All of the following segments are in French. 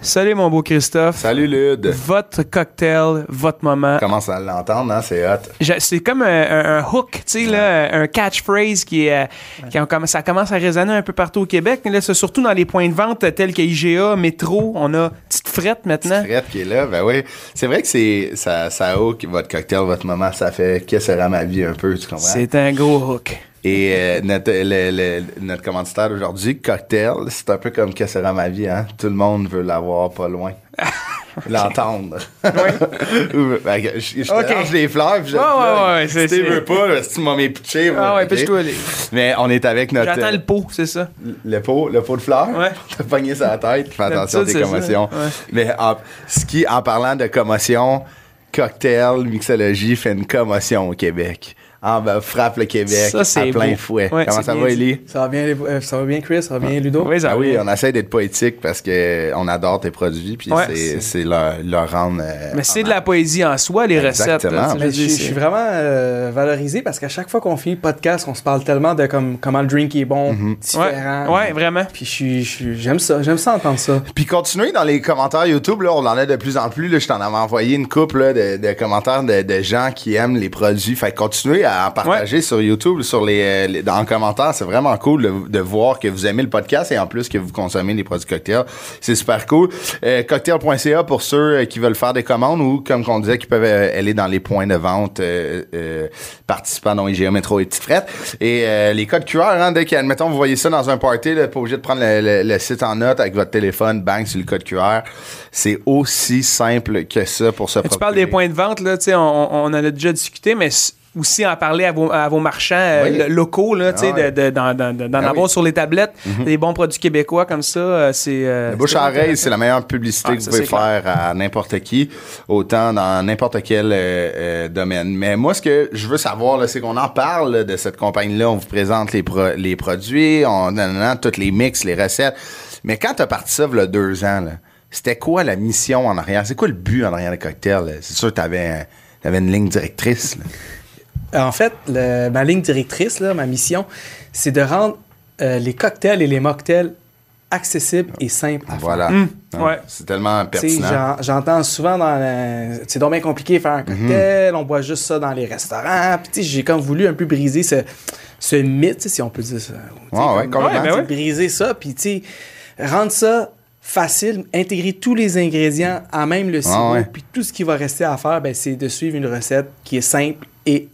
Salut, mon beau Christophe. Salut Lude. Votre cocktail, votre moment. Commence à l'entendre, hein, c'est hot. Je- C'est comme un, un- un hook, tu sais, là, un catchphrase qui, est, euh, qui en commence- ça commence à résonner un peu partout au Québec. Mais là, c'est surtout dans les points de vente euh, tels que IGA, Métro, on a Petite Frette maintenant. Fred qui est là, ben oui. C'est vrai que c'est ça, ça hook votre cocktail, votre moment, ça fait que sera ma vie un peu, tu comprends? C'est un gros hook. Et euh, notre, le- le- notre commanditaire aujourd'hui, cocktail, c'est un peu comme que sera ma vie, hein? Tout le monde veut l'avoir pas loin. L'entendre. Oui. je je te Ok. lance les fleurs. puis je- Ouais, ouais, ouais, c'est- si tu c'est- veux pas, là, si tu m'as mes pitchés. Ah ouais, ok. euh, pitch-toi, les- Mais on est avec notre. J'attends le pot, c'est ça. Le pot, le pot de fleurs, Ouais. t'as pogné sa tête, fais attention à D'habitude, tes c'est ça. commotions. Ouais. Mais en, ce qui, en parlant de commotion, cocktail, mixologie fait une commotion au Québec. Ah, ben, frappe le Québec Ça, c'est à plein beau. fouet. Ouais, Comment c'est ça bien va, dit. Ellie? Ça va bien, les- euh, ça va bien, Chris? Ça va bien, Ludo? Oui, ça Ah va. oui, on essaie d'être poétique parce que on adore tes produits, puis Ouais, c'est- c'est- c'est leur, leur rendre. euh, Mais c'est de hommage. la poésie en soi, les recettes. Exactement. là, tu sais, Mais je veux je, dire, je c'est- suis vraiment euh, valorisé parce qu'à chaque fois qu'on finit le podcast, on se parle tellement de comme, comment le drink est bon, Mhm. différent. Ouais, ouais, vraiment. Puis je suis- je suis- j'aime ça, j'aime ça entendre ça. Puis continuez dans les commentaires YouTube, là, on en a de plus en plus. Là, je t'en avais envoyé une couple là, de, de commentaires de, de gens qui aiment les produits. Fait que continuez à en partager sur YouTube, sur les, euh, les- dans les commentaires. C'est vraiment cool de, de voir que vous aimez le podcast et en plus que vous consommez les produits cocktails. C'est super cool. Euh, cocktail.ca pour ceux euh, qui veulent faire des commandes ou comme on disait, qui peuvent euh, aller dans les points de vente euh, euh, participants dans IGA Métro et Petite Frette. Et euh, les codes QR, hein, dès que, admettons, vous voyez ça dans un party, là, pas obligé de prendre le, le- le site en note avec votre téléphone, bang, sur le code QR. C'est aussi simple que ça pour se Tu parles des points de vente, là, tu sais, on, on en a déjà discuté, mais s- aussi en parler à vos, à vos marchands euh, Oui. lo- locaux, là, tu sais, Ah ouais. de- de- d'en d'en- d'en Ah avoir oui. Mhm. sur les tablettes, des bons produits québécois comme ça, euh, c'est... euh, La bouche c'est à oreille, c'est la meilleure publicité Ah, que vous ça, pouvez c'est clair. faire à n'importe qui, autant dans n'importe quel euh, euh, domaine. Mais moi, ce que je veux savoir, là, c'est qu'on en parle là, de cette compagnie-là. On vous présente les, pro- les produits, on donne toutes les mix, les recettes. Mais quand t'as parti ça, a deux ans, là, c'était quoi la mission en arrière? C'est quoi le but en arrière des cocktails? là? C'est sûr que t'avais, un- t'avais une ligne directrice. là. Euh, En fait, le- ma ligne directrice, là, ma mission, c'est de rendre euh, les cocktails et les mocktails accessibles et simples à faire. Voilà. Hein? Hum. ouais. C'est tellement Tu sais, pertinent. Mhm. j'en- J'entends souvent dans le- C'est donc bien compliqué de faire un cocktail, on boit juste ça dans les restaurants. Puis tu sais, j'ai comme voulu un peu briser ce, ce mythe, tu sais, si on peut dire ça. Tu sais, Eh Ouais, ouais, comme- complètement. tu sais, Ouais, ben Briser ça, puis tu sais, rendre ça facile, intégrer tous les ingrédients à même le sirop, ouais. puis tout ce qui va rester à faire, ben, c'est de suivre une recette qui est simple et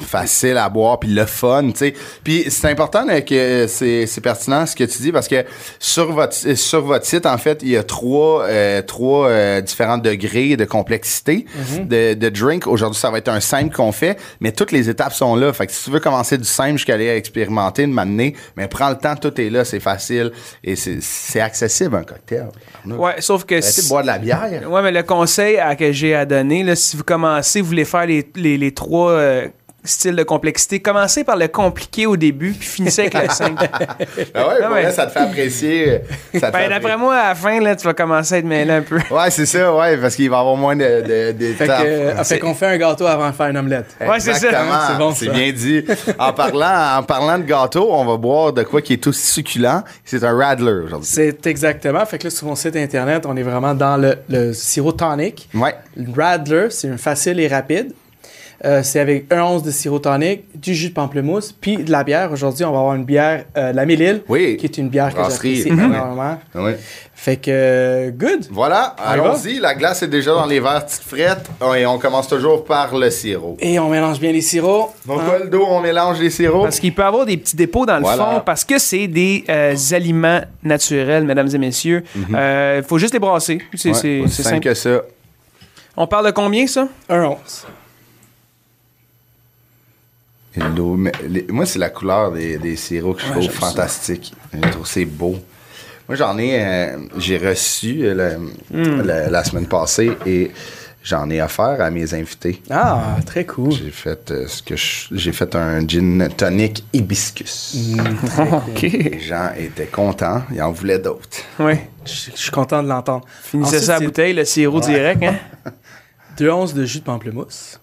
facile à boire puis le fun tu sais puis c'est important là, que euh, c'est c'est pertinent ce que tu dis parce que sur votre euh, sur votre site en fait il y a trois euh, trois euh, différents degrés de complexité Mm-hmm. de, de drink aujourd'hui ça va être un simple qu'on fait mais toutes les étapes sont là fait que si tu veux commencer du simple jusqu'à aller expérimenter de m'amener mais prends le temps tout est là c'est facile et c'est c'est accessible un cocktail Arnaud. Ouais, sauf que... Arrêtez de si- boire de la bière Ouais, mais le conseil à, que j'ai à donner, là, si vous commencez, vous voulez faire les, les- les trois euh, styles de complexité, commencez par le compliqué au début, puis finissez avec le simple. Ah ouais, Non, pour mais- vrai, ça te fait apprécier euh, ça te fait ben, apprécier. d'après moi, à la fin, là, tu vas commencer à être mêlé un peu. Ouais, c'est ça, ouais, parce qu'il va y avoir moins de, de, de Fait, que, temps. euh, fait C'est- qu'on fait un gâteau avant de faire une omelette. Ouais, c'est ça. Exactement. C'est bon, c'est ça. bien dit. En parlant, en parlant de gâteau, on va boire de quoi qui est aussi succulent. C'est un Radler aujourd'hui. C'est exactement. Fait que là, sur mon site internet, on est vraiment dans le, le sirop tonic. Ouais. Le Radler, c'est un facile et rapide. Euh, c'est avec un once de sirop tonic, du jus de pamplemousse, puis de la bière. Aujourd'hui, on va avoir une bière, euh, la Mélile, Oui. qui est une bière que Brasserie, j'apprécie ben oui. énormément. Ouais. Fait que, euh, good. Voilà, Ah y va? allons-y. La glace est déjà dans les verres petites frettes. Oh, Et on commence toujours par le sirop. Et on mélange bien les sirops. Donc, Hein? pas le dos, on mélange les sirops. Parce qu'il peut avoir des petits dépôts dans le Oh. Voilà. fond, parce que c'est des euh, aliments naturels, mesdames et messieurs. Il faut juste les brasser. C'est Mhm. Ouais, c'est- aussi c'est simple simple. que ça. On parle de combien, ça? Un once. Et le dos, mais les- moi, c'est la couleur des, des sirops que je trouve j'aime ça. fantastique. Je trouve c'est beau. Moi, j'en ai. euh, j'ai reçu euh, Hmm. le- le- la semaine passée et j'en ai offert à mes invités. Ah, très cool. J'ai fait euh, ce que je- j'ai fait un gin tonic hibiscus. Hmm. OK. Les gens étaient contents, ils en voulaient d'autres. Ouais. Je je suis content de l'entendre. Finissez Ensuite, ça à c'est bouteille, le sirop direct. Hein? Deux onces de jus de pamplemousse.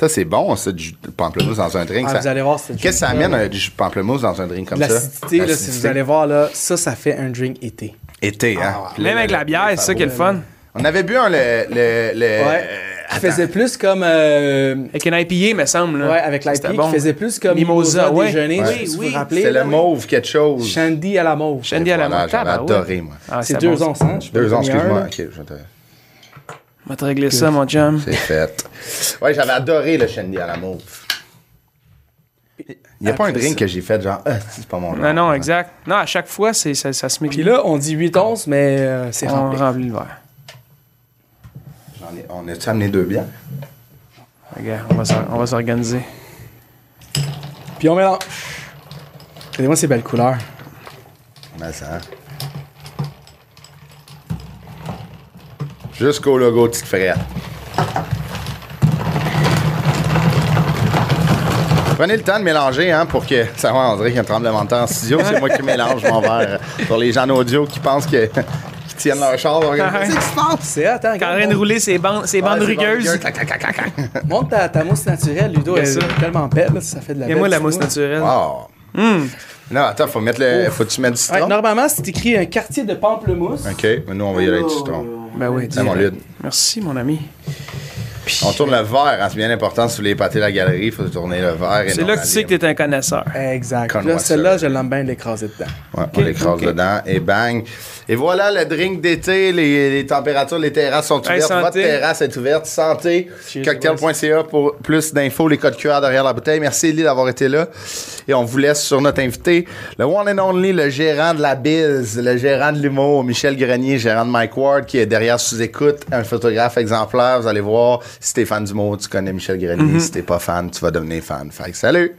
Ça c'est bon ça du jus de pamplemousse dans un drink. Ah, ça- vous allez voir, c'est Qu'est-ce que ça amène un jus de pamplemousse dans un drink comme L'acidité, ça là, si vous allez voir, là, ça, ça fait un drink été. été, hein. Ah, Puis là, Même avec le- la bière, c'est ça qui est le fun. On avait bu un le. le, le- Ouais. euh, Qui faisait plus comme. euh, Avec une IPA, me semble. là. ouais, avec l'IP, C'était qui bon. faisait plus comme. Mimosa, ouais. déjeuner, Ouais. je sais pas si Oui, vous oui. vous rappelez. C'était là. le mauve quelque chose. Shandy à la mauve. Shandy à la Voilà, mort. j'avais Ah, ouais. adoré, moi. Ah, C'est c'était deux bon, ça. onces, hein? je peux Deux ans, pas dire un, excuse-moi. là. Ok, je te- On va te régler ça, mon chum. C'est fait. Ouais, j'avais adoré le Shandy à la mauve. Il n'y a pas un Après drink ça. que j'ai fait genre, ah, c'est pas mon genre. Ah, Non, non, exact. Non, à chaque fois, c'est, ça, ça se mixe. Puis là, on dit 8 onces, mais euh, c'est on rempli. remplit le verre. J'en ai- on a-tu amené deux bières? Regarde, on va, s'or- on va s'organiser. Puis on mélange. Regardez-moi ces belles couleurs. Mais Ben, ça. Jusqu'au logo Tic Frère. Prenez le temps de mélanger hein, pour que ça va, on dirait qu'il y a un tremblement de terre en studio. C'est moi qui mélange mon verre. euh, Pour les gens en audio qui pensent que qui tiennent leur char. on regarde, Ah, Qu'est-ce qui se passe? C'est attends, Quand en train regarde. de Montre, rouler ses bandes, ses bandes Ah, c'est bon, rugueuses. clac, clac, clac, clac, clac. montre ta, ta mousse naturelle, Ludo. Bien Elle sûr. est tellement belle, là, ça fait de la Et belle moi, la petite mousse naturelle. Wow. Non, attends, faut mettre le. Hmm. Ouf. Faut-tu mettre du Ouais, citron? normalement, c'est écrit un quartier de pamplemousse. OK, mais nous, on va y aller avec du citron. Ben oui, Ah, mon direct. Lud. Merci, mon ami. On tourne le verre, hein, c'est bien important. Si vous voulez épater la galerie, il faut tourner le verre. et C'est non là que la tu sais lime. que t'es un connaisseur. Exact. Conway, Là, ça. celle-là, je l'aime bien l'écraser dedans. Ouais, on Ok, l'écrase ok. dedans et bang. Et voilà le drink d'été. Les, les températures, les terrasses sont Hey, ouvertes. Votre santé. terrasse est ouverte. Santé. Cheers, Cocktail.ca pour plus d'infos. Les codes QR derrière la bouteille. Merci Ellie d'avoir été là. Et on vous laisse sur notre invité, le one and only, le gérant de la bise, le gérant de l'humour, Michel Grenier, gérant de Mike Ward, qui est derrière sous-écoute, un photographe exemplaire. Vous allez voir, si t'es fan d'humour, tu connais Michel Grenier. Mm-hmm. Si t'es pas fan, tu vas devenir fan. Fait que salut!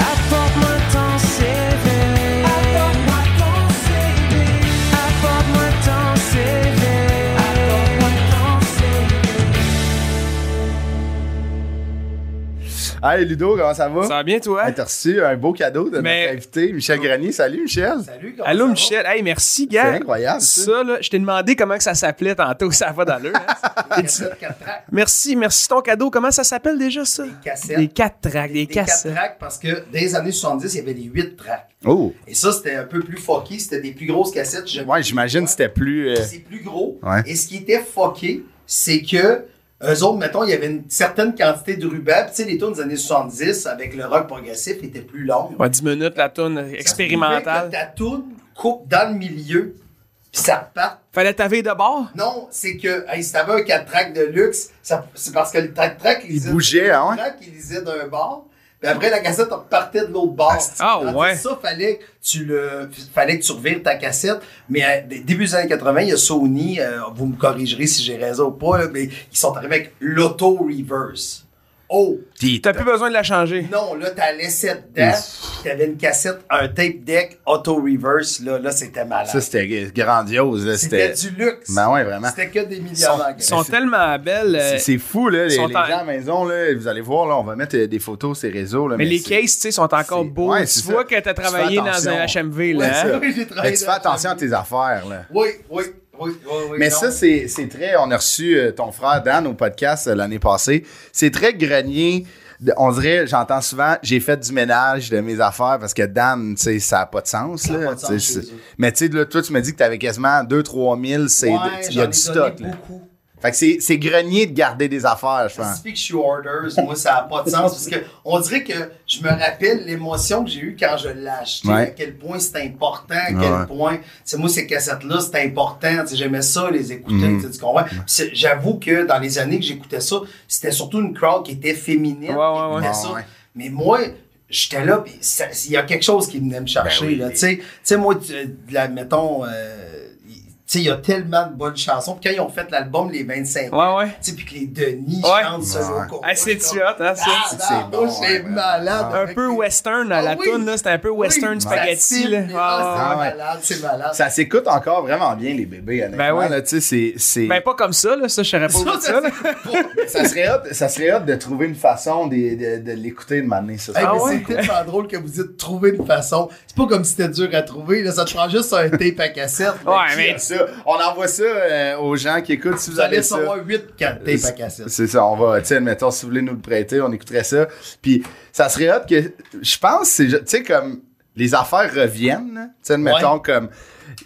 Apporte-moi ton CV. Apporte-moi ton CV. Apporte-moi ton CV. Apporte-moi ton CV. Hey Ludo, comment ça va? Ça va bien, toi? Hey, T'as reçu un beau cadeau de Ah. Mais- notre invité, Michel Grenier. Salut, Michel. Allô, Michel. Hey, merci, gars. C'est incroyable, ça. Ça, là, je t'ai demandé comment que ça s'appelait tantôt. Ça va d'allure. hein? T'as dit ça? merci, merci ton cadeau. Comment ça s'appelle déjà, ça? Des cassettes. Des quatre tracks, des, des 4 cassettes. tracks parce que dans les années 70, il y avait des 8 tracks. Oh! Et ça, c'était un peu plus fucké. C'était des plus grosses cassettes. Je- Ouais, j'imagine que c'était plus. euh, C'est plus gros. Ouais. Et ce qui était fucké, c'est que eux autres, mettons, il y avait une certaine quantité de rubans. Puis, Tu sais, les tours des années 70 avec le rock progressif étaient plus longues. Ouais, 10 minutes, la tourne Ça expérimentale. fait que Ta toune coupe dans le milieu, puis ça repart. Fallait t'aver de bord? Non, c'est que hey, si t'avais un 4 tracks de luxe, ça- c'est parce que le 4 track, Il bougeait, hein, ouais. Il lisait d'un bord. Puis après, la cassette repartait de l'autre bord. Ah, Tandis ouais. que Ça, fallait que tu le, fallait que tu revires ta cassette. Mais euh, dé- début des années 80, il y a Sony, euh, vous me corrigerez si j'ai raison ou pas, là, mais ils sont arrivés avec l'auto-reverse. Oh! T'as plus besoin de la changer. Non, là, t'as laissé dedans, puis t'avais une cassette, un tape deck, auto-reverse, là, là, c'était malade. Ça, c'était grandiose. là, C'était C'était. du luxe. Ben ouais, vraiment. C'était que des millionnaires. Ils sont tellement belles. euh, C'est c'est fou, là. Les, sont les en- gens à la maison, là, vous allez voir, là, on va mettre euh, des photos sur les réseaux. Là, mais les c'est- cases, tu sais, sont encore c'est- beaux. ouais, tu c'est vois ça. que t'as Tu fais travaillé dans attention. un HMV, là. Ouais, hein? c'est vrai, j'ai Fait travaillé que Ben, tu fais dans- attention à tes affaires, là. Oui, oui, oui, oui. oui, Mais non. ça, c'est c'est très. On a reçu euh, ton frère Dan au podcast euh, l'année passée. C'est très grenier. De- On dirait, j'entends souvent, j'ai fait du ménage de mes affaires parce que Dan, tu sais, ça n'a pas de sens. a là, pas de sens Tu sais, chez c'est- eux. Mais tu sais, là, toi, tu me dis que tu avais quasiment 2-3 000. c'est- Ouais, Il y a j'en ai du stock. donné là. beaucoup. Fait que c'est c'est grenier de garder des affaires, je pense. Speak your orders, moi, ça n'a pas de sens. Parce que on dirait que je me rappelle l'émotion que j'ai eue quand je l'ai acheté, Ouais. à quel point c'est important, à quel Ouais. point. tu sais, moi, ces cassettes-là, c'est important. tu sais, J'aimais ça, les écouter. Mhm. tu sais, Tu comprends? Puis c'est- J'avoue que dans les années que j'écoutais ça, c'était surtout une crowd qui était Ouais, féminine. ouais, qui ouais. écoutait Ah, ça. ouais. Mais moi, j'étais là, puis ça- il y a quelque chose qui Ben venait me chercher. là, tu sais. Tu sais, moi, tu- de la, mettons, euh, tu sais, il y a tellement de bonnes chansons. Puis quand ils ont fait l'album Les 25 Ouais, ouais. tu sais, puis que les Denis Ouais. chantent solo Ouais. combat. Ah, c'est tu hot, hein, ça? Ah, C'est non, bon, moi, c'est ouais, ouais. malade. un peu western à Ah la oui. toune, là. C'était un peu western Oui, spaghetti, facile, là. mais Ouais, ouais, ah, ouais. c'est malade, c'est malade. Ça s'écoute encore vraiment bien, les bébés, honnêtement. Ben ouais. là, tu sais, c'est- c'est- ouais. Ben, pas comme ça, là. Ça, je serais pas Ça, au bout de ça, là. ça serait hot, ça serait hot de trouver une façon de, de- de l'écouter de m'amener ça. Hey, Ah mais ouais? C'est tellement drôle que vous dites trouver une façon. C'est pas comme si c'était dur à trouver. Là. Ça te prend juste un tape à cassette. là. Ouais, mais Qui a ça? On envoie ça euh, aux gens qui écoutent si vous, Vous allez avez ça. recevoir 8 tapes à cassette. C'est ça, on va, tu sais, admettons, si vous voulez nous le prêter, on écouterait ça. Puis ça serait hot que. Je pense, c'est. Tu sais, comme. Les affaires reviennent, là. Tu sais, mettons, comme.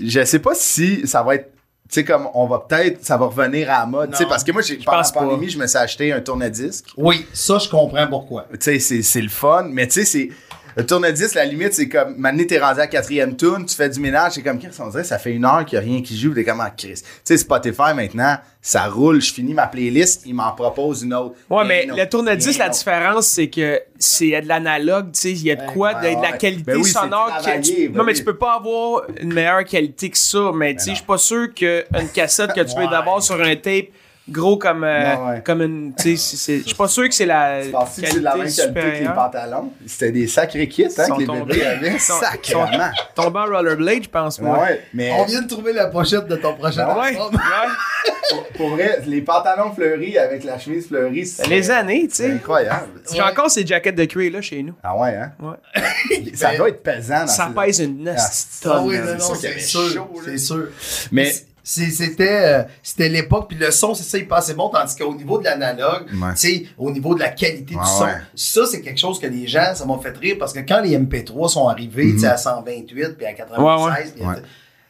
Je sais pas si ça va être. Tu sais, comme, on va peut-être. Ça va revenir à la mode. Tu sais, Non. parce que moi, j'ai- pendant la pense pas. pandémie, je me suis acheté un tourne-disque. Oui, ça, je comprends pourquoi. Tu sais, c'est, c'est le fun, mais tu sais, c'est. Le tourne-disque, la limite, c'est comme, maintenant, t'es rendu à la quatrième tune, tu fais du ménage, c'est comme, Chris, on dirait, ça fait une heure qu'il n'y a rien qui joue, t'es comme, ah, Chris. Tu sais, Spotify, maintenant, ça roule, je finis ma playlist, il m'en propose une autre. Ouais, mais une autre, le tourne-disque, une la autre. différence, c'est que c'est il y a de l'analogue, tu sais, il y a de quoi, de- ouais, de la ouais. qualité Ben oui, c'est sonore. que travaillé, tu- ben non, mais oui. Ben tu peux pas avoir une meilleure qualité que ça, mais tu sais, je suis pas sûr qu'une cassette que tu peux Ouais. d'avoir sur un tape gros comme, euh, Non, ouais. comme une, tu sais, c'est- c'est- je suis pas sûr que c'est la Je pensais que c'est de la même qualité qualité que les supérieure. pantalons. C'était des sacrés kits, hein, Ils que les sont bébés tombés. avaient. Ils sont- Sacrement. Tombant en rollerblade, je pense, moi. Ouais, mais On vient de trouver la pochette de ton prochain Ouais, album. ouais. pour vrai, les pantalons fleuris avec la chemise fleurie, c'est Les années, tu c'est sais. incroyable. J'ai encore ces jaquettes de cuir, là, chez nous. Ah ouais, hein? Ouais. Ça doit être pesant. dans Ben, Ça ces- pèse une nasty Ah tonne. oui, là. non, non, sûr qu'il y c'est avait sûr. chaud, là. C'est sûr. Mais- C'est- C'était euh, c'était l'époque, puis le son, c'est ça, il passait bon, tandis qu'au niveau de l'analogue, Ouais. tu sais, au niveau de la qualité Ouais, du son, ouais. ça, c'est quelque chose que les gens, ça m'a fait rire, parce que quand les MP3 sont arrivés, tu sais, à 128, puis à 96, puis à- Mhm. Ouais.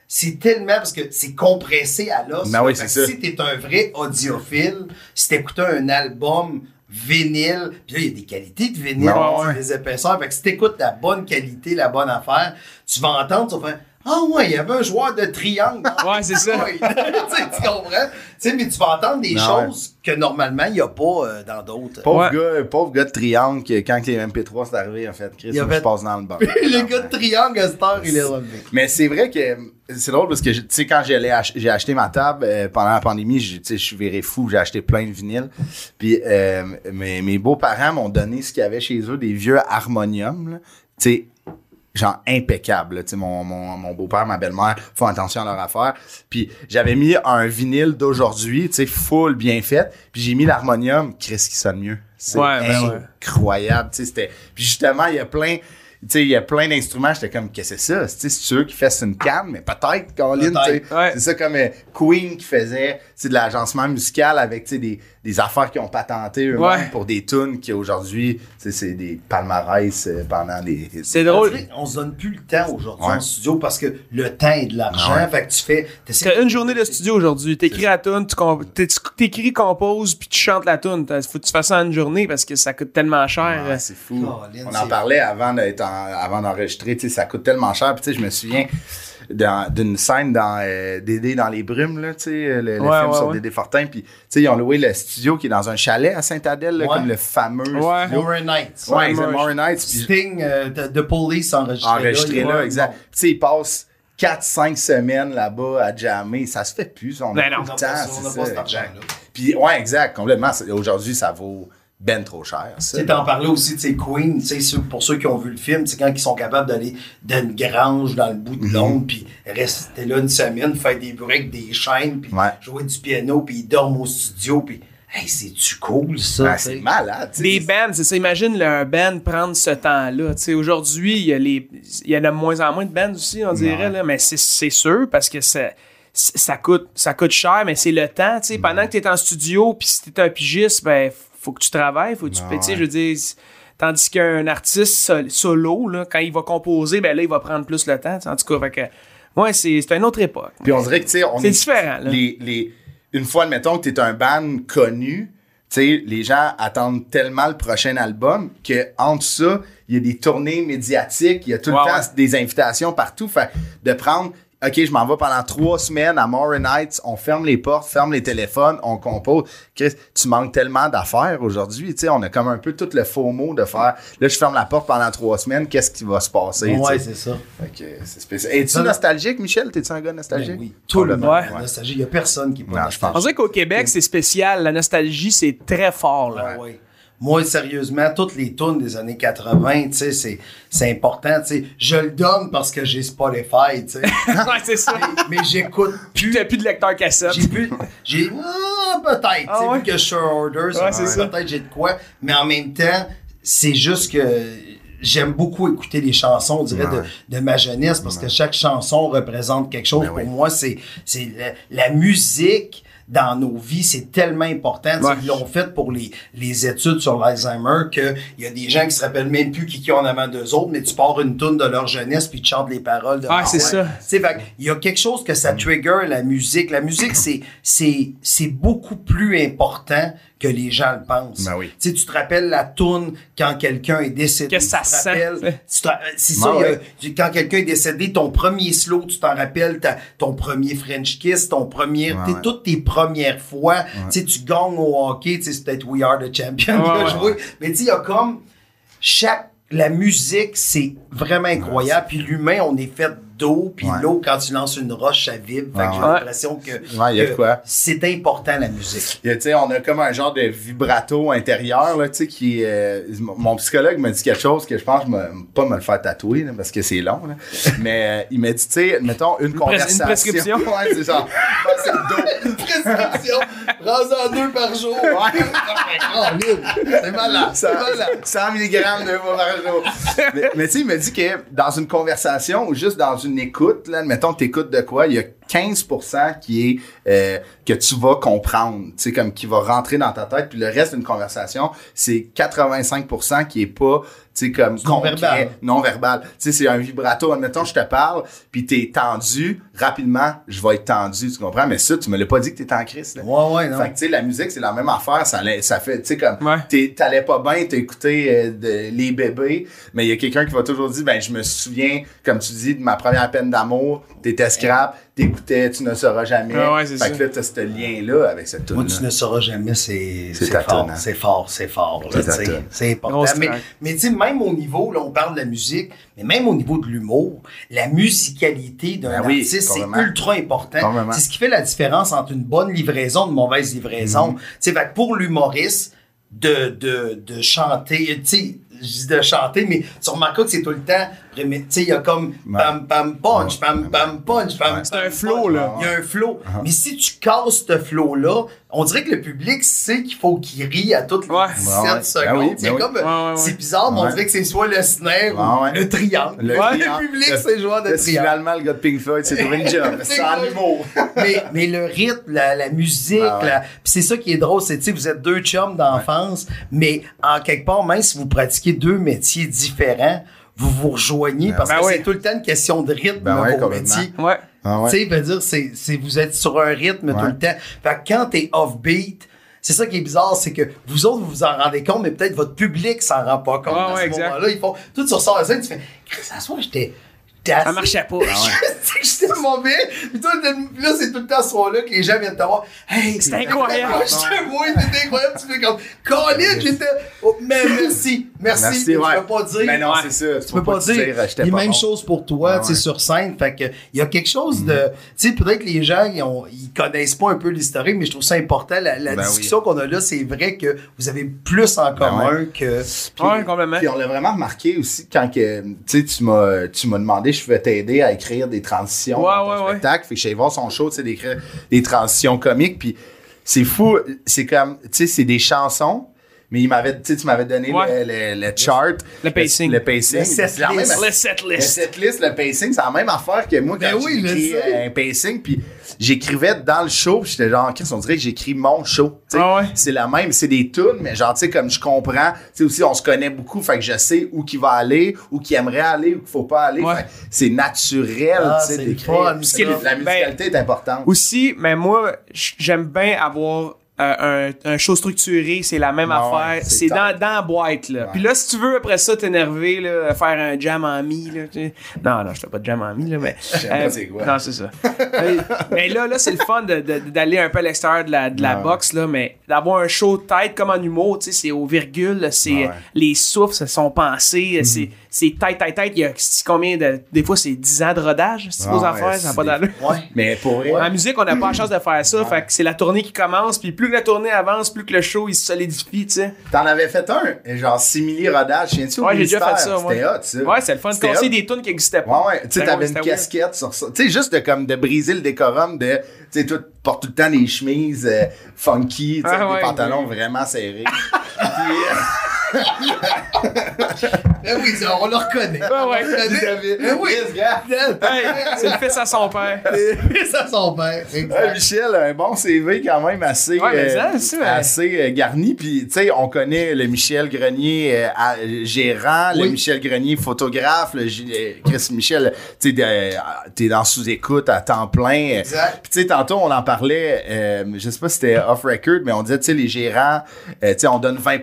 c'est tellement, parce que c'est compressé à l'os. Ben oui, Fait que c'est ça. Si t'es un vrai audiophile, si t'écoutais un album vinyle, puis là, il y a des qualités de vinyle, Ben tu sais, ouais. des épaisseurs. Fait que si t'écoutes la bonne qualité, la bonne affaire, tu vas entendre, tu vas faire Ah ouais, il y avait un joueur de triangle. dans- Ouais, c'est ça. tu sais, tu comprends? Tu sais, mais tu vas entendre des Non, choses que normalement, il n'y a pas euh, dans d'autres. Pauvre, Ouais. gars, pauvre gars de triangle, que quand les MP3 sont arrivés, en fait, Chris, Il a moi, je fait- passe dans le bar. le gars de triangle, à cette heure, il est relevé. Mais c'est vrai que c'est drôle parce que, je- tu sais, quand j'allais ach- j'ai acheté ma table euh, pendant la pandémie, je- tu sais, je verrais fou, j'ai acheté plein de vinyles. Puis euh, mes, mes beaux-parents m'ont donné ce qu'il y avait chez eux, des vieux harmoniums, là. tu sais, genre impeccable. là. Tu sais, mon, mon, mon beau-père, ma belle-mère font attention à leur affaire. Puis j'avais mis un vinyle d'aujourd'hui, tu sais, full, bien fait. Puis j'ai mis l'harmonium, Chris qui sonne mieux. C'est Ouais, ben ouais. incroyable. Tu sais, c'était... Puis justement, il y a plein... Tu sais, il y a plein d'instruments, j'étais comme, qu'est-ce que c'est ça? Tu sais, c'est sûr qu'ils fassent une canne, mais peut-être, Colin, Peut-être. tu sais. Ouais. C'est ça comme euh, Queen qui faisait, tu sais, de l'agencement musical avec, tu sais, des, des affaires qui ont patenté eux-mêmes Ouais. pour des tunes qui, aujourd'hui, tu sais, c'est des palmarès euh, pendant des... C'est On drôle. dirait- On se donne plus le temps aujourd'hui Ouais. en studio parce que le temps est de l'argent. Ouais. Fait que tu fais. t'essaies- T'as une journée de studio aujourd'hui. T'écris la tune, tu com- t'é- tu- t'écris, composes, puis tu chantes la tune. T'as- Faut que tu fasses ça en une journée parce que ça coûte tellement cher. Ah, c'est fou. Colin, On c'est- en parlait avant d'être en- avant d'enregistrer, tu sais, ça coûte tellement cher. Puis tu sais, je me souviens dans- d'une scène dans euh, Dédé dans les brumes là, tu sais, euh, le, le Ouais, film ouais, sur ouais. Dédé Fortin. Puis tu sais, ils ont loué le studio qui est dans un chalet à Saint-Adèle, là, Ouais. comme le fameux. Ouais. studio. You're a Knight. Ouais, c'est Ouais. More Nights. Puis Sting euh, de, de Police enregistré. enregistré il- là, exact. Puis tu sais, ils passent 4-5 semaines là-bas à jammer. Ça se fait plus. On a Ben plus non. le On a temps. pas- on c'est a ça, pas cet exact. argent-là. Puis ouais, exact. Complètement. C'est- Aujourd'hui, ça vaut ben trop cher. Tu ça. sais, t'en parlais aussi, tu sais, Queen, tu sais, ceux- pour ceux qui ont vu le film, c'est quand ils sont capables d'aller dans une grange dans le bout Mhm. de Londres, puis rester là une semaine, faire des breaks, des chaînes, puis Ouais. jouer du piano, puis ils dorment au studio, puis hey, c'est-tu cool ça? Ah, tu sais? c'est malade. tu sais. Des bands, c'est ça. Imagine là, un band prendre ce temps-là. Tu sais, Aujourd'hui, il y, a les- il y en a de moins en moins de bands aussi, on dirait. Là, mais c'est, c'est sûr parce que ça, ça, coûte, ça coûte cher, mais c'est le temps. tu sais. Pendant que tu es en studio, puis si tu es un pigiste, ben faut que tu travailles. faut que tu, tu sais, je veux dire, c'est- tandis qu'un artiste sol- solo, là, quand il va composer, ben là, il va prendre plus le temps. tu sais. En tout cas, fait que, ouais, c'est, c'est une autre époque. Puis on dirait que, tu sais, on C'est est- différent, là. Les, les- une fois, admettons que tu es un band connu, tu sais, les gens attendent tellement le prochain album que entre ça, il y a des tournées médiatiques, il y a tout Ouais, le temps ouais. des invitations partout. Fait de prendre, OK, je m'en vais pendant trois semaines à Morin Heights, on ferme les portes, ferme les téléphones, on compose. Chris, tu manques tellement d'affaires aujourd'hui. Tu sais, on a comme un peu tout le faux mot de faire, là, je ferme la porte pendant trois semaines, qu'est-ce qui va se passer? tu Ouais, sais? c'est ça. Fait que c'est spécial. Es-tu Ça- nostalgique, Michel? T'es-tu un gars nostalgique? Ben oui, tout le monde. Ouais. est nostalgique. Il n'y a personne qui peut. Non, je pense On dirait qu'au Québec, c'est spécial. La nostalgie, c'est très fort. Là. Ah ouais. Moi, sérieusement, toutes les tunes des années 80, tu sais, c'est, c'est important, tu sais. Je le donne parce que j'ai Spotify, tu sais. Ouais, c'est ça. mais, mais j'écoute plus. T'as plus de lecteur cassette. J'ai plus. J'ai. Ah, peut-être. Ah tu sais, ouais? Vu que je suis un order, ça, Ouais, c'est ça. peut-être j'ai de quoi. Mais en même temps, c'est juste que. J'aime beaucoup écouter les chansons, on dirait, de, de ma jeunesse, parce que chaque chanson représente quelque chose. Pour moi, c'est c'est la, la musique dans nos vies. C'est tellement important. Tu sais, Ouais. Ils l'ont fait pour les, les études sur l'Alzheimer qu'il y a des gens qui se rappellent même plus qui qui ont en avant d'eux autres, mais tu pars une toune de leur jeunesse puis tu chantes les paroles de Ah, c'est ça. c'est fait que il y a quelque chose que Mm. ça trigger la musique. La musique, c'est, c'est, c'est beaucoup plus important que les gens le pensent. Ben oui. Tu sais, tu te rappelles la toune quand quelqu'un est décédé. Que ça tu te sent. rappelles- tu te ra- euh, c'est ça, Ben il y a- ouais. tu- quand quelqu'un est décédé, ton premier slow, tu t'en rappelles, ta- ton premier French kiss, ton premier, Ouais, t'es- ouais. toutes tes premières fois, tu sais, tu gagnes au hockey, tu sais, c'est peut-être We Are the Champion Ouais, qui a ouais, joué. mais tu sais, il y a comme chaque la musique, c'est vraiment incroyable. Puis l'humain, on est fait d'eau, puis Ouais. l'eau, quand tu lances une roche, ça vibre. Fait que j'ai Ouais. l'impression que, Ouais, y a que de quoi. c'est important la musique. Et, tu sais, on a comme un genre de vibrato intérieur, là, tu sais, qui euh, mon- Mon psychologue m'a dit quelque chose que je pense que je me, pas me le faire tatouer, là, parce que c'est long, là. Mais euh, il m'a dit, tu sais, mettons, pres- une, une conversation. prescription. ouais, c'est genre, passer le dos. Prescription, prends-en deux par jour. Ah, oh, c'est malade. 100, 100 mg de fois par jour. mais mais tu sais, il m'a dit que dans une conversation ou juste dans une écoute, là, mettons, t'écoutes de quoi, il y a 15% qui est euh, que tu vas comprendre, tu sais, comme qui va rentrer dans ta tête, puis le reste d'une conversation, c'est 85% qui est pas, tu sais, comme concret, non-verbal. non-verbal. Tu sais, c'est un vibrato. Admettons, je te parle, puis t'es tendu, rapidement, je vais être tendu, tu comprends? Mais ça, tu me l'as pas dit que t'étais en crise, là. Ouais, ouais, non. Fait que, tu sais, la musique, c'est la même affaire. Ça, allait- ça fait, tu sais, comme, Ouais. t'es- t'allais pas bien, t'as écouté euh, de- les bébés, mais il y a quelqu'un qui va toujours dire, ben, je me souviens, comme tu dis, de ma première peine d'amour, t'étais scrap, t'écoutais, tu ne seras jamais. Ah ouais, c'est fait ça. que là, t'as ce lien-là avec cette Moi, tune tu ne sauras jamais, c'est C'est c'est étonnant. fort, c'est fort, c'est fort. là, C'est tu sais, étonnant. C'est important. Grosse Mais, traque. mais tu sais, même au niveau, là, on parle de la musique, mais même au niveau de l'humour, la musicalité d'un Ben oui, artiste, complètement. c'est ultra important. Complètement. C'est ce qui fait la différence entre une bonne livraison et une mauvaise Mhm. livraison. Tu sais, fait que pour l'humoriste, de, de, de chanter, tu sais, je dis de chanter, mais tu remarqueras que c'est tout le temps, tu sais, il y a comme pam, pam, punch, pam, pam, punch, pam, Ouais. C'est un flow, là. il y a un flow. Ah. Mais si tu casses ce flow-là, on dirait que le public sait qu'il faut qu'il rie à toutes les Ouais. 17 Ouais, ouais. secondes. Ben oui, c'est ben oui. comme, Ouais, ouais, ouais. c'est bizarre, mais on Ouais. dirait que c'est soit le snare ou Ouais, ouais. le triangle. Le Le, triangle. public, Le- c'est le joueur de triangle. Finalement, le gars de Pink Floyd, c'est trouvé une job. C'est C'est en vrai. humour. mais, mais le rythme, la, la musique, Ben ouais. la- puis c'est ça qui est drôle, c'est tu sais, vous êtes deux chums d'enfance, mais en quelque part, même si vous pratiquez deux métiers différents, vous vous rejoignez parce Ben que ouais. c'est tout le temps une question de rythme Ben ouais, vos complètement. métiers. Ouais. Ah ouais. Tu sais, veut dire, c'est, c'est- vous êtes sur un rythme tout Ouais. le temps. Fait que quand t'es off-beat, c'est ça qui est bizarre, c'est que vous autres, vous vous en rendez compte, mais peut-être votre public s'en rend pas compte. Ouais, à ouais, ce exact. moment-là, ils font, tout sur sort de scène, tu fais, Chris, à soir, j'étais, j'étais Ça assez- marchait pas. J'étais mauvais. Puis toi, t'es- là, c'est tout le temps ce soir-là que les gens viennent te voir. Hey, C'est incroyable. Je te vois, c'était incroyable. Tu fais comme, Colin, j'étais. Oh, mais merci, merci. Merci, mais ouais. tu peux pas dire. Mais non, Ouais. c'est ça. Tu peux pas, te dire. j'étais les pas mêmes bon. choses pour toi, Ouais, tu sais, ouais. Mhm. sur scène. Fait que, il y a quelque chose de, tu sais, peut-être que les gens, ils, ont, ils connaissent pas un peu l'historique, mais je trouve ça important. La, la Ben discussion qu'on a là, c'est vrai que vous avez plus en commun que. Ouais, complètement. Puis on l'a vraiment remarqué aussi quand que, tu sais, tu m'as tu m'as demandé, je vais t'aider à écrire des transitions Ouais, dans ton ouais, ouais. spectacle. Fait que j'allais voir son show, tu sais, d'écrire des transitions comiques. Puis c'est fou, c'est comme, tu sais, c'est des chansons, mais il m'avait, tu sais, tu m'avais donné Ouais. le, le- le chart. Le pacing. Le, pacing. Le setlist. C'est la même- Le setlist. cette liste, le pacing, c'est la même affaire que moi quand Ben oui, je j'écris le sais. euh, un pacing, puis j'écrivais dans le show, puis j'étais genre, Chris, on dirait que j'écris mon show. tu sais. Ah ouais. C'est la même, c'est des tunes, mais genre, tu sais, comme je comprends, tu sais, aussi, on se connaît beaucoup, fait que je sais où qui va aller, où qui aimerait aller, où qu'il faut pas aller. Ouais. Fait que C'est naturel, Ah, tu c'est sais, le d'écrire. fun, Puis ça. c'est- La Ben, musicalité est importante. Aussi, mais moi, j- j'aime bien avoir euh, un, un show structuré, c'est la même Ouais, affaire. c'est C'est dans, tight. dans la boîte, là. Ouais. Puis là, si tu veux, après ça, t'énerver, là, faire un jam en mi, là. tu sais. Non, non, je fais pas de jam en mi, là, mais. euh, sais pas c'est quoi. Non, c'est ça. mais, mais là, là c'est le fun de- de- d'aller un peu à l'extérieur de la, de la Ouais. boxe, là, mais d'avoir un show tête comme en humour, tu sais, c'est au virgule, là, c'est Ouais. Mhm. les souffles, se sont pensés, c'est c'est tête, tête, tête. Il y a combien de. Des fois, c'est 10 ans de rodage, si tu Ah Ouais, affaires, ça n'a pas c'est- d'allure. Ah, Ouais. Mais pour vrai, Ben, En musique, on n'a pas la chance de faire ça. Fait que c'est la tournée qui commence. Puis plus que la tournée avance, plus que le show il se solidifie, tu sais. t'en avais fait un, genre simili-rodage, tu Ouais, j'ai déjà fait ça. moi. C'était hot, ça. Ouais, c'est le fun de C'était casser hot. des tunes qui n'existaient Ouais, pas. ouais. Tu sais, Ben t'avais oui, une c'était casquette sur ça. Tu sais, juste de, comme, de briser le décorum de. Tu sais, toi, tu portes tout le temps des chemises euh, funky, tu sais, Ah des ouais, pantalons vraiment serrés. Puis, euh, Eh oui, ça, on le reconnaît. Ah ouais. On le reconnaît. Ben David. Eh oui, Yes, gars. Hey, c'est le fils à son père. ça son père. Ouais, Exact. Michel a un bon CV quand même assez, Ouais, mais ça, hein. euh, c'est vrai. assez euh, garni. Puis, tu sais, on connaît le Michel Grenier euh, à- gérant, le Oui. Michel Grenier photographe, le G- euh, Chris Michel, tu sais, de- euh, t'es dans sous-écoute à temps plein. Exact. Puis, tu sais, tantôt, on en parlait, euh, je sais pas si c'était off-record, mais on disait, tu sais, les gérants, euh, tu sais, on donne 20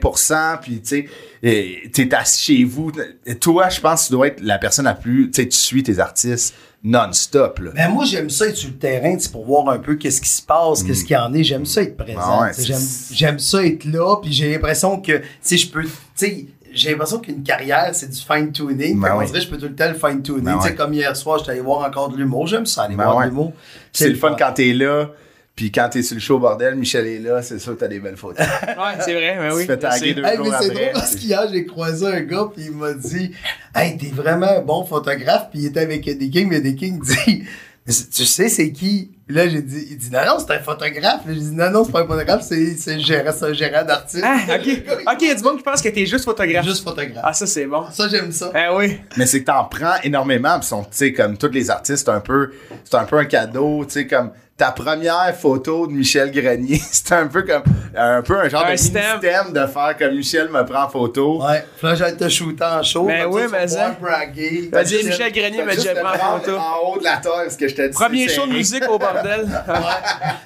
puis, tu sais, euh, t'es assis chez vous. Toi, je pense que tu dois être la personne la plus. Tu sais, tu suis tes artistes non-stop, là. Ben moi, j'aime ça être sur le terrain tu sais, pour voir un peu qu'est-ce qui se passe, qu'est-ce qu'il y en est. J'aime ça être présent. Mm. Ah ouais, tu sais, c'est- j'aime, j'aime ça être là. Puis j'ai l'impression que, tu sais, je peux. Tu sais, j'ai l'impression qu'une carrière, c'est du fine-tuning. Ben Fait qu'on oui. dirait que je peux tout le temps le fine-tuner. Ben tu sais, ouais. Comme hier soir, j'étais allé voir encore de l'humour. J'aime ça, aller Ben voir ouais. de l'humour. C'est le fun quand t'es là, puis quand t'es sur le show bordel, Michel est là, c'est sûr que t'as des belles photos. Ouais, c'est vrai, mais Tu oui. fais taguer C'est- deux Hey, jours mais c'est après. drôle parce qu'hier, j'ai croisé un gars, puis il m'a dit Hey, t'es vraiment un bon photographe, puis il était avec Eddie King, mais Eddie King dit Tu sais, c'est qui Puis là, j'ai dit Il dit Non, non, c'est un photographe. J'ai dit Non, non, c'est pas un photographe, c'est c'est le gérant, c'est un gérant d'artiste. Ah, ok. Ok, il y a du monde qui pense que t'es juste photographe. Juste photographe. Ah, ça, c'est bon. Ça, j'aime ça. Eh oui. Mais c'est que t'en prends énormément, puis sont, tu sais, comme tous les artistes, un peu, c'est un peu un cadeau, tu sais, comme ta première photo de Michel Grenier, c'est un peu comme, un peu un genre Un de stamp. système de faire comme Michel me prend en photo. Ouais, Puis là, j'allais te shooter en chaud. Ben comme oui, tu vas mais pouvoir ça- braguer. T'as dit Michel Grenier T'as m'a juste déjà le pris en prendre photo. en haut de la terre, ce que je t'ai dit. Premier c'est show de serré. musique au bordel.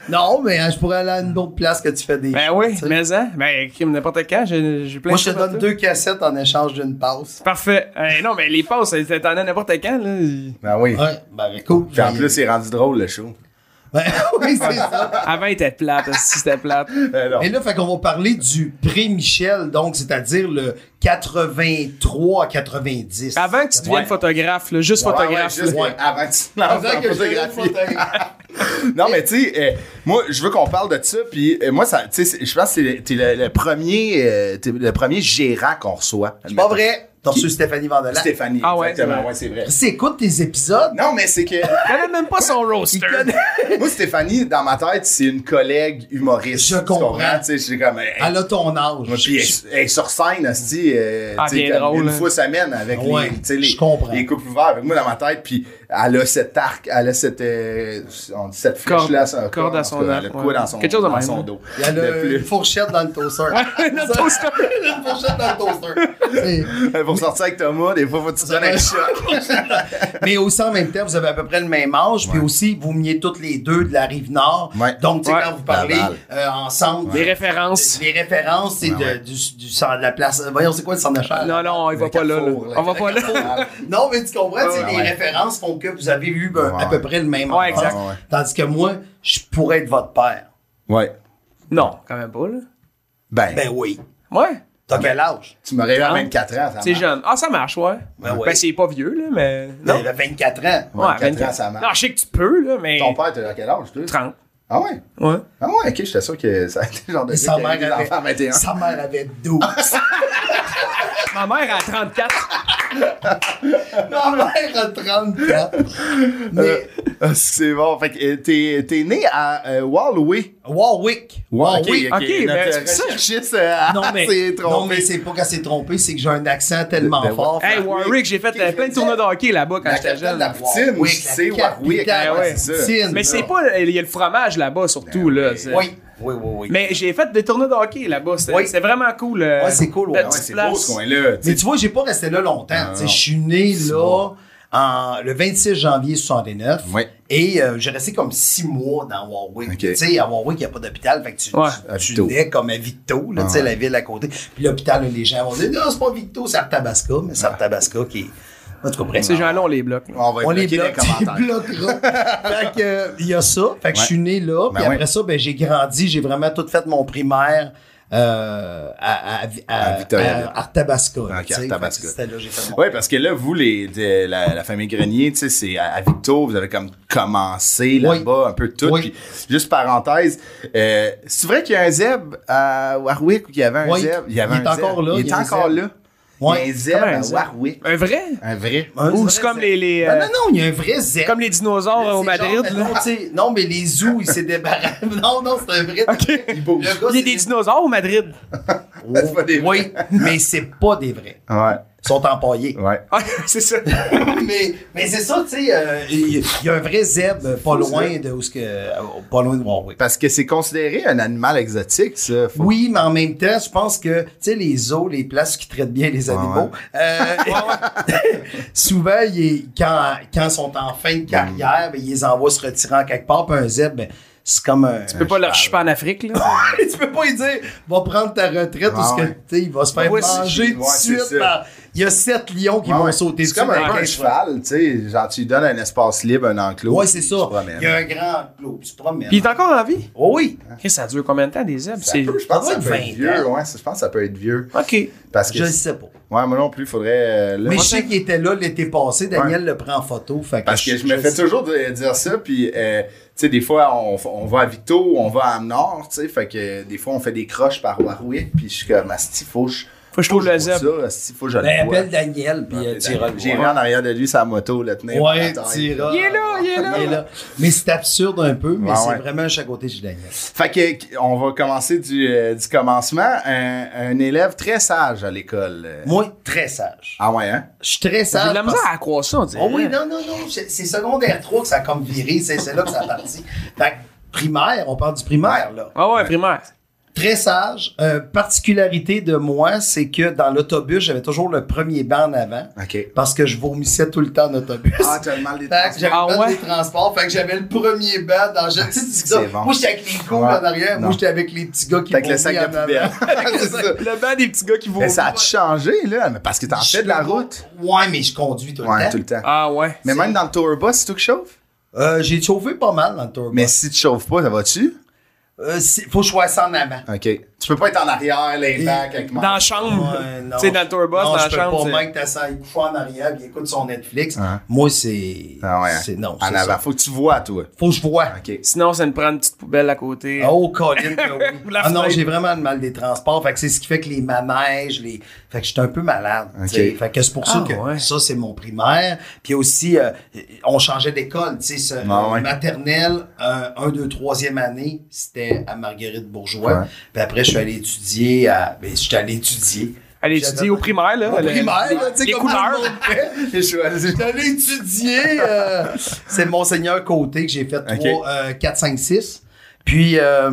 Non, mais hein, je pourrais aller à une autre place que tu fais des. Ben oui, mais hein, ben crime n'importe quand, j'ai j'ai plein Moi, de je te choses donne partout. deux cassettes en échange d'une passe. Parfait. Eh, non, mais les passes, t'en as n'importe quand, là. Ben oui. Ouais, ben cool. Puis en plus, c'est rendu drôle, le show. Ben oui, c'est ça. Avant, il était plate, si c'était plate. Euh, non. Et là, fait qu'on va parler du pré-Michel, donc, c'est-à-dire le 83 à 90. Avant que tu deviennes Ouais. photographe, là, juste Ouais, photographe. ouais, juste, là. ouais, avant que tu te lances Avant en que je photographie. devienne non, mais tu sais, euh, moi, je veux qu'on parle de ça. Puis euh, moi, ça, tu sais, c'est- je pense que t'es le, le premier, euh, t'es le premier gérant qu'on reçoit. C'est pas vrai. T'as reçu Qui- Stéphanie Vandela. Stéphanie. Ah ouais, exactement. c'est vrai. Ouais, c'est vrai. C'est écoute tes épisodes. Non, mais c'est que. Il connaît même pas son roaster. moi, Stéphanie, dans ma tête, c'est une collègue humoriste. Je Tu comprends. Tu sais, je suis comme. hey, Elle a ton moi, âge. puis elle- elle est sur scène, hostie, euh, Ah, tu sais, bien comme drôle, une hein. fois semaine avec les- Ouais, tu sais, les, je comprends. les coupes ouvertes. Avec moi dans ma tête, puis elle a cet arc, elle a cette, euh, on dit cette Corde- flèche-là, son- corde à en tout son cas, arc, Elle a ouais. quoi dans son, Quelque chose de dans même, son hein. dos. Elle De a plus. une fourchette dans le toaster. Le toaster. une fourchette dans le toaster. C'est- Pour sortir avec Thomas, des fois, faut que tu te donnes un choc. Mais aussi, en même temps, vous avez à peu près le même âge. Puis aussi, vous veniez toutes les deux de la rive nord. Ouais. Donc, tu sais, Ouais. quand vous parlez Laval. euh, ensemble. Des références. Les références, c'est de, ouais. du, du centre de la place. Voyons, c'est quoi le centre de la chaire? Non, non, il va Le pas là, là. carrefour, là. On va pas là. Non, mais tu comprends, tu sais, Ouais, les ouais. références font que vous avez eu ben, Ouais. à peu près le même Ouais, enfance. exact. Ouais, ouais. Tandis que moi, je pourrais être votre père. Ouais. Non, quand même pas, là. Ben, Ben oui. Ouais. T'as quel âge? tu m'aurais eu à Hein? 24 ans. ça C'est marche. jeune. Ah, ça marche, ouais. Ben ouais. c'est pas vieux, là, mais. Non. J'avais 24 ans. Ouais, 24 ans, 24. ça marche. Non, je sais que tu peux, là, mais. Ton père, t'as à quel âge, toi? 30. Ah ouais? Ouais. Ah ouais, ok, j'étais sûr que ça a été le genre de Et gars sa qui a eu des mère, enfants à avait, 21. sa mère avait 12. Ma mère a 34. Ma mère a 34. Mais Ah, C'est bon. Fait que euh, t'es, t'es né à euh, Walloway. Warwick. Warwick. ok, ok, notre ben, c'est ça. recherchiste, euh, Non, mais, s'est trompé. non, mais c'est pas qu'elle s'est trompée, c'est que j'ai un accent tellement Ben, ben, fort. Hey, Warwick, j'ai fait Ok, euh, je plein me de tournois de disais, hockey là-bas quand la j'étais capitale jeune. de la poutine, Warwick, la c'est Warwick. Ah capitale Ouais, ouais. c'est ça. poutine, Mais là. c'est pas. euh, Il y a le fromage là-bas, surtout, là. c'est- Oui, oui, oui, oui. Mais j'ai fait des tournois de hockey là-bas. C'était Oui. c'était vraiment cool. euh, Ouais, c'est cool, ouais. la Ah petite ouais, c'est place. beau ce coin-là. tu sais. Mais tu vois, j'ai pas resté là longtemps. Non, Tu sais, non. Je suis né là bon. en- le 26 janvier 69. Oui. Et euh, j'ai resté comme six mois dans Warwick. Ok. Tu sais, à Warwick, il n'y a pas d'hôpital. Fait que tu, Ouais. tu- À tu Victo. nais comme à Victo, là, tu sais, Ah ouais. la ville à côté. Puis l'hôpital, les gens vont dire Non, c'est pas Victo, c'est Arthabasca. Mais c'est Arthabasca qui est. En tout cas, bref. Ces gens-là, on les bloque. là. On va On les bloquer dans bloque, on les commentaires. bloquera. fait que, euh, il y a ça. Fait que je suis né là. Ben puis après ouais. ça, ben, j'ai grandi. J'ai vraiment tout fait mon primaire euh, à, à, à, À Victoriaville. à Arthabasca. Ok, tu sais. Arthabasca. Fait que C'était là, j'ai fait mon Oui, parce que là, vous, les, de- la, la famille Grenier, tu sais, c'est à, à Victo, vous avez comme commencé là-bas un peu tout. Oui. Puis, juste parenthèse, euh, c'est vrai qu'il y a un zèbre à Warwick ou qu'il y avait un Oui. zèbre? Il, y avait Il un est encore zèbre. là, Il il est y a un encore zèbre. là. Oui. Il y a un zèbre Comment un à zèbre? Warwick. Un vrai? Un vrai. Un Ou vrai c'est comme zèbre. les. les, Non, euh, Ben, non, non, il y a un vrai zèbre. Comme les dinosaures au C'est genre- ben, Madrid. là. non, tu sais, non, mais les zoos, ils s'est débarrassé. Non, non, c'est un vrai. Ok. Le gars, Il y a c'est des dinosaures au Madrid. C'est pas des Oui, mais c'est pas des vrais. Ouais, Ils sont empaillés. ouais. Ah, c'est ça. mais mais c'est ça, tu sais, euh, il il y a un vrai zèbre pas loin de où ce que euh, pas loin de Warwick. Parce que c'est considéré un animal exotique, ça. Faut- Oui, mais en même temps, je pense que, tu sais, les zoos, les places qui traitent bien les animaux, euh, souvent, ils, quand, quand ils sont en fin de carrière, ben, ils les envoient se retirer en quelque part, puis un zèbre, ben, c'est comme un... Tu peux pas leur chipper en Afrique, là. tu peux pas lui dire, va prendre ta retraite, ou ce que, Ouais, tu sais, il va se faire Ouais, c'est- manger tout ouais, de c'est suite. ça. par- Il y a sept lions qui Ouais, vont ouais. sauter C'est comme un, peu un cheval, tu sais. Genre, tu lui donnes un espace libre, un enclos. Oui, c'est ça. Tu te Il y promènes. a un grand enclos, puis tu te promènes. Puis il est encore en vie. Oh oui, Chris, ça dure combien de temps, des zèbres? Ça C'est- peut- Je pense que Ça ça doit peut être être 20 vieux, ouais. c'est- Je pense que ça peut être vieux. OK. Parce que. je le sais pas. Ouais, moi non plus, faudrait. euh, là- Mais je sais qu'il était là l'été passé, Daniel le prend en photo. fait Parce que je me fais sais- toujours de- dire ça, puis euh, tu sais, des fois, on, on va à Victo, on va à Amnor, tu sais, fait que euh, des fois, on fait des croches par Warwick, puis je suis comme, asti, faut que je. Faut que je trouve le ça, zèbre. asti, faut que je le Ben, vois. appelle Daniel, puis euh, tu iras le J'irai voir. en arrière de lui sa moto, le tenir. Ouais, Attends, tu iras. Il est là, il est là. Il est là. Mais c'est absurde un peu, mais Ouais, c'est ouais. vraiment un chacoté chez Daniel. Fait que, qu- on va commencer du, euh, du commencement. Un, un élève très sage à l'école. euh. Moi, très sage. Ah ouais, hein? Je suis très sage. J'ai de la parce- misère à croire ça, on dirait. Oh oui, non, non, non. C'est c'est secondaire 3 que ça a comme viré. C'est c'est là que ça a parti. Fait que primaire, on parle du primaire, là. Ah ouais, primaire. Très sage. Euh, particularité de moi, c'est que dans l'autobus, j'avais toujours le premier banc en avant. OK. Parce que je vomissais tout le temps en autobus. Ah, t'as le mal des Fait que j'avais Ah le temps ouais? des transports, fait que j'avais le premier banc dans le tu dis ça. C'est bon. Moi j'étais avec les gars Ouais. en arrière, moi Non. j'étais avec les petits gars qui T'as avec le vomissent sac en de avant. poubelle. C'est ça. Le banc des petits gars qui vont. Mais ça a changé, là, parce que t'en fais de la route. Ouais, mais je conduis tout Ouais, le temps. tout le temps. Ah ouais. Mais même dans le tour bus, c'est toi qui chauffe? Euh, j'ai chauffé pas mal dans le tourbus. Mais si tu chauffes pas, ça va-tu? Euh, c'est- faut que je sois assis en avant. OK. Tu peux pas être en arrière, les Et- bacs, avec Dans la moi. chambre. Ouais, non. Ah, tu sais, dans le tourbus, Non, dans la je peux pas, chambre. tu sais. Mike, t'as ça, il couche en arrière, puis il écoute son Netflix. Ah. Moi, c'est. Ah ouais. hein. c'est- Non, En c'est avant. ça. Faut que tu vois, toi. Faut que je vois. OK. Sinon, ça nous prend une petite poubelle à côté. Oh, Colin, que oui. Ou la Ah non, fenêtre. j'ai vraiment le mal des transports. Fait que c'est ce qui fait que les manèges, les. Fait que je suis un peu malade. Ok. tu sais. Fait que c'est pour ça Ah, que ouais. ça, c'est mon primaire. Puis aussi, euh, on changeait d'école. Tu sais, ce- Ah, ouais. maternelle, euh, 1, 2, 3e année, c'était à Marguerite Bourgeois. Ouais. Puis après, je suis allé étudier à. Ben, je suis allé étudier. Elle étudie au primaire, là. Au elle- primaire, là, tu sais, les comme tout le couleurs. monde fait. Je suis allé- J'étais allé étudier. euh, c'est Monseigneur Côté que j'ai fait Ok. 3, euh, 4, 5, 6. Puis, euh,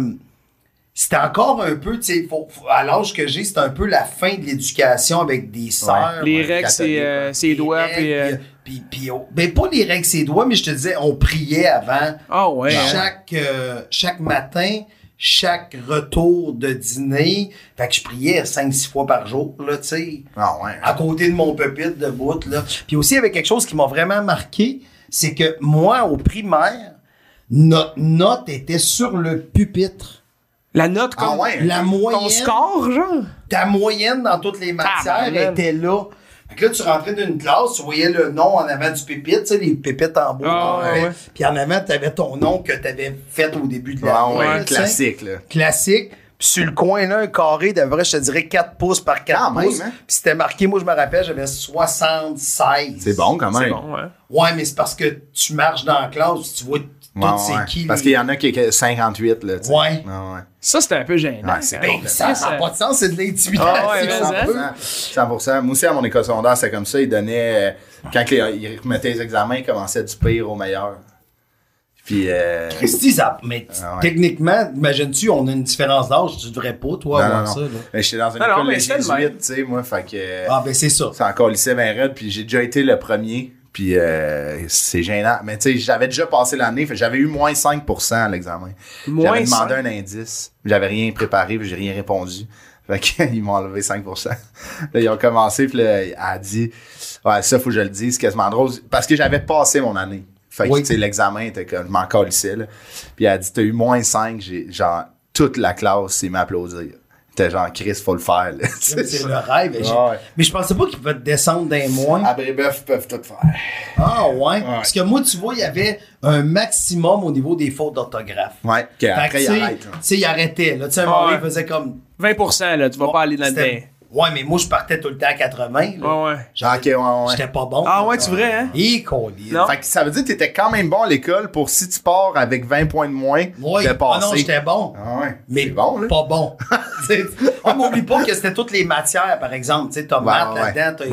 c'était encore un peu, tu sais, faut- faut- à l'âge que j'ai, c'était un peu la fin de l'éducation avec des sœurs. Les ouais, règles, c'est catholiques, euh, ouais. ses doigts. Les Puis, euh, règles, puis, puis, oh, ben, pas les règles, ses doigts, mais je te disais, on priait avant. Ah ouais. hein. Chaque, euh, chaque matin, chaque retour de dîner. Fait que je priais 5-6 fois par jour, là, tu sais Ah ouais. à côté de mon pupitre de bout. Là. Puis aussi, avec quelque chose qui m'a vraiment marqué, c'est que moi, au primaire, notre note était sur le pupitre. La note, Ah comme. ouais. La moyenne, Ton score, genre. ta moyenne dans toutes les matières Tabarnak. était là. Fait que là, tu rentrais d'une classe, tu voyais le nom en avant du pupitre, tu sais, les pépites en bois. Ah, qu'on avait. ouais. Puis en avant, tu avais ton nom que tu avais fait au début de la Ah ouais, classe. classique, là. classique. Puis sur le coin, là, un carré, de vrai, je te dirais 4 pouces par 4 Quand même, pouces. hein? Puis c'était marqué, moi, je me rappelle, j'avais 76. C'est bon, quand C'est même. bon, ouais. Ouais, mais c'est parce que tu marches dans la classe, tu vois tout Ouais, c'est ouais. qui. Parce les- qu'il y en a qui est 58, là. tu sais. Ouais. Ah ouais. Ça, c'était un peu gênant. Ouais, c'est hein. Ben, ça n'a pas de sens, c'est de l'intimidation. Ah ouais, mais ça. 100%. 100%. Moi aussi, à mon école secondaire, c'était comme ça. Ils donnaient. euh, Quand que les- ils remettaient les examens, ils commençaient du pire au meilleur. Puis. euh, Christy, ça- mais Ah ouais. techniquement, imagines-tu, on a une différence d'âge, tu devrais pas, toi, non, avoir non, ça. non. là. Mais j'étais dans une Non, non, école mais de c'est le même. jésuites, tu sais, moi. Fait que. euh, Ah, ben c'est ça. C'est encore lycée bien raide, puis j'ai déjà été le premier, puis euh, c'est gênant. Mais tu sais, j'avais déjà passé l'année, fait que j'avais eu moins 5% à l'examen. Moins J'avais demandé 5? un indice, mais j'avais rien préparé, puis j'ai rien répondu. Fait qu'ils m'ont enlevé 5%. Là, ils ont commencé, puis là, elle a dit Ouais, ça, faut que je le dise, c'est quasiment drôle. Parce que j'avais passé mon année. Fait que, Oui. tu sais, l'examen était comme, je m'en calissais, là. Puis elle a dit T'as eu moins 5, j'ai, genre, toute la classe s'est m'applaudir. T'es genre, Chris, faut le faire, là. C'est le rêve. j'ai- Ouais. Ah, Mais je pensais pas qu'il pouvait te descendre d'un mois. À Brébeuf, ils peuvent ben, tout faire. Ah ouais. Parce que moi, tu vois, il y avait un maximum au niveau des fautes d'orthographe. Ouais, que Fait que, après, tu il sais- arrête. Tu hein. sais, il arrêtait. Là, tu sais, à un moment donné, Ah, Ouais. il faisait comme. 20 là, tu vas pas aller dans le C'était- bain. Ouais, mais moi, je partais tout le temps à 80. là. Ouais, ouais. Genre, ok, ouais, ouais. J'étais pas bon. Ah ouais, tu vrai, hein? Et colis. Non. Fait que ça veut dire que t'étais quand même bon à l'école pour si tu pars avec 20 points de moins, Oui. de Ah passer. non, j'étais bon. Ah ouais. Mais C'est bon, là. pas bon. T'sais, on m'oublie pas que c'était toutes les matières, par exemple. Tu sais, tomates, Ouais, ouais. là-dedans,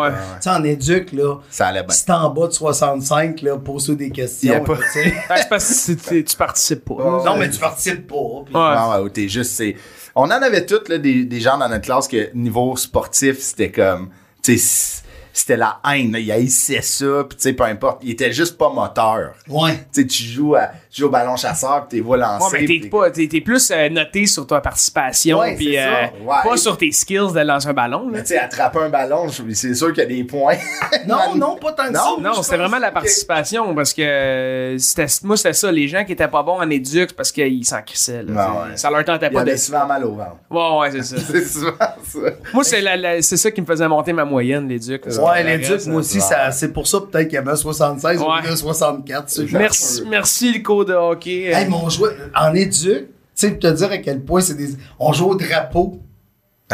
Ouais, ouais, ouais. Tu sais, en éduque, là, Ça allait bien. si t'es en bas de 65, là, pose-toi des questions. Y a pas- là, tu sais. Ah, c'est parce que c'est- c'est- tu participes pas. non, mais tu participes pas. puis- Ouais. Non, Ah ouais, ou t'es juste. c'est- On en avait toutes, là, des, des gens dans notre classe que niveau sportif, c'était comme. Tu sais, c'était la haine, là. Ils haïssaient ça, pis tu sais, peu importe. Ils étaient juste pas moteurs. Ouais. Tu sais, tu joues, à, tu joues au ballon chasseur, pis t'es vois lancer. Ouais, mais pis t'es, pas, t'es, t'es plus euh, noté sur ta participation, Ouais, puis c'est ça. euh, Ouais. pas sur tes skills de lancer un ballon. là. Mais tu sais, attraper un ballon, je- c'est sûr qu'il y a des points. Non, non, pas tant que Non, ça. Non, c'était vraiment la participation parce que euh, c'était, moi, c'était ça. Les gens qui étaient pas bons en éduque, c'est parce qu'ils s'en crissaient. là, Ouais, t'sais. ouais. Ça leur tentait Il y pas de. avait souvent mal au ventre. Ouais, ouais, c'est ça. C'est souvent ça. moi, c'est, la- la- c'est ça qui me faisait monter ma moyenne, l'éduque. Ouais, Le l'éduc, reste, moi aussi, ça- c'est pour ça peut-être qu'il y avait un 76 Ouais. au lieu de 64. c'est ça- Merci, merci le cours de hockey. Hey, mais on jouait en éduc, tu sais, pour te dire à quel point c'est des. On joue au drapeau.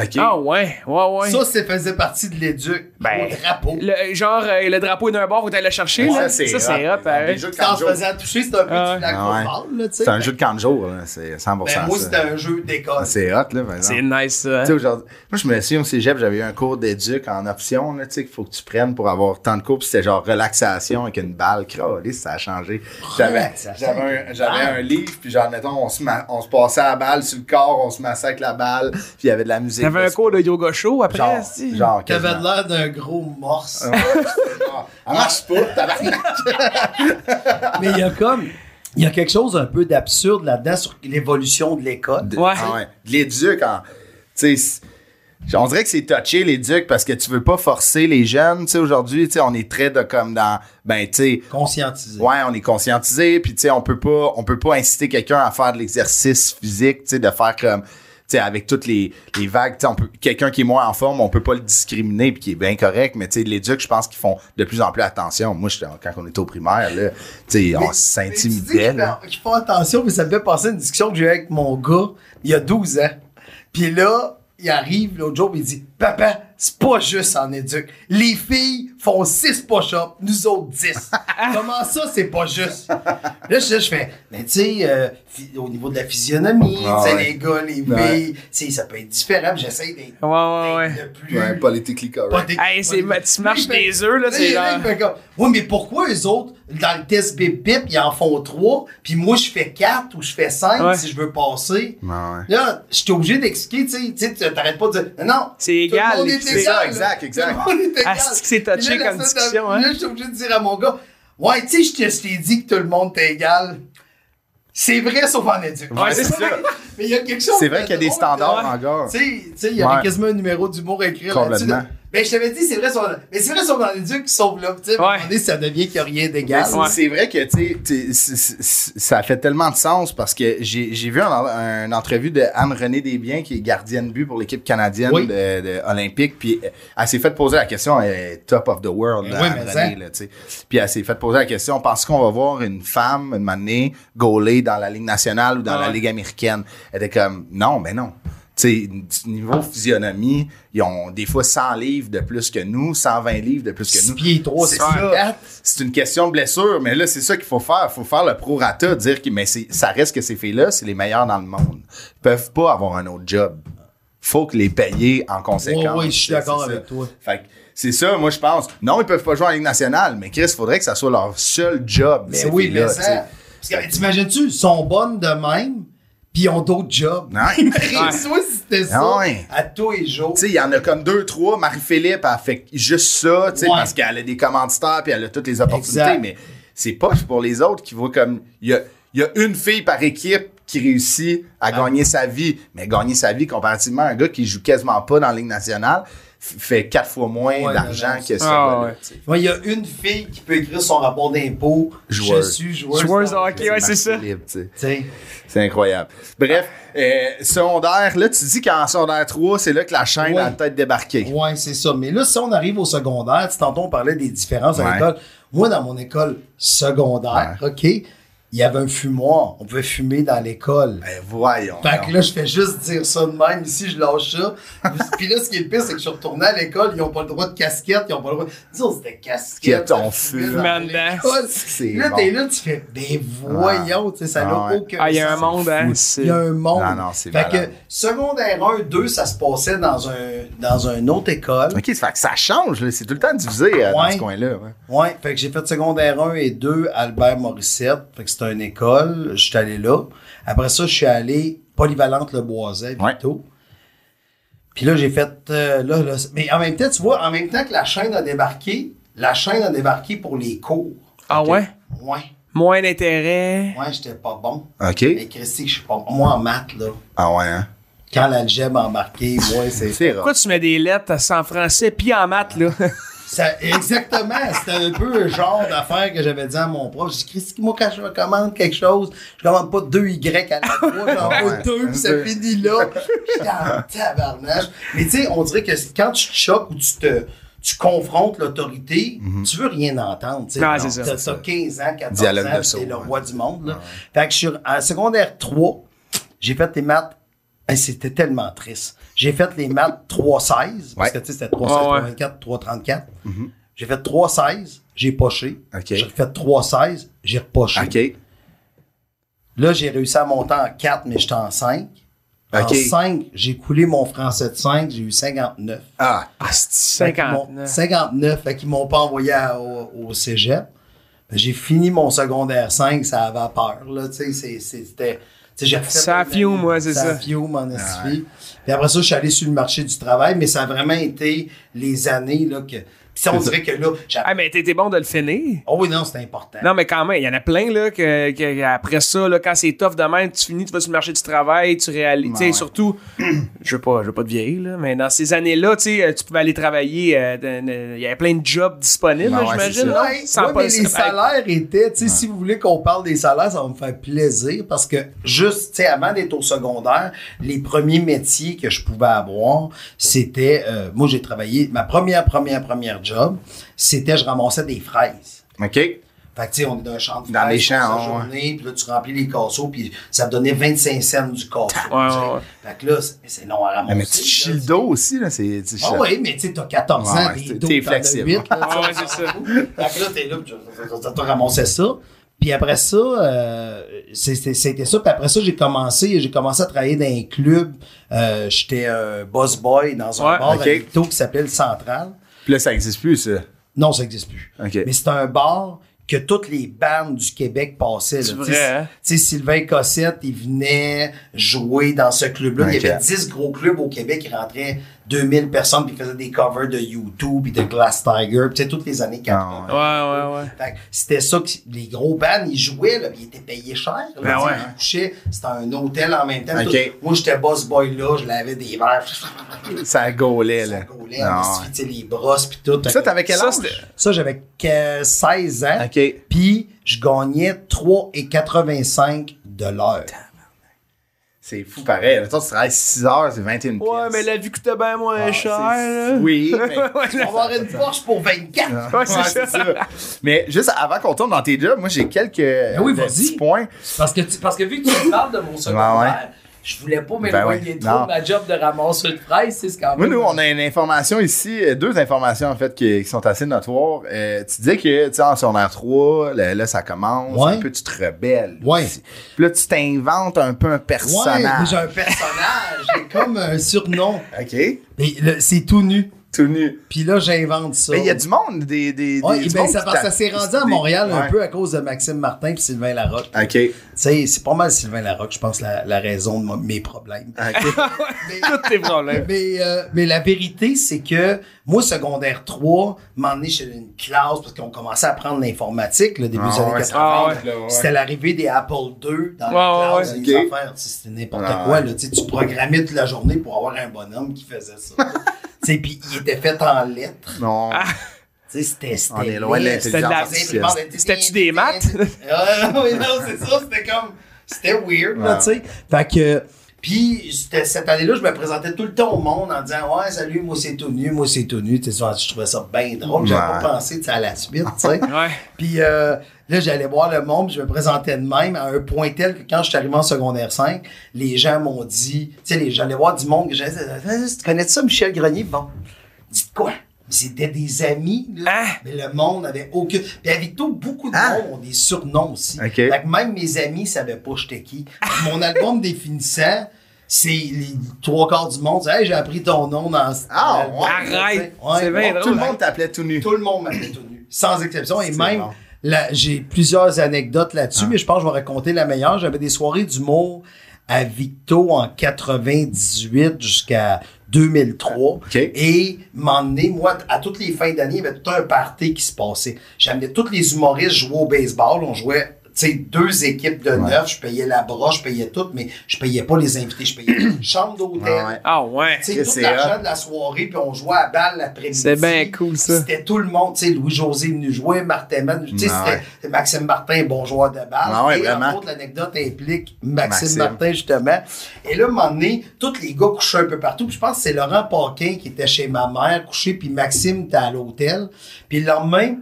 OK. Ah ouais, ouais, ouais. Ça, ça faisait partie de l'éduc. Ben, au drapeau. Le- genre, euh, le drapeau est d'un bord, vous allez le chercher. là. ça, c'est hot, hein. pareil. Quand on se faisait toucher, c'était un peu Ah du lac ouais. là, tu sais. C'est un jeu de camp de jour, là. C'est 100% Ben, moi, ça. Ah, c'était un jeu d'école. C'est hot, là, par exemple. C'est nice, hein. ça. Tu sais, aujourd'hui- moi, je me souviens au cégep, j'avais eu un cours d'éduc en option, là, tu sais, qu'il faut que tu prennes pour avoir tant de cours, puis c'était genre relaxation avec une balle. Crolé, ça a changé. J'avais Relaxation j'avais un, j'avais un livre, puis genre, mettons, on se, ma- on se passait la balle sur le corps, on se massacre la balle, puis il y avait de la musique. T'avais un cours de yoga show après, Genre, si? genre, T'avais quasiment. de l'air d'un gros morse. Ah, Elle marche pas, tabarnak. Mais il y a comme. Il y a quelque chose un peu d'absurde là-dedans sur l'évolution de l'école. Ouais. Ah ouais. De l'éduc en. Tu sais, c'est- on dirait que c'est touché l'éduc parce que tu veux pas forcer les jeunes. Tu sais, aujourd'hui, tu sais, on est très de comme dans. Ben, tu sais, Conscientisé. Ouais, on est conscientisé, puis tu sais, on peut pas, on peut pas inciter quelqu'un à faire de l'exercice physique, tu sais, de faire comme, tu sais, avec toutes les, les vagues, tu sais, on peut, quelqu'un qui est moins en forme, on peut pas le discriminer, puis qui est bien correct, mais tu sais, l'éduc, je pense qu'ils font de plus en plus attention. Moi, j'étais- quand on était au primaire, là, tu sais, on Mais tu dis qu'ils s'intimidait, font- là. qu'ils font attention, mais ça me fait passer une discussion que j'ai eue avec mon gars il y a 12 ans. Puis là, il arrive l'autre jour, puis il dit Papa, c'est pas juste en éduc. Les filles font 6 push-ups, nous autres 10. Comment ça, c'est pas juste Là, je, je fais Mais tu sais, euh, phy- au niveau de la physionomie, Ah tu sais, ouais. les gars, les filles, Ouais. tu sais, ça peut être différent, puis j'essaie d'être Ouais, ouais, ouais. d'être le plus. politically Pas correct. des- Hey, c'est- pas des- tu marches Là, il des œufs, là, fait- c'est il- il genre- fait comme, Oui, mais pourquoi eux autres, dans le test bip bip, ils en font trois, puis moi, je fais quatre ou je fais cinq Ouais. si je veux passer? Ouais, ouais. Là, je suis obligé d'expliquer, tu sais, tu sais, t'arrêtes pas de dire, non, C'est tout le égal, monde est c'est égal, ça, là. exact, exact. Tout le monde est égal. Ah, c'est que c'est touché Puis là, la comme sorte de- discussion, hein. Là, je suis obligé de dire à mon gars, ouais, tu sais, je te- je t'ai dit que tout le monde est égal. C'est vrai, sauf en éduc. Ouais, c'est ça. Mais il y a quelque chose. C'est vrai qu'il y a des drôle, standards là. encore. Tu sais, tu sais, il y avait Ouais. quasiment un numéro d'humour écrit là-dessus. Complètement. là. Mais Ben, je t'avais dit, c'est vrai, sur... mais c'est vrai, sur dans les dieux qui sont là. Tu sais, à un Ouais. moment donné, ça devient qu'il n'y a rien d'égal. C'est- C'est vrai que tu sais, tu- c- c- c- ça fait tellement de sens parce que j'ai j'ai vu un, un- une entrevue de Anne-Renée Desbiens qui est gardienne de but pour l'équipe canadienne Oui. de, de olympique. Puis euh, elle s'est fait poser la question, elle est top of the world, là, Eh Oui, mais hein. Anne-Renée. là, tu sais. Puis elle s'est fait poser la question, pense qu'on va voir une femme, une manée, gaulée dans la Ligue nationale ou dans Ah la ouais. Ligue américaine? Elle était comme, non, mais non. Tu sais, du niveau physionomie, ils ont des fois 100 livres de plus que nous, 120 livres de plus que Six nous. pieds, trois, C'est six ça. quatre. C'est une question de blessure, mais là, c'est ça qu'il faut faire. Il faut faire le prorata, dire que mais c'est- ça reste que ces filles-là, c'est les meilleurs dans le monde. Ils peuvent pas avoir un autre job. faut que les payer en conséquence. Ouais, ouais, Oh je suis C'est- d'accord c'est avec ça. toi. Fait que c'est ça, moi, je pense. Non, ils peuvent pas jouer en Ligue nationale, mais Chris, il faudrait que ça soit leur seul job. Mais ces oui, mais filles-là, tu sais. ça. Parce que, T'imagines-tu, ils sont bonnes de même, puis ils ont d'autres jobs. Non. Soit si c'était ça, Ouais. à tous les jours. Tu sais, il y en a comme deux, trois. Marie-Philippe a fait juste ça, tu sais, Ouais. parce qu'elle a des commanditaires puis elle a toutes les opportunités. Exact. Mais c'est poche pour les autres qui voient comme. Il y a, il y a une fille par équipe qui réussit à Ah. gagner sa vie. Mais gagner sa vie comparativement à un gars qui joue quasiment pas dans la Ligue nationale f- fait quatre fois moins Ouais, d'argent non, non, que ça. Ah, gars-là, ouais. tu sais. Moi, il y a une fille qui peut écrire son rapport d'impôt. Je Joueur. suis joueur. Joueuse de hockey, ouais, c'est ça. Marie-Philippe, tu sais. Tu sais, C'est incroyable. Bref, euh, secondaire, là, tu dis qu'en secondaire 3, c'est là que la chaîne Ouais. a peut-être débarqué. Ouais, c'est ça. Mais là, si on arrive au secondaire, tu sais, tantôt on parlait des différences à Ouais. l'école. Moi, dans mon école secondaire, OK, il y avait un fumoir. On pouvait fumer dans l'école. Ben voyons. Fait donc. que là, je fais juste dire ça de même. Ici, je lâche ça. Puis là, ce qui est le pire, c'est que je suis retourné à l'école. Ils n'ont pas le droit de casquette. Ils n'ont pas le droit. Dis, on c'était casquette. Qui a ton fumait feu. dans Man, l'école. c'est Là, bon. t'es là, tu fais, ben voyons, tu sais, ça n'a Ah ouais. aucun Ah, il y a un sens. monde, hein. Il y a un monde. Non, non, c'est Fait que malade. secondaire 1, 2, ça se passait dans un, dans une autre école. OK, ça fait que ça change, là. c'est tout le temps divisé euh, dans Ouais. ce coin-là. ouais. Ouais, fait que j'ai fait secondaire 1 et 2 Albert Morissette, fait que c'était une école, je suis allé là. Après ça, je suis allé polyvalente le Boiset Ouais. plutôt. Puis là, j'ai fait euh, là, là, mais en même temps, tu vois, en même temps que la chaîne a débarqué, la chaîne a débarqué pour les cours. Ah ouais? Ouais, Moins d'intérêt. ouais, j'étais pas bon. Mais OK? Christy, je suis pas bon. Moi en maths là, Ah ouais, hein? quand l'algèbre a embarqué, moi c'est C'est rare. Pourquoi tu mets des lettres en français puis en maths, là? Ça- exactement, c'était un peu le genre d'affaire que j'avais dit à mon prof. J'ai dit, Christy, moi, quand je recommande quelque chose, je commande pas deux Y à la fois, j'en veux Ouais. deux, puis ça finit là. J'étais en tabarnage. Mais tu sais, on dirait que quand tu te choques ou tu te tu confrontes l'autorité, Mhm. tu veux rien entendre. tu sais. Non, c'est ça. T'as- T'as 15 ans, 14 Dialogue ans, de puis sourds, t'es le ouais. roi du monde. là. Fait que sur, en secondaire 3, j'ai fait les maths. Hey, c'était tellement triste. J'ai fait les maths 3-16, Ouais. parce que tu sais, c'était 3-16, Ouais, ouais. 3-24, 3-34. J'ai fait 3-16, j'ai poché. OK. J'ai fait 3-16, j'ai repoché. OK. Là, j'ai réussi à monter en 4, mais j'étais en 5. En OK. 5, j'ai coulé mon français de 5, j'ai eu 59. Ah, Ah, c'est Fait qu'ils m'ont- 59. 59, fait qu'ils m'ont pas envoyé à- au, au cégep. Ben, J'ai fini mon secondaire 5, ça avait peur, là, tu sais, c'est- c'est- c'était... tu sais, j'ai refait Ça une fiume, année, ouais, c'est ça. fiume en esti. Puis après ça, je suis allé sur le marché du travail, mais ça a vraiment été les années, là, que... Puis ça, on dirait que là... j'a- Ah, mais t'étais bon de le finir. Oh oui, non, c'est important. Non, mais quand même, il y en a plein, là, que, que- après ça, là, quand c'est tough de même, tu finis, tu vas sur le marché du travail, tu réalises, tu sais, ouais. surtout, je veux pas, je veux pas te vieillir, là, mais dans ces années-là, tu sais, euh, tu pouvais aller travailler, euh, dans- euh, il y avait plein de jobs disponibles, Ben là, ouais, j'imagine, c'est non? Ouais, Sans ouais, pas- mais les Fait- salaires étaient, tu sais, si vous voulez qu'on parle des salaires, ça va me faire plaisir parce que juste, tu sais, avant d'être au secondaire, les premiers métiers que je pouvais avoir, c'était, euh, moi j'ai travaillé, ma première, première, première job, c'était je ramassais des fraises. OK. Fait que, tu sais, on est dans un champ de Dans les fraises toute la champs, ouais. journée, puis là, tu remplis les casseaux, puis ça me donnait 25 cents du casseau. tu sais. ouais, ouais. Fait que là, c'est- c'est non à ramasser. Ah, Mais tu te chies là, le tu- dos aussi, là. C'est, tu- ah oui, mais tu sais, t'as 14 ans, Ouais, t'es t'es- dos, t'es t'en as flexible. huit, là, Ah ouais, tu sais, c'est ça. Fait que là, t'es là, puis tu- tu- tu- tu ramassais ça. Puis après ça, euh, c'est- c'est- c'était ça. Puis après ça, j'ai commencé, j'ai commencé à travailler dans un club. Euh, J'étais un boss boy dans un Ouais, bar ok. à Victo qui s'appelle Central. Puis là, ça n'existe plus, ça. Non, ça n'existe plus. Ok. Mais c'est un bar que toutes les bandes du Québec passaient. là. C'est Tu vrai, sais, hein? Tu sais, Sylvain Cossette, il venait jouer dans ce club-là. Il y Ok. avait 10 gros clubs au Québec qui rentraient 2000 personnes puis ils faisaient des covers de YouTube et de Glass Tiger, puis tu sais, toutes les années Ah 80. Ouais, ouais, ouais. Fait que C'était ça que les gros bands, ils jouaient, là, puis ils étaient payés cher. là, Ben tu sais, ouais. Ils couchaient, c'était un hôtel en même temps. Ok. Tout- Moi, j'étais boss boy là, je lavais des verres, Ça gaulait, ça là. gaulait, Non, on ouais. se fit, tu sais, les brosses, puis tout. Ça, t'avais quel Ça, âge? c'était- Ça, j'avais que 16 ans. OK. Puis, je gagnais 3,85 de l'heure. C'est fou, pareil. Mettons, tu travailles 6 heures, c'est 21 Ouais, pièces. mais la vie coûtait bien moins Ah, cher, c'est- là. Oui, mais... On va avoir une Porsche pour 24. Ouais, c'est Ouais, ça. Mais juste avant qu'on tourne dans tes jobs, moi, j'ai quelques Ben oui, euh, vas-y. petits points. Parce que, tu- parce que vu que tu me parles de mon secondaire, Ben ouais. je voulais pas m'éloigner ouais, trop Ben non. de ma job de ramasseuse de fraises, c'est ce quand Oui, même. nous, on a une information ici, euh, deux informations en fait qui, qui sont assez notoires. Euh, tu disais que, tu sais, en secondaire 3, là, là, ça commence, Ouais. un peu, tu te rebelles. Ouais. aussi. Puis là, tu t'inventes un peu un Ouais, personnage. j'ai un personnage, j'ai comme un surnom. OK. Mais le- c'est tout nu. Tout nu. Puis là, j'invente ça. Mais il y a du monde, des... des, Ouais, des- du ben, monde ça, qui parce que t'a- ça s'est rendu à Montréal un Ouais. peu à cause de Maxime Martin et Sylvain Larocque. Tu OK. sais, c'est pas mal Sylvain Larocque, je pense, la, la raison de mo- mes problèmes. OK. Tous tes problèmes. Mais, euh, mais la vérité, c'est que moi, secondaire 3, m'emmener chez une classe parce qu'on commençait à prendre l'informatique, le début Ah des années ouais, 80. ah ouais. Là, ouais. C'était l'arrivée des Apple II dans Ouais, ouais, la classe, ouais. des Ok. affaires, tu sais, c'était n'importe Ah quoi. ouais. Là, tu sais, tu programmais toute la journée pour avoir un bonhomme qui faisait ça. Tu sais, Puis il était fait en lettres. Non. Tu sais, C'était c'était On est loin de laid, l'intelligence c'était- artificielle. C'était-tu des maths? Ouais, ouais, non, c'est ça, c'était comme. C'était weird, là, Ouais. tu sais. Fait que. Puis c'était- cette année-là, je me présentais tout le temps au monde en disant Ouais, salut, moi c'est tout nu, moi c'est tout nu. Tu sais, je trouvais ça bien drôle. J'avais Ouais. pas pensé tu sais, à la suite. tu sais. Ouais. Puis euh, là, j'allais voir le monde, puis je me présentais de même à un point tel que quand je suis arrivé en secondaire 5, les gens m'ont dit, tu sais, les- j'allais voir du monde, que j'allais dire, Ah, tu connais ça, Michel Grenier? Bon, dites quoi? C'était des amis, là. Hein? mais le monde n'avait aucun. Puis à Victo, beaucoup de Ah! monde ont des surnoms aussi. OK. Fait que même mes amis ne savaient pas j'étais qui. Mon album définissant, c'est les trois quarts du monde. Hey, j'ai appris ton nom dans. Ah, dans ouais. l'album. Arrête. Ouais. C'est bien Tout le drôle. monde t'appelait tout nu. Tout le monde m'appelait tout nu, sans exception. Et C'est même, bon. la- j'ai plusieurs anecdotes là-dessus, mais je pense que je vais raconter la meilleure. J'avais des soirées d'humour à Victo en 98 jusqu'à 2003. OK. Et m'emmener, moi, à toutes les fins d'année, il y avait tout un party qui se passait. J'amenais tous les humoristes jouer au baseball. On jouait, tu sais, deux équipes de neuf. Je payais la broche, je payais tout, mais je payais pas les invités. Je payais chambre d'hôtel, Ouais, ouais. Ah ouais. tu Que sais, tout c'est hot. l'argent de la soirée, puis on jouait à balle l'après-midi. C'est bien cool, ça. C'était tout le monde, tu sais, Louis-José est venu jouer, Martin Man, tu sais, Ah c'était Maxime Martin, bon joueur de balle. Ah ouais, Et entre vraiment. autres, l'anecdote implique Maxime, Maxime. Martin, justement. Et là, à un moment donné, tous les gars couchaient un peu partout. Puis je pense que c'est Laurent Paquin qui était chez ma mère, couché, puis Maxime était à l'hôtel. Puis le lendemain,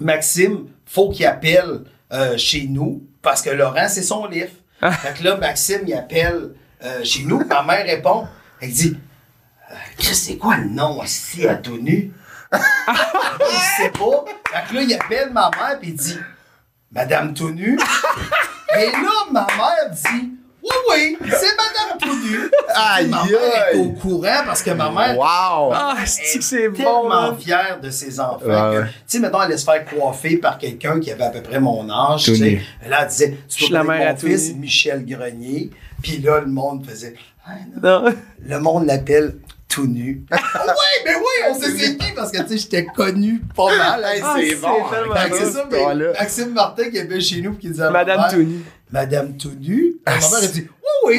Maxime, faut qu'il appelle euh, chez nous parce que Laurent, c'est son livre. fait que là, Maxime, il appelle euh, chez nous. Ma mère répond. Elle dit Euh, Chris, c'est quoi le nom aussi à tout nu Il sait pas. Fait que là, il appelle ma mère puis il dit Madame tout nu. Et là, ma mère dit Oui, oui, c'est Madame tout nu. Aïe, ma mère est au aïe. courant parce que ma mère Wow. Ah, c'est que c'est bon, hein. tellement man. fière de ses enfants. Ouais, que, ouais. Tu sais, mettons, elle allait se faire coiffer par quelqu'un qui avait à peu près mon âge. Tout tu sais. nu. Là, elle disait, Je tu suis la dois connaître mère à mon tout nu. fils, Michel Grenier. Puis là, le monde faisait, Ah, non. Non. le monde l'appelle tout nu. oui, Ah mais oui, on sait c'est qui, parce que tu sais, j'étais connu pas mal. Hey, Ah, c'est c'est bon. tellement Fait que drôle, c'est ça, mais là. Maxime Martin qui avait chez nous puis qui disait à ma Madame mère, Tony. Madame tout nu. Ma mère elle dit oui,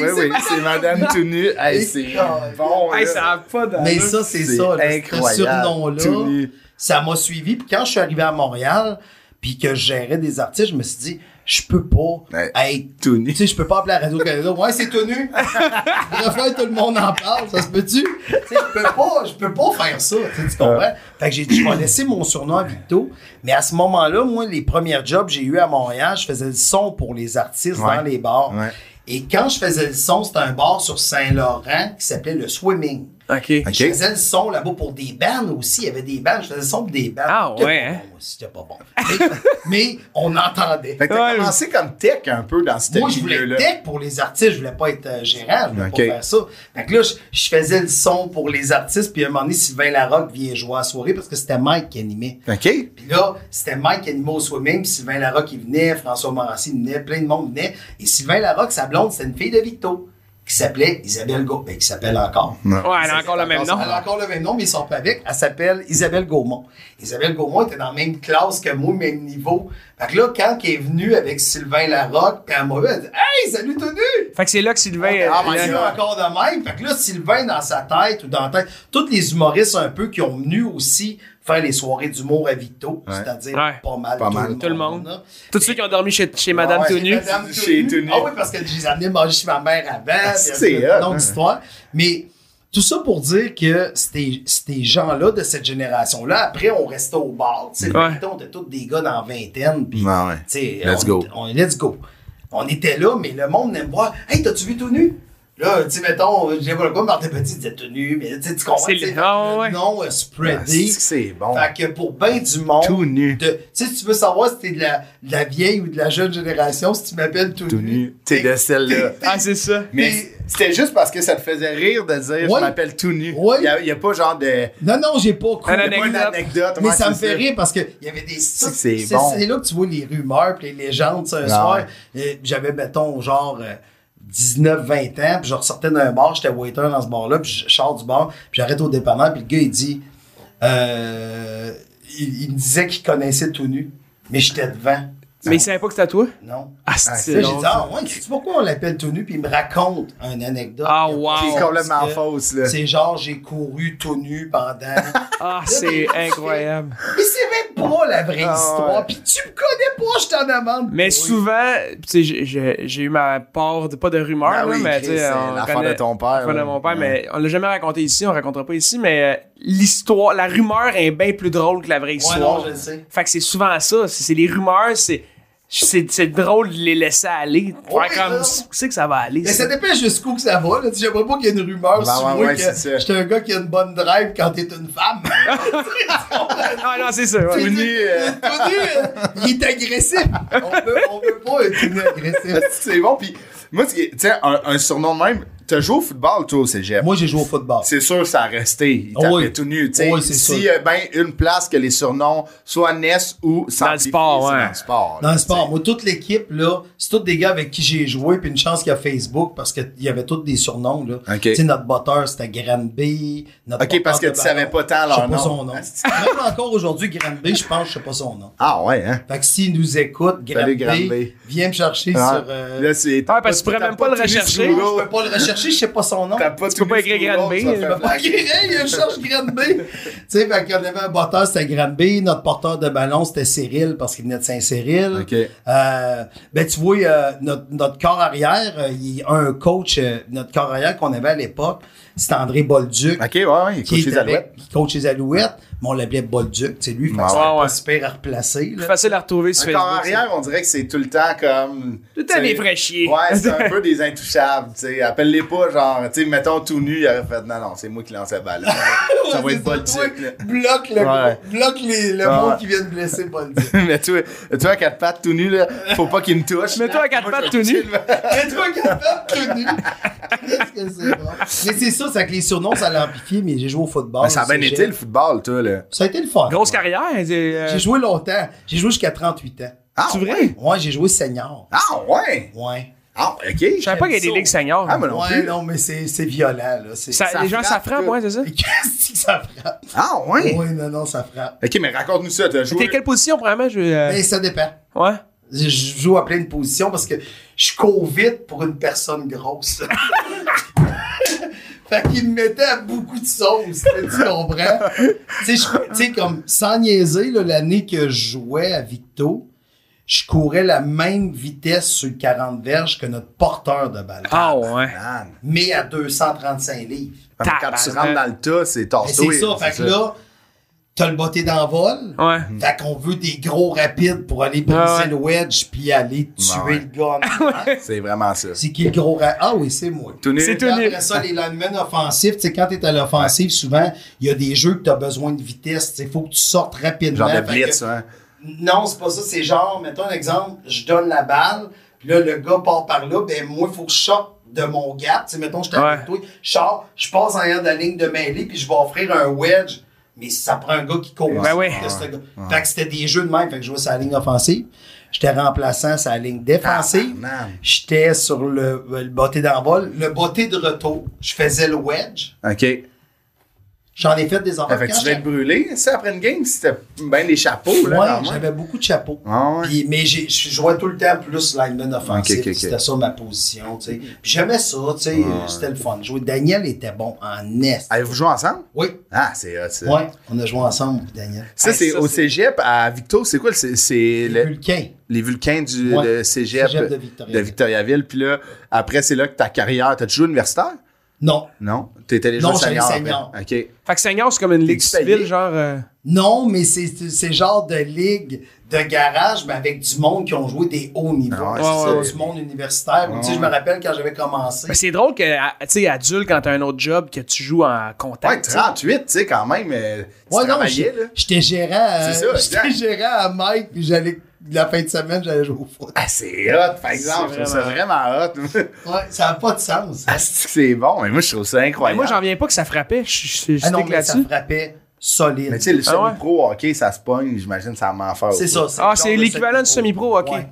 Oui, oui, Ah, c'est oui, c'est Madame tout nu. Hey, Et c'est quand- bon. Hey, là. ça a pas d'allure. Mais ça, c'est C'est ça. là, incroyable, Ce surnom-là, tout nu. ça m'a suivi. Puis quand je suis arrivé à Montréal, puis que je gérais des artistes, je me suis dit, je peux pas Ouais. être Tout nu. Tu sais, je peux pas appeler la Radio-Canada. Ouais, c'est tout nu. Le frère, tout le monde en parle. Ça se peut-tu? Tu sais, je peux pas, je peux pas faire ça. Tu sais, tu comprends? Fait que j'ai dit, je vais laisser mon surnom à Victo. Mais à ce moment-là, moi, les premiers jobs que j'ai eu à Montréal, je faisais le son pour les artistes Ouais. dans les bars. Ouais. Et quand je faisais le son, c'était un bar sur Saint-Laurent qui s'appelait le Swimming. OK. OK. Je faisais le son là-bas pour des bandes aussi. Il y avait des bandes. Je faisais le son pour des bandes. Ah, C'était ouais, pas hein? bon, C'était pas bon. Mais, mais on entendait. Fait que t'as Ouais. commencé comme tech un peu dans ce Moi, je voulais milieu-là. être tech pour les artistes. Je voulais pas être euh, gérant. Je voulais Ok. pas faire ça. Fait que là, je, je faisais le son pour les artistes. Puis à un moment donné, Sylvain Larocque vient jouer à la soirée parce que c'était Mike qui animait. OK. Puis là, c'était Mike qui animait au swimming. Puis Sylvain Larocque, il venait. François Morassi venait. Plein de monde venait. Et Sylvain Larocque, sa blonde, c'était une fille de Victo qui s'appelait Isabelle Gaumont. Ben, qui s'appelle encore. Ouais, elle a encore le même nom. Elle a encore le même nom, mais ils sont pas avec. Elle s'appelle Isabelle Gaumont. Isabelle Gaumont était dans la même classe que moi, même niveau. Fait que là, quand elle est venue avec Sylvain Larocque, puis elle m'a vu, elle dit Hey, salut tout nu! Fait que c'est là que Sylvain. euh, Ah, mais là- c'est encore de même. Fait que là, Sylvain, dans sa tête ou dans la tête, tous les humoristes un peu qui ont venu aussi faire les soirées d'humour à Vito, Ouais. c'est-à-dire Ouais. pas mal Pas tout, mal. Le monde, Tout le monde. là. Tous ceux qui ont dormi chez, chez Madame Ah, Ouais, tout nu. Madame Chez Tout tout nu. nu. Ah oui, parce que je les amenais manger chez ma mère avant. c'est C'est hot, une hein. longue histoire. Mais tout ça pour dire que ces ces gens-là de cette génération-là, après, on restait au bar. Tu sais, Ouais. mettons, on était tous des gars dans la vingtaine. Puis, Ouais, ouais. tu sais, Let's on, go. on- let's go. On était là, mais le monde aime voir. Hey, t'as-tu vu tout nu? Là, tu sais, mettons, je sais pas quoi, Martin Petit disait tout nu, mais tu sais, tu comprends? C'est tu sais, le- ah, ouais. nom euh, Ah, c'est spreadé. que c'est bon. Fait que pour bien du monde. Tout nu. de- tu sais, si tu veux savoir si t'es de la, de la vieille ou de la jeune génération, si tu m'appelles tout, Tout nu. T'es de celle-là. Ah, c'est ça. Mais c'était juste parce que ça te faisait rire de dire je Ouais. m'appelle tout nu. Ouais. Il n'y a, pas genre de. Non, non, j'ai pas cru. Un y a pas une Anecdote. anecdote. Mais ouais, ça me c'est fait rire parce qu'il y avait des. que c'est bon. C'est là que tu vois les rumeurs puis les légendes. tu sais, Un Ah soir, ouais. euh, j'avais, mettons, genre. euh, 19-20 ans, puis je ressortais d'un bar, j'étais waiter dans ce bar-là, puis je sors du bar, puis j'arrête au dépanneur, puis le gars, il dit... euh, il, il me disait qu'il connaissait tout nu, mais j'étais devant. Mais il savait pas que c'était à toi. Non. Ah, Là, c'est j'ai dit, long. ah ouais, sais pourquoi on l'appelle tout nu, puis il me raconte une anecdote. Ah, Il y a wow. pas de C'est complètement sens, que fausse, là. C'est Ah, genre, j'ai couru tout nu pendant Ah, c'est incroyable. Mais c'est même pas la Ah, vraie histoire. Puis tu me connais pas, je t'en amende. Mais Oui. souvent, tu sais, j'ai- j'ai j'ai eu ma part, de, pas de rumeur, Ben là, oui, Ah, mais Chris, tu sais, c'est on l'affaire connaît- de ton père, l'affaire là. de mon père, Ouais. mais on l'a jamais raconté ici, on racontera pas ici, mais euh, l'histoire, la rumeur est bien plus drôle que la vraie Ouais, histoire. non, je le sais. Fait que c'est souvent ça, c'est c'est les rumeurs, c'est c'est c'est drôle de les laisser aller. Ouais, Faire comme, là. où c'est que ça va aller? Mais ça? ça dépend jusqu'où que ça va. Là. Tu sais, J'aimerais pas qu'il y ait une rumeur Ben sur ouais, moi ouais, que c'est ça. j'étais un gars qui a une bonne drive quand t'es une femme. Ah non, c'est ça. ouais. Tout Tony, nu, euh, tout nu, euh, il est agressif. On veut, on veut pas être tout nu agressif. c'est bon. Puis, moi, tu sais, un, un surnom de même, t'as joué au football, toi, au cégep. Moi, j'ai joué au Ah. football. c'est sûr, ça a resté. Il Ah tapait oui. tout nu. tu sais. Oui, c'est si, sûr. euh, ben, une place que les surnoms soit naissent ou s'amplifient, sport, c'est ouais. Dans le sport. Dans là, le sport, moi, toute l'équipe, là, c'est tous des gars avec qui j'ai joué, puis une chance qu'il y a Facebook, parce qu'il y avait tous des surnoms, là. OK. Tu sais, notre botteur, c'était Granby. Notre OK, parce que porteur tu de savais ballon, pas tant Je leur sais pas nom. son nom. Même encore aujourd'hui, Granby, je pense, je sais pas son nom. Ah ouais, hein? Fait que s'il nous écoute, Salut, Granby, Granby. viens me chercher Ah, sur... euh, là, c'est. Ah, parce que tu pourrais même pas le rechercher. Je peux pas le rechercher, je sais pas son nom. Tu peux pas écrire Granby, Je peux pas écrire, je cherche Granby. tu sais, fait qu'on avait un botteur, c'était Granby. Notre porteur de ballon, c'était Cyril, parce qu'il venait de Saint-Cyril. OK. Euh, ben, tu vois, euh, notre, notre corps arrière, euh, il y a un coach, euh, notre corps arrière qu'on avait à l'époque, c'était André Bolduc. Ok, ouais, ouais, il Qui coach est les avec- alouettes. qui coach les Alouettes, mais on l'appelait Bolduc, tu sais, lui, fait que Ouais, c'était ouais. pas super à replacer. Plus là. facile à retrouver sur Un corps Facebook. ça. arrière, on dirait que c'est tout le temps comme. Tout le temps tu sais, des vrais chiés. Ouais, c'est un peu des intouchables, tu sais. Appelle-les pas, genre, tu sais, mettons tout nu, il aurait fait non, non, c'est moi qui lance la balle. ça va Ouais, être c'est ça, Bolduc, toi, là. Bloque le, Ouais. bloque les, le Ouais. monde qui vient de blesser Bolduc. Mais toi, toi, à quatre pattes tout nu, là, faut pas qu'il me touche. Mais toi, à quatre pattes tout nu. Mais toi, capable tout nu. Qu'est-ce que c'est bon. Mais c'est ça, c'est que les surnoms, ça l'a amplifié, mais j'ai joué au football. Ben, ça a bien au cégep. été le football, toi, là. Ça a été le fun. Grosse carrière. c'est, euh, J'ai joué longtemps. J'ai joué jusqu'à 38 ans. Ah, C'est vrai? ouais? Ouais, j'ai joué senior. Ah, ouais! Ouais. Ah, ok. Je savais pas qu'il y a des ligues seniors. hein. Ah, moi non ouais, plus. non, mais c'est c'est violent, là. C'est- Ça- ça les gens, ça frappe, frappe, tout. ouais, c'est ça. Mais Qu'est-ce que ça frappe? Ah, ouais! Oui, non, non, ça frappe. Ok, mais raconte-nous ça, t'as T'es joué. quelle position, premièrement? Je, euh, Mais ça dépend. Ouais. Je je joue à pleine position parce que je cours vite pour une personne grosse. fait qu'il me mettait à beaucoup de sauce, tu comprends? tu sais, je- tu sais, comme, sans niaiser, là, l'année que je jouais à Victo, je courais la même vitesse sur le 40 verges que notre porteur de balle. Ah, ouais. Man. Mais à 235 livres. Quand tu rentres dans le tas, Ah, c'est Mais torse c'est ça, fait que là, t'as le botté d'envol. Ouais. Fait qu'on veut des gros rapides pour aller briser Ah ouais. le wedge puis aller tuer ouais. le gars. en avant. C'est vraiment ça. C'est qui le gros ra- Ah oui, c'est moi. Tout nu. C'est Puis tout nu. Après ça, les linemen offensifs, tu sais, quand t'es à l'offensive, souvent, il y a des jeux que t'as besoin de vitesse, tu sais, faut que tu sortes Genre rapidement. de Fait que- blitz, hein. Non, c'est pas ça, c'est genre, mettons un exemple, je donne la balle, puis là, le gars part par là, ben moi, il faut que je sorte de mon gap, tu sais, mettons, je t'arrive Ouais. toi, je sors, je passe en arrière de la ligne de mêlée, puis je vais offrir un wedge, mais ça prend un gars qui court. Ben oui. Que ce gars- Fait que c'était des jeux de même, fait que je jouais sur la ligne offensive, j'étais remplaçant sur la ligne défensive, Tabarnak. j'étais sur le, le botté d'envol, le botté de retour, je faisais le wedge, Ok. j'en ai fait des enfants. Fait que Quand tu vas j'étais- être brûlé, ça, après une game, si t'as ben des chapeaux, Ouais, là. quand même. j'avais beaucoup de chapeaux. Ah ouais. Puis- mais j'ai- je jouais tout le temps plus lineman offensif. Ok, ok, ok. C'était ça ma position, tu sais. Puis j'aimais ça, tu sais. C'était le fun. de Jouer. Daniel était bon en est. Avez-vous joué ensemble? Oui. Ah, c'est hot, ça. Ouais, on a joué ensemble, Daniel. Ça, Hey, c'est au cégep à Victo. C'est quoi? le- C'est c'est Les le- Vulcains. les Vulcains du Ouais. le cégep, Cégep de de Victoriaville. Victoriaville. Puis là, après, c'est là que ta carrière. T'as toujours universitaire? Non. Non. T'étais déjà Non, senior. j'allais après. ben. OK. Fait que senior, c'est comme une ligue T'es-tu payé? civile, genre. euh, Non, mais c'est c'est genre de ligue de garage, mais avec du monde qui ont joué des hauts niveaux. Ah ouais, Ah C'est ouais, ça, ouais. du monde universitaire. Tu sais, je me rappelle quand j'avais commencé. Ben, c'est drôle que, à- tu sais, adulte, quand t'as un autre job, que tu joues en Ouais, contact. tu sais. 38, tu sais, quand même. euh, Tu Ouais, non, travaillais, j'ai- là. j'étais gérant, à- C'est ça, j'étais gérant à Mike, puis j'allais, la fin de semaine, j'allais jouer au foot. Ah, c'est hot, par exemple. Je trouve ça vraiment hot. Ouais, ça n'a pas de sens. Ah, c'est que c'est bon. Mais moi, je trouve ça Ben, incroyable. moi, j'en viens pas que ça frappait. Je suis Ah non, stick mais ça là-dessus. frappait solide. Mais tu sais, le Ah ouais? semi-pro hockey, ça se pogne, j'imagine, ça m'en fait. c'est ça. Ah, le c'est genre de l'équivalent du semi-pro, ok. Ouais.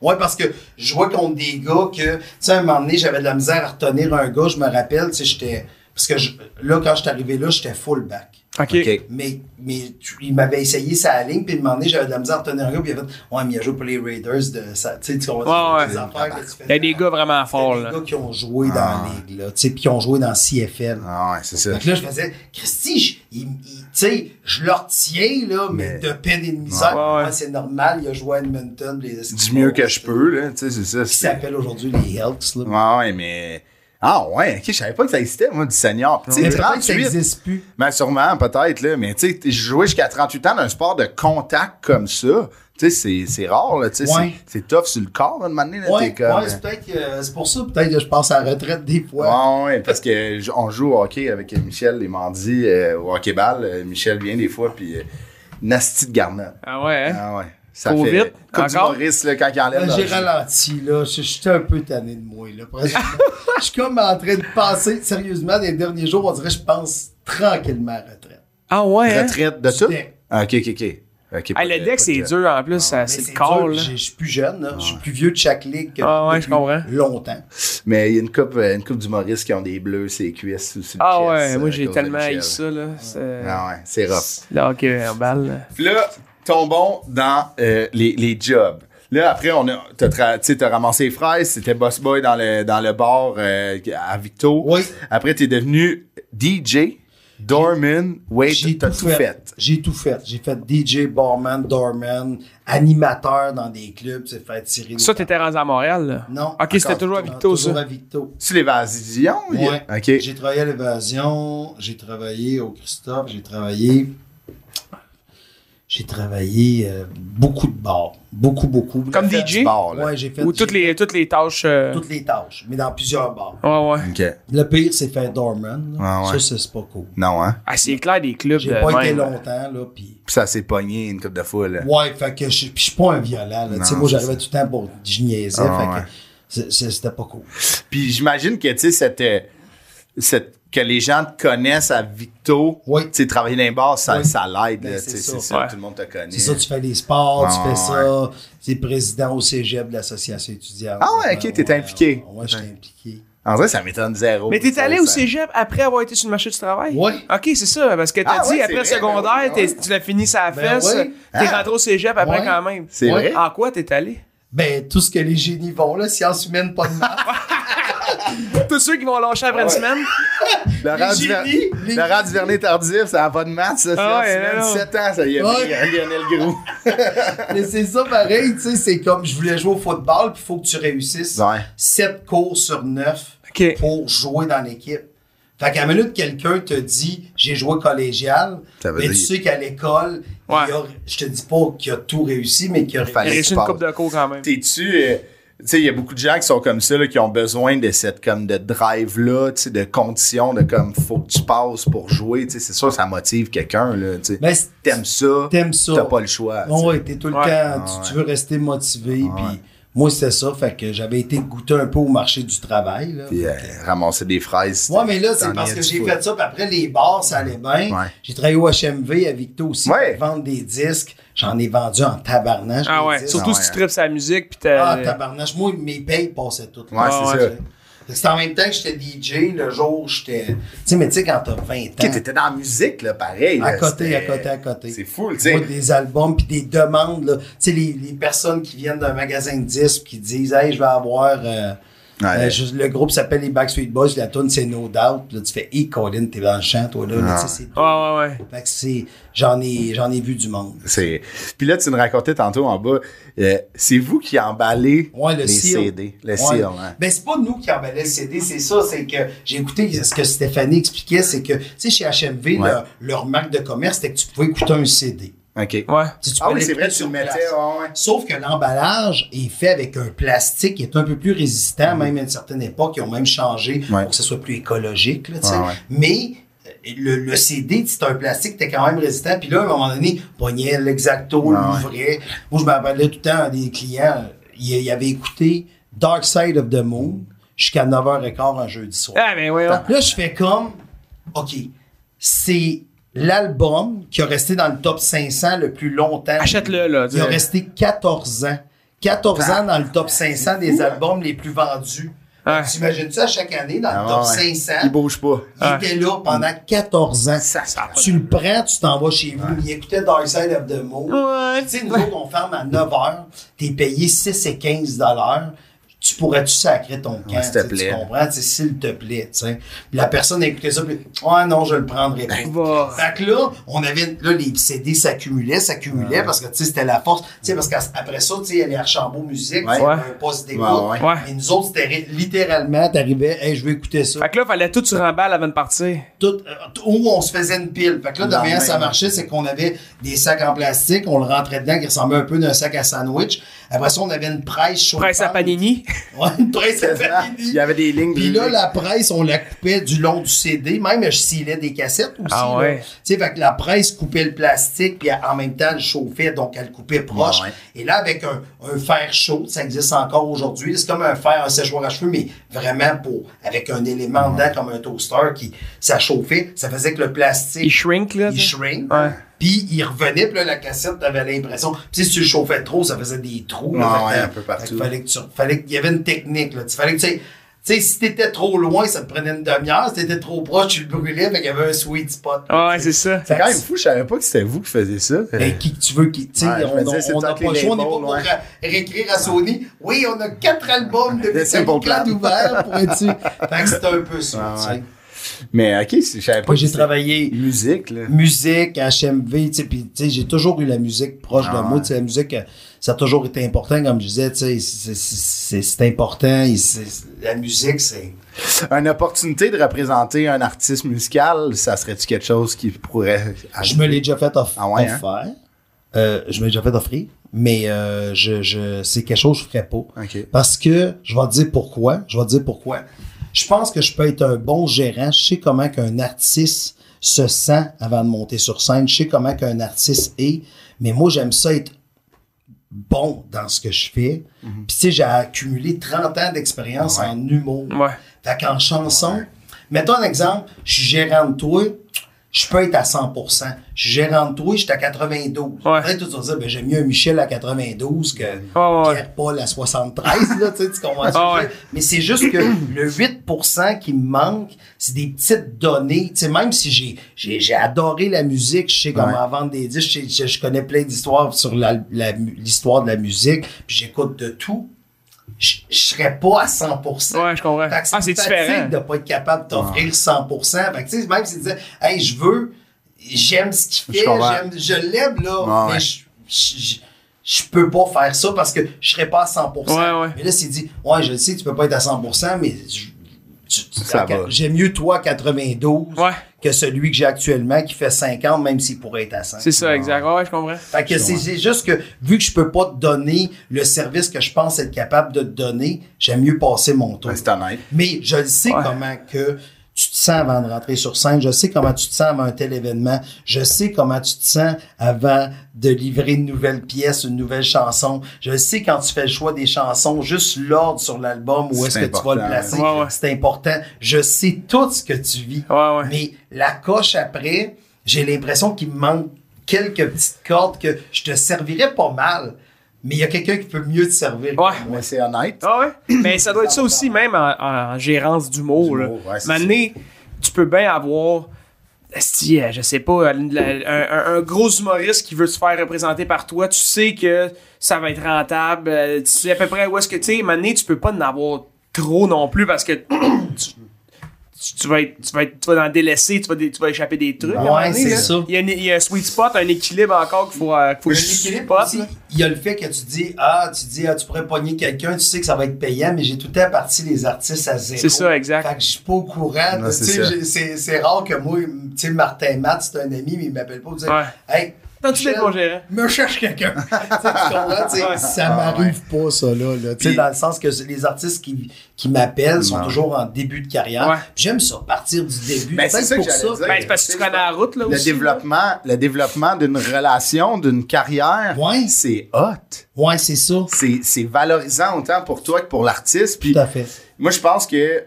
Ouais, parce que je vois contre des gars que, tu sais, à un moment donné, j'avais de la misère à retenir un gars, je me rappelle, tu sais, j'étais. Parce que je- là, quand je suis arrivé là, j'étais fullback. OK. OK. Mais, mais tu- il m'avait essayé sa ligne, puis il demandé, j'avais de la misère à retenir un gars, puis il a fait Ouais, mais il a joué pour les Raiders de ça. Tu sais, tu comprends Ouais, des ouais. affaires que tu fais. Il y a des gars vraiment forts, des là. gars qui ont joué dans la ligue, là, tu sais, puis qui ont joué dans CFL. Ah ouais, c'est ça. Donc là, je faisais, Christy, il- il- tu sais, je leur tiens, là, mais, de peine et de misère. Ouais, ouais. Ah, c'est normal, il a joué à Edmonton. Les Du mieux que je peux, là. Tu sais, c'est ça. Qui c'est- s'appelle aujourd'hui les Elks, là. Ouais, ouais, mais. Ah, ouais, ok, je savais pas que ça existait, moi, du senior. Puis, tu sais, Mais peut-être que ça 38, n'existe plus. Ben sûrement, peut-être, là. Mais tu sais, jouer jusqu'à 38 ans d'un sport de contact comme ça, tu sais, c'est- c'est rare, là. Tu sais, Ouais. c'est- c'est tough sur le corps, là, de manier, là. Ouais, t'es comme, hein. euh, ouais, c'est peut-être que- c'est pour ça, peut-être que je passe à la retraite des fois. Ouais, ouais, parce que j- on joue au hockey avec Michel les mardis euh, au hockey ball. Euh, Michel vient des fois, puis euh, nasty de garnotte. Ah ouais, hein? Ah ouais. Ça Trop fait vite, comme encore? du Maurice, là, quand il enlève. Là, leur j'ai jeu. ralenti, là. Je je suis un peu tanné de moi, là. présentement. Je suis comme en train de penser, sérieusement, les derniers jours, on dirait que je pense tranquillement à la retraite. Ah ouais, hein? Retraite de Du tout? deck. Ah, ok, ok, ok. Ok, pas Hey, le de- deck, pas c'est de- dur en plus, ça- Mais c'est le dur, corps, là. j'ai- Je suis plus jeune, là. Je suis plus vieux de chaque ligue que Ah ouais, je depuis comprends. longtemps. Mais il y a une coupe, euh, une coupe d'humoristes qui ont des bleus, ses cuisses ou sur le Ah chest, ouais, euh, moi à j'ai cause de tellement haï Michel. ça, là. c'est- Ah ouais, c'est rough. Le hockey verbal, là. Puis là, tombons dans euh, les, les jobs. Là, après, on a, t'as, tra- tu sais, t'as ramassé les fraises, c'était boss boy dans le, dans le bar euh, à Victo. Oui. Après, t'es devenu DJ, doorman, wait, J'ai t'as tout, fait. J'ai tout fait. J'ai fait DJ, barman, doorman, animateur dans des clubs, c'est fait tirer. Ça, des- t'étais rendu à Montréal, là? Non. Ok, c'était encore, toujours à Non, Victo, ça. toujours Oh, à Victo. Tu les vasillions? Ouais. OK. J'ai travaillé à l'évasion, j'ai travaillé au Christophe, j'ai travaillé. J'ai travaillé euh, beaucoup de bars. Beaucoup, beaucoup. Comme J'ai fait DJ? du Bar, là. Ouais, j'ai fait Ou j'ai toutes les, toutes les tâches. euh, fait toutes les tâches, mais dans plusieurs bars. Ouais, ouais. OK. Le pire, c'est faire doorman. là. Ah ouais. Ça, c'est- c'est pas cool. Non, hein? Ah, c'est clair, des clubs J'ai de pas été même. longtemps, là, puis Puis ça s'est pogné une coupe de foule. là. Ouais, fait que je, puis je suis pas un violent. là. Tu sais, Non, moi, c'est j'arrivais tout le temps pour. Je niaisais. Ah, fait ouais. que c'est- c'est- c'était pas cool. Puis j'imagine que, tu sais, c'était... cette- que les gens te connaissent à Victo. Oui. Tu sais, travailler dans les bars, ça, Oui. ça l'aide. Ben, là, c'est tu sais, ça. c'est ça, Ouais. tout le monde te connaît. C'est ça, tu fais des sports, Ah, tu fais ça. Tu es président au cégep de l'association étudiante. Ah ouais, ok, t'es ouais, impliqué. Ouais, j'étais impliqué. En vrai, ça m'étonne zéro. Mais t'es Ça, allé au ça- cégep après avoir été sur le marché du travail? Ouais. Ok, c'est ça, parce que t'as Ah ouais, dit c'est après vrai, ben secondaire, oui, ben t'es- tu l'as fini sa Ben fesse. oui. T'es Ah. rentré au cégep après Ouais. quand même. C'est vrai? En quoi t'es allé? Ben, tout ce que les génies vont, là, sciences humaines, pas de maths. Tous ceux qui vont lâcher après une semaine? Laurent, Les Duver... génies, les Laurent génies. Duvernay-Tardif, ça n'a pas de maths, ça. Ah c'est ouais, en non, non. 17 ans, ça y est, Ouais. Lionel Groux. Mais c'est ça, pareil, tu sais, c'est comme je voulais jouer au football, puis il faut que tu réussisses. Ouais. 7 cours sur 9 Ok. pour jouer dans l'équipe. Fait qu'à la minute, quelqu'un te dit j'ai joué collégial, Ça veut mais dire- tu sais qu'à l'école, il Ouais. y a- je te dis pas qu'il a tout réussi, mais qu'il a J'ai Fallait réussi une sport. coupe de cours quand même. T'es-tu. euh, Tu sais, il y a beaucoup de gens qui sont comme ça, là, qui ont besoin de cette comme de drive-là, tu sais, de conditions, de comme faut que tu passes pour jouer. Tu sais, c'est sûr, ça motive quelqu'un. Là, tu sais. Mais Ben, c'est- T'aimes ça, T'aimes ça. t'as pas le choix. tu sais. Non, ouais, t'es tout le Ouais. Ah, temps, tu, tu veux rester motivé. puis ouais. moi, c'était ça. Fait que j'avais été goûter un peu au marché du travail. Là. Puis euh, ramasser des fraises. Ouais, mais là, c'est t'en parce as que du j'ai foot. fait ça, puis après, les bars, ça allait bien. Ouais. J'ai travaillé au HMV à Victo aussi Ouais. pour vendre des disques. J'en ai vendu en tabarnage. Ah des ouais, disques. surtout Ah si ouais, tu tripes sa musique puis t'as. Ah, tabarnage. Moi, mes payes passaient toutes. Ouais, Ah, c'est ouais. ça. C'est en même temps que j'étais DJ, le jour où j'étais. Tu sais, mais tu sais, quand t'as 20 ans. Ok, T'étais dans la musique, là, pareil. À là, côté, à c'était- côté, à côté. C'est fou, tu sais. Moi, des albums puis des demandes, là. Tu sais, les, les personnes qui viennent d'un magasin de disques qui disent, hey, je vais avoir. euh, Ouais. euh, je- le groupe s'appelle les Backstreet Boys, la tune c'est No Doubt. Là, tu fais, hey, Colin, t'es dans le champ, toi, là. là, Ah. tu sais, c'est- Ouais, ouais, ouais. Fait que c'est- J'en ai, j'en ai vu du monde. C'est. Puis là, tu nous racontais tantôt en bas, euh, c'est vous qui emballez Ouais, le les seal. CD. Le Ouais. seal, hein. Ben, c'est pas nous qui emballait le CD, c'est ça, c'est que j'ai écouté ce que Stéphanie expliquait, c'est que, tu sais, chez HMV, Ouais. leur, leur marque de commerce, c'était que tu pouvais écouter un CD. OK. Ouais. Tu sais, tu Ah oui, pouvais c'est vrai, l'écouter tu le sur mettais. place. ouais, ouais. Sauf que l'emballage est fait avec un plastique qui est un peu plus résistant, même à une certaine époque, ils ont même changé Mm-hmm. Ouais. pour que ce soit plus écologique. là, tu sais. Ouais, ouais. Mais euh, le, le CD, c'est un plastique qui était quand même résistant. Puis là, à un moment donné, pognait l'exacto, Ouais, l'ouvrait. Moi, je m'appelais tout le temps à des clients. Ils, ils avaient écouté Dark Side of the Moon jusqu'à 9h15 un jeudi soir. Ah, ben ouais, ouais. Là, je fais comme, OK, c'est l'album qui a resté dans le top 500 le plus longtemps. Achète-le, là, tu Il a sais. resté 14 ans. 14 ans dans le top 500 Ah. des albums les plus vendus. Ouais. T'imagines ça chaque année dans Ah, le top ouais. 500? Il bouge pas. Il Ouais. était là pendant 14 ans. Ça, ça a pas tu le prends, tu t'en vas chez vous. Il écoutait Dark Side of the Moon. Ouais. Tu sais, nous autres, on ferme à 9 h. T'es payé 6 et 15 dollars. tu pourrais-tu sacrer ton camp? s'il te tu sais, plaît. Tu comprends? Tu sais, S'il te plaît, tu sais. Puis la personne a écouté ça, puis, ouais, non, je le prendrai pas. Va. Fait que là, on avait, là, les CD s'accumulaient, s'accumulaient, parce que, tu sais, c'était la force. Tu sais, parce qu'après ça, tu sais, aller à Archambault Musique, Ouais. tu sais, Ouais. un poste d'écoute. Ouais, ouais. Ouais. Mais nous autres, c'était ri- littéralement, t'arrivais, hey, je veux écouter ça. Fait que là, fallait tout se remballe avant de partir. Tout, euh, tout- où on se faisait une pile. Fait que là, de Non, manière, mais- ça marchait, c'est qu'on avait des sacs en plastique, on le rentrait dedans, qui ressemblait un peu d'un sac à sandwich. Après ça, on avait une presse chaude. Presse à panini. Ouais, une presse à panini. Ah, Il y avait des lignes. Puis là, brûlées. la presse, on la coupait du long du CD. Même, je scellais des cassettes aussi. Ah là. ouais. Tu sais, fait que la presse coupait le plastique, puis en même temps, elle chauffait, donc elle coupait proche. Ah ouais. Et là, avec un, un fer chaud, ça existe encore aujourd'hui. C'est comme un fer, un séchoir à cheveux, mais vraiment pour, avec un élément dedans, comme un toaster, qui, ça chauffait. Ça faisait que le plastique Il shrink, là. il tu sais. shrink. Ouais. Puis il revenait, puis là, la cassette, t'avais l'impression. Puis si tu le chauffais trop, ça faisait des trous. là, Ah fait que- ouais, un peu partout. fait que fallait que tu, fallait qu'il y avait une technique. Là. Tu fallait que tu sais, tu sais, si t'étais trop loin, ça te prenait une demi-heure. Si t'étais trop proche, tu le brûlais, fait qu'il y avait un sweet spot. Ah Ouais, c'est ça. C'est quand même fou, je savais pas que c'était vous qui faisiez ça. Euh, Ben, qui que tu veux qui. Tu sais, Ouais, je me on- disais, c'est on n'a tant pas que le les choix, on n'est pas labels, pour ouais. ré- réécrire à Sony. Oui, on a quatre albums de De Simple Plan. Metallica ouverts pour être sûr. Fait que c'était un peu ça. Ouais, tu sais. ouais. Mais ok, je savais pas. Moi, que j'ai c'était travaillé. Musique, là. musique, HMV, tu sais, puis tu sais, j'ai toujours eu la musique proche Ah de moi, ouais. tu sais, la musique, euh, ça a toujours été important, comme je disais, tu sais, c'est- c'est- c'est c'est important, et c'est- la musique, c'est... Une opportunité de représenter un artiste musical, ça serait-tu quelque chose qui pourrait. Je me l'ai déjà fait off- Ah ouais, hein? offert, Euh, je me l'ai déjà fait offrir, mais euh, je, je, c'est quelque chose que je ferais pas. Ok. Parce que, je vais te dire pourquoi, je vais te dire pourquoi. Je pense que je peux être un bon gérant, je sais comment qu'un artiste se sent avant de monter sur scène, je sais comment qu'un artiste est, mais moi, j'aime ça être bon dans ce que je fais. Mhm. Puis tu sais, j'ai accumulé 30 ans d'expérience Ah en humour. Ouais. Fait qu'en chanson, mettons un exemple, je suis gérant de toi, je peux être à 100 Je suis gérant de toi, je suis à 92. Ouais. Ah, Peut-être que tu vas dire, ben, j'aime mieux Michel à 92 que ouais, ouais. Pierre-Paul à 73, là, tu sais, tu comprends ce que Ah je veux ouais. dire? Mais c'est juste que le 8 qui me manque, c'est des petites données. Tu sais, même si j'ai, j'ai, j'ai adoré la musique, je sais comment vendre des disques, je, sais- je- je connais plein d'histoires sur la- la- l'histoire de la musique, puis j'écoute de tout, je, je serais pas à 100 Ouais, je comprends. fait que Ah, c'est une fatigue différent. de pas être capable de t'offrir 100%. Fait que, tu sais, même si tu disais, hey, je veux, j'aime ce qu'il Je fait, comprends. j'aime, je l'aime, là, Ouais, ouais. mais je, je, je- je peux pas faire ça parce que je serais pas à 100%. Ouais, ouais. Mais là, c'est dit, ouais, je le sais, tu peux pas être à 100%, mais je- tu- tu- Ça à- va. j'aime mieux toi à 92 Ouais. que celui que j'ai actuellement qui fait 50, même s'il pourrait être à 100. C'est ça, exact. Ah Ouais, ouais, je comprends. Fait que c'est c'est juste que, vu que je peux pas te donner le service que je pense être capable de te donner, j'aime mieux passer mon tour. Ouais, c'est honnête. Mais je le sais Ouais. comment que tu te sens avant de rentrer sur scène. Je sais comment tu te sens avant un tel événement. Je sais comment tu te sens avant de livrer une nouvelle pièce, une nouvelle chanson. Je sais quand tu fais le choix des chansons, juste l'ordre sur l'album, où est-ce C'est que tu vas le important. placer. Ouais, ouais. C'est important. Je sais tout ce que tu vis. Ouais, ouais. Mais la coche après, j'ai l'impression qu'il me manque quelques petites cordes que je te servirais pas mal. Mais il y a quelqu'un qui peut mieux te servir. que Ouais. moi. Moi, c'est honnête. Ah ouais? Mais ça doit être ça aussi, même en, en gérance d'humour. D'humour, là. ouais, c'est Mané, tu peux bien avoir. esti, euh, je sais pas, une- la- un, un- un gros humoriste qui veut se faire représenter par toi, tu sais que ça va être rentable, euh, tu sais à peu près où est-ce que tu sais, Mané, tu peux pas en avoir trop non plus parce que tu, tu- tu vas être, tu vas être, tu vas en délaisser, tu vas, dé- tu vas échapper des trucs. à un Ouais, moment donné, c'est là. ça. Il y, a une- il y a un sweet spot, un équilibre encore qu'il faut, euh, qu'il faut Un que tu équilibre spots, aussi, là. il y a le fait que tu dis ah tu dis ah, tu pourrais pogner quelqu'un tu sais que ça va être payant mais j'ai tout le temps parti les artistes à zéro C'est ça, exact. fait que je suis pas au courant Non, tu c'est sais, ça. j'ai- c'est c'est rare que moi tu sais Martin Matt c'est un ami mais il m'appelle pas pour dire Ouais. hey T'as-tu Michel, d'être mon gérant? me cherche quelqu'un. Tu sais, tu comprends? Tu sais, Ouais. Ça Ah, m'arrive pas, ça, là. là. Tu sais, Puis- dans le sens que les artistes qui, qui m'appellent sont Ouais. toujours en début de carrière. Ouais. Puis J'aime ça, partir du début. Ben, c'est Peut-être ça que pour j'allais dire. Ben, c'est parce que tu connais la route, là, Le aussi, là. développement, le développement d'une relation, d'une carrière, Ouais. c'est hot. Ouais, c'est ça. C'est c'est valorisant autant pour toi que pour l'artiste. Puis Tout à fait. moi, je pense que,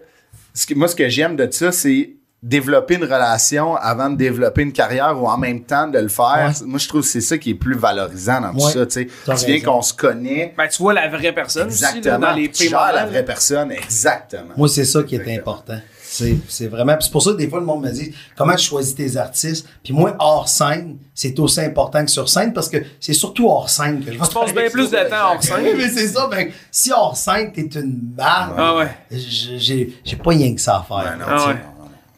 ce que moi, ce que j'aime de ça, c'est développer une relation avant de développer une carrière ou en même temps de le faire. Moi, je trouve que c'est ça qui est plus valorisant dans tout Ouais. ça. Tu sais. T'as Tu viens raison. qu'on se connaît Ben, tu vois la vraie personne aussi, là, exactement. dans les tu gères la primaires. vraie personne, exactement. Moi, c'est ça qui est important. C'est c'est vraiment. puis C'est pour ça que des fois, le monde me dit comment tu choisis tes artistes. Puis moi, hors scène, c'est aussi important que sur scène parce que c'est surtout hors scène que je vais Tu passes bien travailler plus de temps hors oui, scène. mais c'est ça. Ben, si hors 5, t'es une barbe, Ah ouais. j'ai j'ai- j'ai pas rien que ça à faire. Ben non, Ah tu- ouais. non, non, non.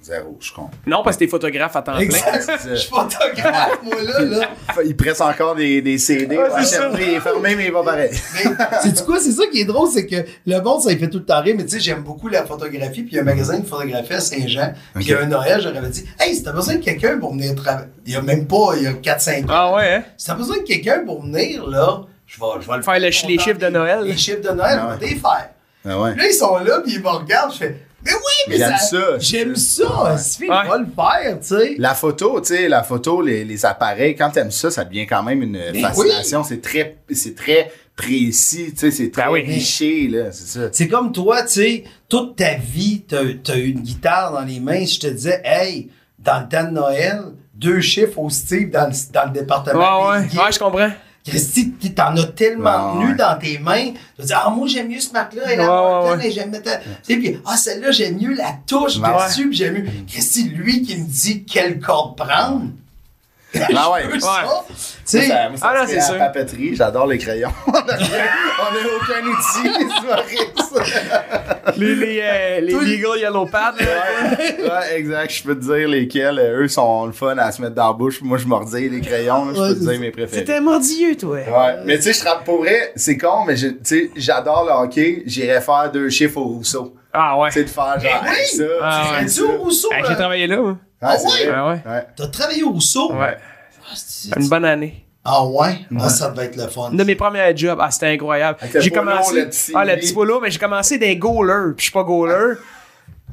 Zéro, je compte. Non, parce que t'es photographe à temps plein. Exact. Je suis photographe, moi, là. là. Il presse encore des, des CD. Ouais, pour c'est ça. acheter, il est fermé, mais il va pareil. C'est du coup, c'est ça qui est drôle, c'est que le monde, ça il fait tout le temps rire, mais tu sais, j'aime beaucoup la photographie, puis il y a un magasin de photographie à Saint-Jean, puis il y a un Noël, j'aurais dit, hey, si t'as besoin de quelqu'un pour venir travailler, il y a même pas, il y a 4-5 ans, Ah ouais, hein? si t'as besoin de quelqu'un pour venir, là, je vais, je vais le Faire le chi- les chiffres de Noël. Les chiffres de Noël, Ah on va ouais. les faire. Ah ouais. Puis Là, ils sont là, puis ils me regardent, je fais, mais oui, mais J'aime ça. J'aime ça, si il va le faire, tu sais. La photo, tu sais, la photo, les, les appareils, quand t'aimes ça, ça devient quand même une fascination. C'est très, c'est très précis, tu sais, c'est très Ben oui. niché, là, c'est ça. C'est comme toi, tu sais, toute ta vie, t'as as une guitare dans les mains. Je te disais, hey, dans le temps de Noël, deux chiffres au Steve dans le, dans le département. Ah Ouais, des ouais. guides. Ouais, je comprends. Christy, t- t'en as tellement Ouais, tenu ouais. dans tes mains. Tu vas dire, ah, moi, j'aime mieux ce marque-là, elle Ouais, a ouais, Martin, elle, j'aime ta- Tu sais, puis, ah, celle-là, j'aime mieux la touche Ouais. dessus, puis j'aime mieux. Christy, lui qui me dit quelle corde prendre. Ah ouais. Je veux Ouais. ça. Tu sais, Ça- ça Ah non, fait c'est la sûr. papeterie, j'adore les crayons. on n'a aucun outil, c'est horrible, Les, les, euh, les Legal Yellow Pad, là. ça. Ouais, exact, je peux te dire lesquels, euh, eux, sont le fun à se mettre dans la bouche. Moi, je mordais les crayons, là, je peux te dire mes préférés. mordilleux, toi. Ouais, mais tu sais, je trappe pour vrai, c'est con, mais je- tu sais, j'adore le hockey, j'irais faire deux chiffres au Rousseau. Ah ouais. Tu sais, de faire genre, Eh oui! hey, ça, Ah tu fais ouais. tu au Rousseau, Hey, là? J'ai travaillé là, moi. Ah, ouais? Ah ouais. T'as travaillé au Rousseau? Ouais. Ah, c'est- Une bonne année. Ah ouais? Ah, ça devait être le fun. Une de mes premières jobs, ah, c'était incroyable. Avec le J'ai polo, commencé. le petit- ah, le petit polo, mais j'ai commencé des goalers, puis je suis pas goaler.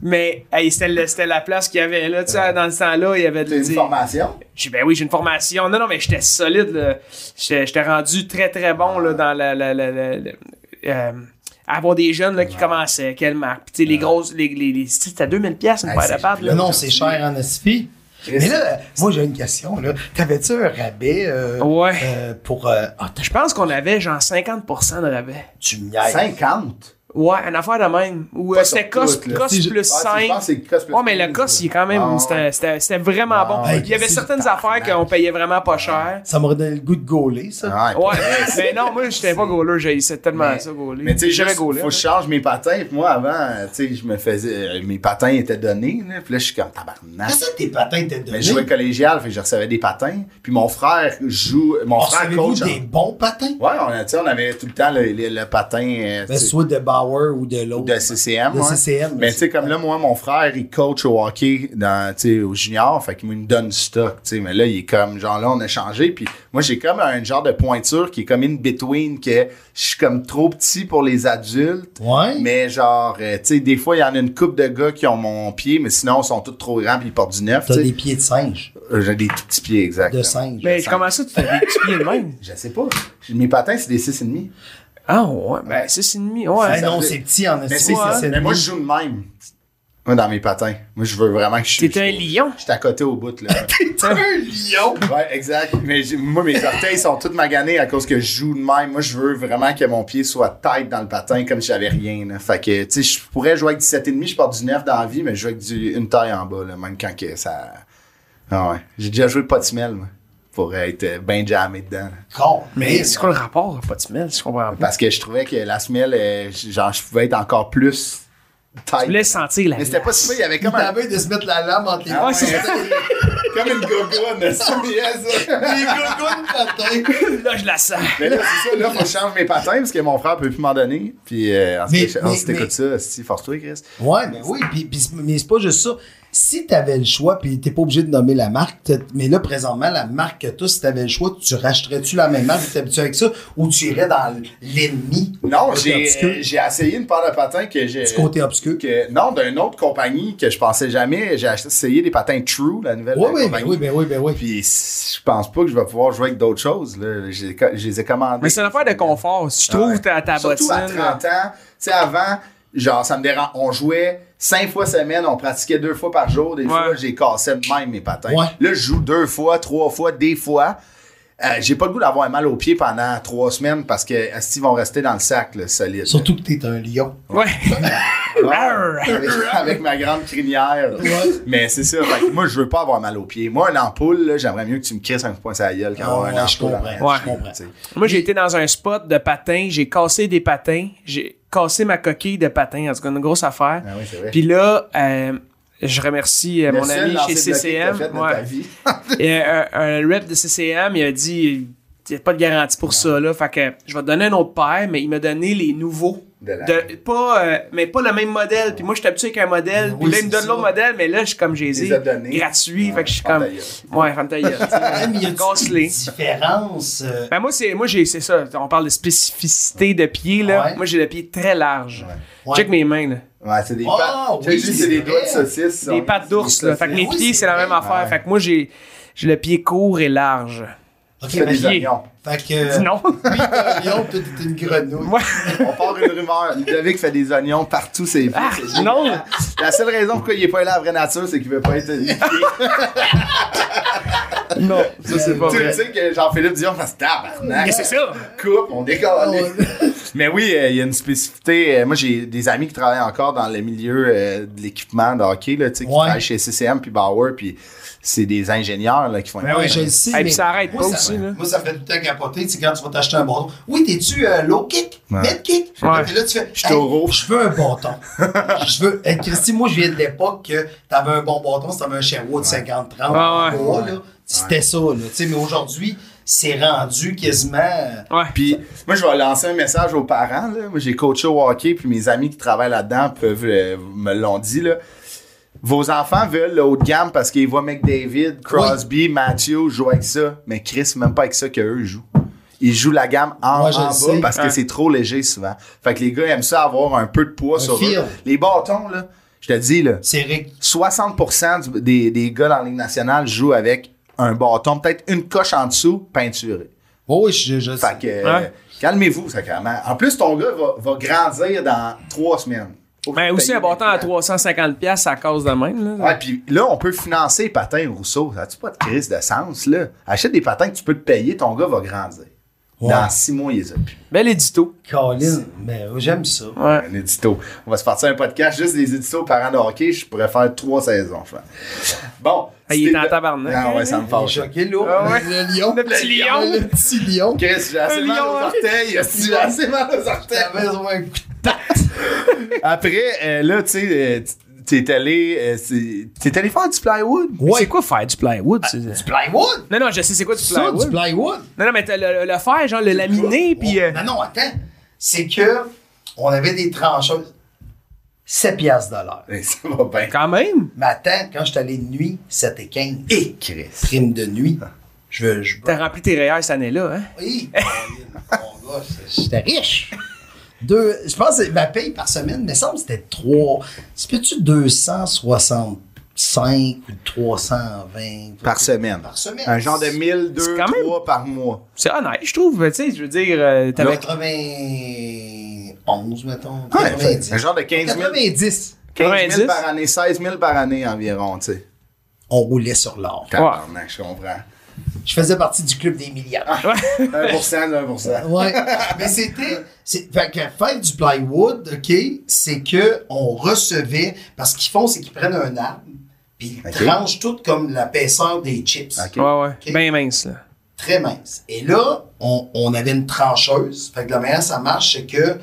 Mais hey, c'était le- c'était la place qu'il y avait là, tu sais, dans le temps-là, il y avait de T'as une des- formation? J'ai ben oui, j'ai une formation. Non, non, mais j'étais solide. là. J'étais j'étais rendu très, très bon là, dans la. la- la- la- la- euh, avoir des jeunes là, qui commençaient, quelle marque. Puis, tu sais, les grosses. Les, les, les- c'était 2000$ piastres, une Hey, paire de c'est- pattes. Le là. nom, c'est cher en SFI. Mais là, moi, j'ai une question. Là. T'avais-tu un rabais euh, Ouais. euh, pour. euh, Ah, t'as- Je pense qu'on avait genre 50% de rabais. tu me niaises. 50? Ouais, une affaire de même. Ou Pas euh, c'était sur COS, toutes, là. Cos Si je- plus Ah, si, 5. je pense que c'est Cos plus ouais, mais le plus, COS, là. il est quand même. Ah, ouais. Ah, c'était, c'était, c'était vraiment bon. ouais. il y avait C'est certaines du affaires qu'on payait vraiment pas cher. Ça m'aurait donné le goût de gauler, ça. Ouais. Ouais, mais non, moi, j'étais pas goaler. J'haïssais tellement ça, goaler. Mais tu sais, J'aurais juste, faut goalé, que je change mes patins. Puis moi, avant, euh, tu sais, je me faisais. euh, Mes patins étaient donnés. Là, puis là, je suis comme tabarnak. Qu'est-ce que tes patins étaient donnés? Ah, Mais Ben, je jouais collégial, fait que je recevais des patins. Puis mon frère joue. Mon Ah, On frère recevez-vous coach. en- des bons patins? Ouais, on, a- tu sais, on avait tout le temps le, le- le patin. euh, tu Ben, sais, soit de Bauer ou de l'autre. de CCM. De ouais. CCM, Mais mais tu sais, comme là, moi, mon frère, il coach au hockey dans, tu sais, au junior, fait qu'il me donne du stock, tu sais. Mais là, il est comme, genre là, on a changé. Puis moi, j'ai comme un genre de pointure qui est comme une between, que je suis comme trop petit pour les adultes. Ouais. Mais genre, euh, tu sais, des fois, il y en a une coupe de gars qui ont mon pied, mais sinon, ils sont tous trop grands puis ils portent du neuf, tu T'as sais. des pieds de singe. Euh, J'ai des tout petits pieds, exact. De singe. Mais hein. comment ça, tu fais des petits pieds de même? Je sais pas. Mes patins, c'est des 6,5. Ah, ouais, ben, 6,5. Ouais. Ah non, fait- c'est petit en Mais, SFI. c'est- c'est- c'est- mais moi, je joue de même. Moi, dans mes patins. Moi, je veux vraiment que je T'es un lion. J'étais à côté au bout, là. C'est un lion! Ouais, exact. Mais j'ai- moi, mes orteils sont tous maganés à cause que je joue de même. Moi, je veux vraiment que mon pied soit tight dans le patin comme si j'avais rien. Là. Fait que, tu sais, je pourrais jouer avec 17,5, je porte du 9 dans la vie, mais je joue avec du- une taille en bas, là, même quand que ça. Ah ouais. J'ai déjà joué pas de semelle, moi, pour être euh, ben jammé dedans. là. Con, Mais c'est quoi le rapport, pas de semelle? Je comprends pas. Parce que je trouvais que la semelle, euh, genre, je pouvais être encore plus tight. Tu voulais sentir la. Mais c'était pas glace. si pire, il y avait Il comme un. t'avait de se mettre la lame entre les Ah ouais, mains. c'est comme une gogonne, ça, yes. Les gogos de patins. Là, je la sens. Mais là, c'est ça, là, faut que je change mes patins parce que mon frère peut plus m'en donner. Puis, euh, en tout Mais- cas, mais- si t'écoutes ça, mais- si, force-toi, Chris. Ouais, mais oui, puis, puis- mais c'est pas juste ça. Si t'avais le choix, puis t'es pas obligé de nommer la marque, t'as- mais là, présentement, la marque que t'as, si t'avais le choix, tu racheterais-tu la même marque, tu t'habitues avec ça, ou tu irais dans l'ennemi? Non, Côté obscur. j'ai j'ai essayé une paire de patins que j'ai. Du côté obscur. que- non, d'une autre compagnie que je pensais jamais. J'ai acheté- essayé des patins True, la nouvelle Oui, euh, oui, ben compagnie. oui, ben oui, ben oui. Puis, c- je pense pas que je vais pouvoir jouer avec d'autres choses. Là. J'ai- Je les ai commandés. Mais c'est une affaire de confort. Si tu trouves Ouais. ta, ta Surtout à bottine. 30 ans, tu sais, avant, genre, ça me dérange. On jouait cinq fois semaine, on pratiquait deux fois par jour. Des fois, Ouais. j'ai cassé de même mes patins. Ouais. Là, je joue deux fois, trois fois, des fois. Euh, j'ai pas le goût d'avoir mal aux pieds pendant trois semaines parce que asti, ils vont rester dans le sac, là, solide. Surtout que t'es un lion. Ouais. Ouais, avec, avec ma grande crinière. Mais c'est ça. Fait que moi, je veux pas avoir mal aux pieds. Moi, une ampoule, là, j'aimerais mieux que tu me crisses un coup de poing sur la gueule qu'avoir Ah, une ouais, ampoule. je comprends, dans la Ouais. je comprends. tête, tu sais. Moi, j'ai été dans un spot de patins, j'ai cassé des patins, j'ai cassé ma coquille de patins, en tout cas, une grosse affaire. Ah oui, c'est vrai. Puis là, euh, je remercie euh, Le mon seul ami chez lancer de bloqué que t'as CCM. fait de ouais. ta vie. Et un, un rep de CCM, il a dit il n'y a pas de garantie pour ça. Là. Fait que je vais te donner un autre paire, mais il m'a donné les nouveaux. De la- De- pas, euh, mais pas le même modèle. Puis moi, je suis habitué avec un Ah modèle. Oui, puis là, il me c'est donne ça. l'autre modèle, mais là, je suis comme j'ai les dit, a donnés. gratuit. Ouais, fait que je suis ferme comme. ta gueule. Ouais, ferme ta gueule. Ah, mais y a-tu Casse-les. une différence. euh, Ben moi, c'est, moi j'ai, c'est ça. On parle de spécificité de pied, là. Ouais. Moi, j'ai le pied très large. Ouais. Check mes mains, là. Ouais, c'est des Ah, pattes. oui, Tu sais, juste, c'est c'est des vrai. doigts de saucisse. Des on- pattes d'ours, des là. Fait que mes Oui, pieds, c'est c'est la vrai. même affaire. Ouais. Fait que moi, j'ai, j'ai le pied court et large. Ok, Tu fais mais des pieds. oignons. fait que. Non. Lui, t'es un lion, toi, t'es une grenouille. Moi- On part une rumeur. Ludovic fait des oignons partout, c'est Ah, vrai. non. La seule raison pourquoi il est pas là à vraie nature, c'est qu'il veut pas être. Non. Ça, c'est pas tu vrai. sais que Jean-Philippe Dion fait Mais tabarnak. c'est ça. Coupe, on Ah, décolle. ouais. Mais oui, euh, il y a une spécificité. Euh, moi, j'ai des amis qui travaillent encore dans le milieu euh, de l'équipement de hockey, là, tu sais, qui Ouais. travaillent chez CCM puis Bauer, puis c'est des ingénieurs là, qui font. Ben oui, je le sais. Et mais puis ça arrête moi, pas ça- aussi, là. Moi, ça me fait tout le temps capoter. Tu sais, quand tu vas t'acheter un bâton. Oui, t'es-tu euh, low kick, Ouais. mid kick? Ouais. Puis là, tu fais. Je suis taureau. Je veux un bâton. je veux. Hey, Christy, moi, je viens de l'époque que t'avais un bon bâton si t'avais un Sherwood 50-30. Ah ouais. Moi, là, C'était ça, là. Tu sais, mais aujourd'hui, c'est rendu quasiment. euh, Ouais. Puis moi, je vais lancer un message aux parents. Là. Moi, j'ai coaché au hockey, puis mes amis qui travaillent là-dedans peuvent euh, me l'ont dit. Là. Vos enfants veulent le haut de gamme parce qu'ils voient McDavid, Crosby, Matthew jouer avec ça. Mais Chris, même pas avec ça qu'eux jouent. Ils jouent la gamme en, Moi, je en le bas sais. parce que Ouais. c'est trop léger souvent. Fait que les gars aiment ça avoir un peu de poids sur feel. eux. Les bâtons, là, je te dis, là, C'est Rick. 60% du- des, des gars dans la Ligue nationale jouent avec un bâton, peut-être une coche en dessous, peinturé. Oh, oui, je, je Fait sais. que, euh, Ouais. calmez-vous, sacrément. En plus, ton gars va, va grandir dans trois semaines. Faut Mais que Ben, aussi, tu un payes bâton à maintenant. 350$, ça cause de même, là. Ouais, puis là, on peut financer Patin Rousseau. Ça n'a-tu pas de crise de sens, là? Achète des patins que tu peux te payer, ton gars va grandir. Dans six mois, il les a plus. Bel édito. Colin, mais euh, j'aime ça. Ouais. Un édito. On va se partir un podcast juste des éditos parents de hockey. Je pourrais faire trois saisons, je pense. Bon. Ah, il est c'était- en tabarnak. Ah ouais, ça me J'ai fâche. choqué, là. Ah ouais. Le lion. Le petit lion. Le petit lion. Chris, j'ai assez Un mal lion, aux hein? orteils. hostie, J'ai assez mal aux orteils. T'avais besoin d'un coup de Après, euh, là, tu sais, euh, t- t'es allé, euh, c'est- t'es allé faire du plywood. C'est quoi faire Ah, du plywood? c'est- plywood. Non, non, je sais c'est quoi du Ça, plywood. du plywood. Non, non, mais t'as le, le fer, genre le laminé, puis... euh, Non, non, attends. C'est que on avait des trancheuses. 7 piastres de l'heure. Eh, ça va bien. Quand même. Mais attends, quand je suis allé de nuit, c'était 15. Et Chris. Prime de nuit. Je veux. Je... T'as rempli tes rayures cette année-là, hein? Oui, mon gars, c'est- j'étais riche. Deux, je pense que ma paye par semaine, mais semble que c'était 3. C'est peux-tu 265 ou 320 Par semaine. Par semaine. Un genre de 1000, C'est 2, quand même- 3 par mois. C'est honnête, je trouve. Tu sais, je veux dire, euh, t'avais 91, mettons. Ouais, 90. un genre de 15 000, 90. 15 90. 000 par année, 16 000 par année environ, tu sais. On roulait sur l'or. Tabarnak, je comprends. Je faisais partie du club des Ah, milliards. 1% de 1%. Ouais. Mais c'était. c'est- Fait que faire du plywood, OK, c'est que on recevait. Parce qu'ils font, c'est qu'ils prennent un arbre, puis ils OK. tranchent tout comme l'épaisseur des chips. OK. Ouais, ouais. Ok. Bien Ben mince, là. très mince. Et là, on, on avait une trancheuse. Fait que la manière que ça marche, c'est que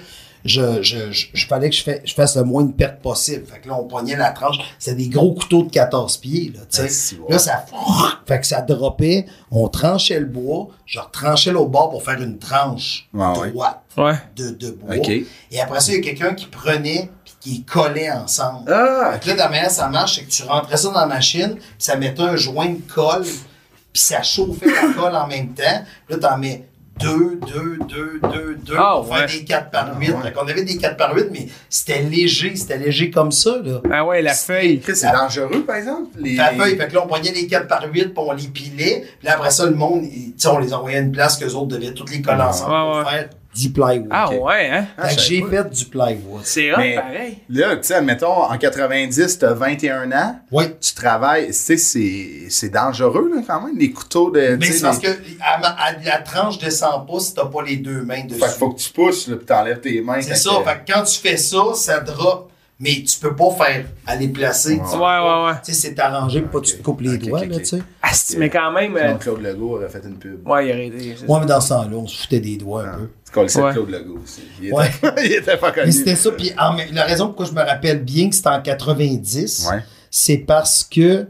je, je, je, je fallait que je, fais- je fasse le moins de pertes possible. Fait que là, on pognait la tranche. C'était des gros couteaux de 14 pieds. Là, tu Ah, sais. si, là ouais. ça, fait que ça droppait. On tranchait le bois. Je retranchais l'autre bord pour faire une tranche Ah ouais. droite Ouais. de, de bois. OK. Et après ça, il y a quelqu'un qui prenait puis qui les collait ensemble. Ah, Fait que là, de la manière que ça marche, c'est que tu rentrais ça dans la machine, puis ça mettait un joint de colle, puis ça chauffait la colle en même temps. Puis là, t'en mets deux, deux, deux, deux, deux, Ah, pour faire ouais. des 4 par 8. ouais. Fait qu'on avait des 4 par 8, mais c'était léger, c'était léger comme ça, là. Ah ouais, la feuille. Chris, c'est dangereux, par exemple? Les... La feuille, fait que là, on prenait les 4 par 8, puis on les pilait. Puis là, après ça, le monde, il- tu sais, on les envoyait à une place qu'eux autres devaient toutes les coller ensemble Ah, Ouais, ouais. pour faire du plywood. Ah Ok. ouais, hein? Ah, Fait que je savais j'ai pas. fait du plywood. C'est rare, Mais- pareil. Là, tu sais, admettons, en 90, t'as 21 ans. Oui. Tu travailles, tu sais, c'est- c'est dangereux, là, quand même, les couteaux de. Mais tu sais, c'est parce les- que à, ma- à la tranche de 100 pouces, t'as pas les deux mains dessus. Fait que faut que tu pousses, là, puis t'enlèves tes mains. C'est fait ça, que- fait que quand tu fais ça, ça drop. mais tu peux pas faire aller placer. tu- Ouais, ouais, ouais. Tu sais, c'est arrangé pour pas que tu te coupes les Ok, doigts, ok, là, ok. tu sais. Asti, mais quand même. euh, Sinon, Claude Legault aurait fait une pub. ouais, il aurait été. c'est ça. Ouais, mais dans ce temps-là, on se foutait des doigts Ah. un peu. C'est qu'on le sait, Ouais. Claude Legault aussi. Il était, Ouais. il était pas connu. Mais c'était ça. Puis en même- la raison pourquoi je me rappelle bien que c'était en 90, Ouais. c'est parce que.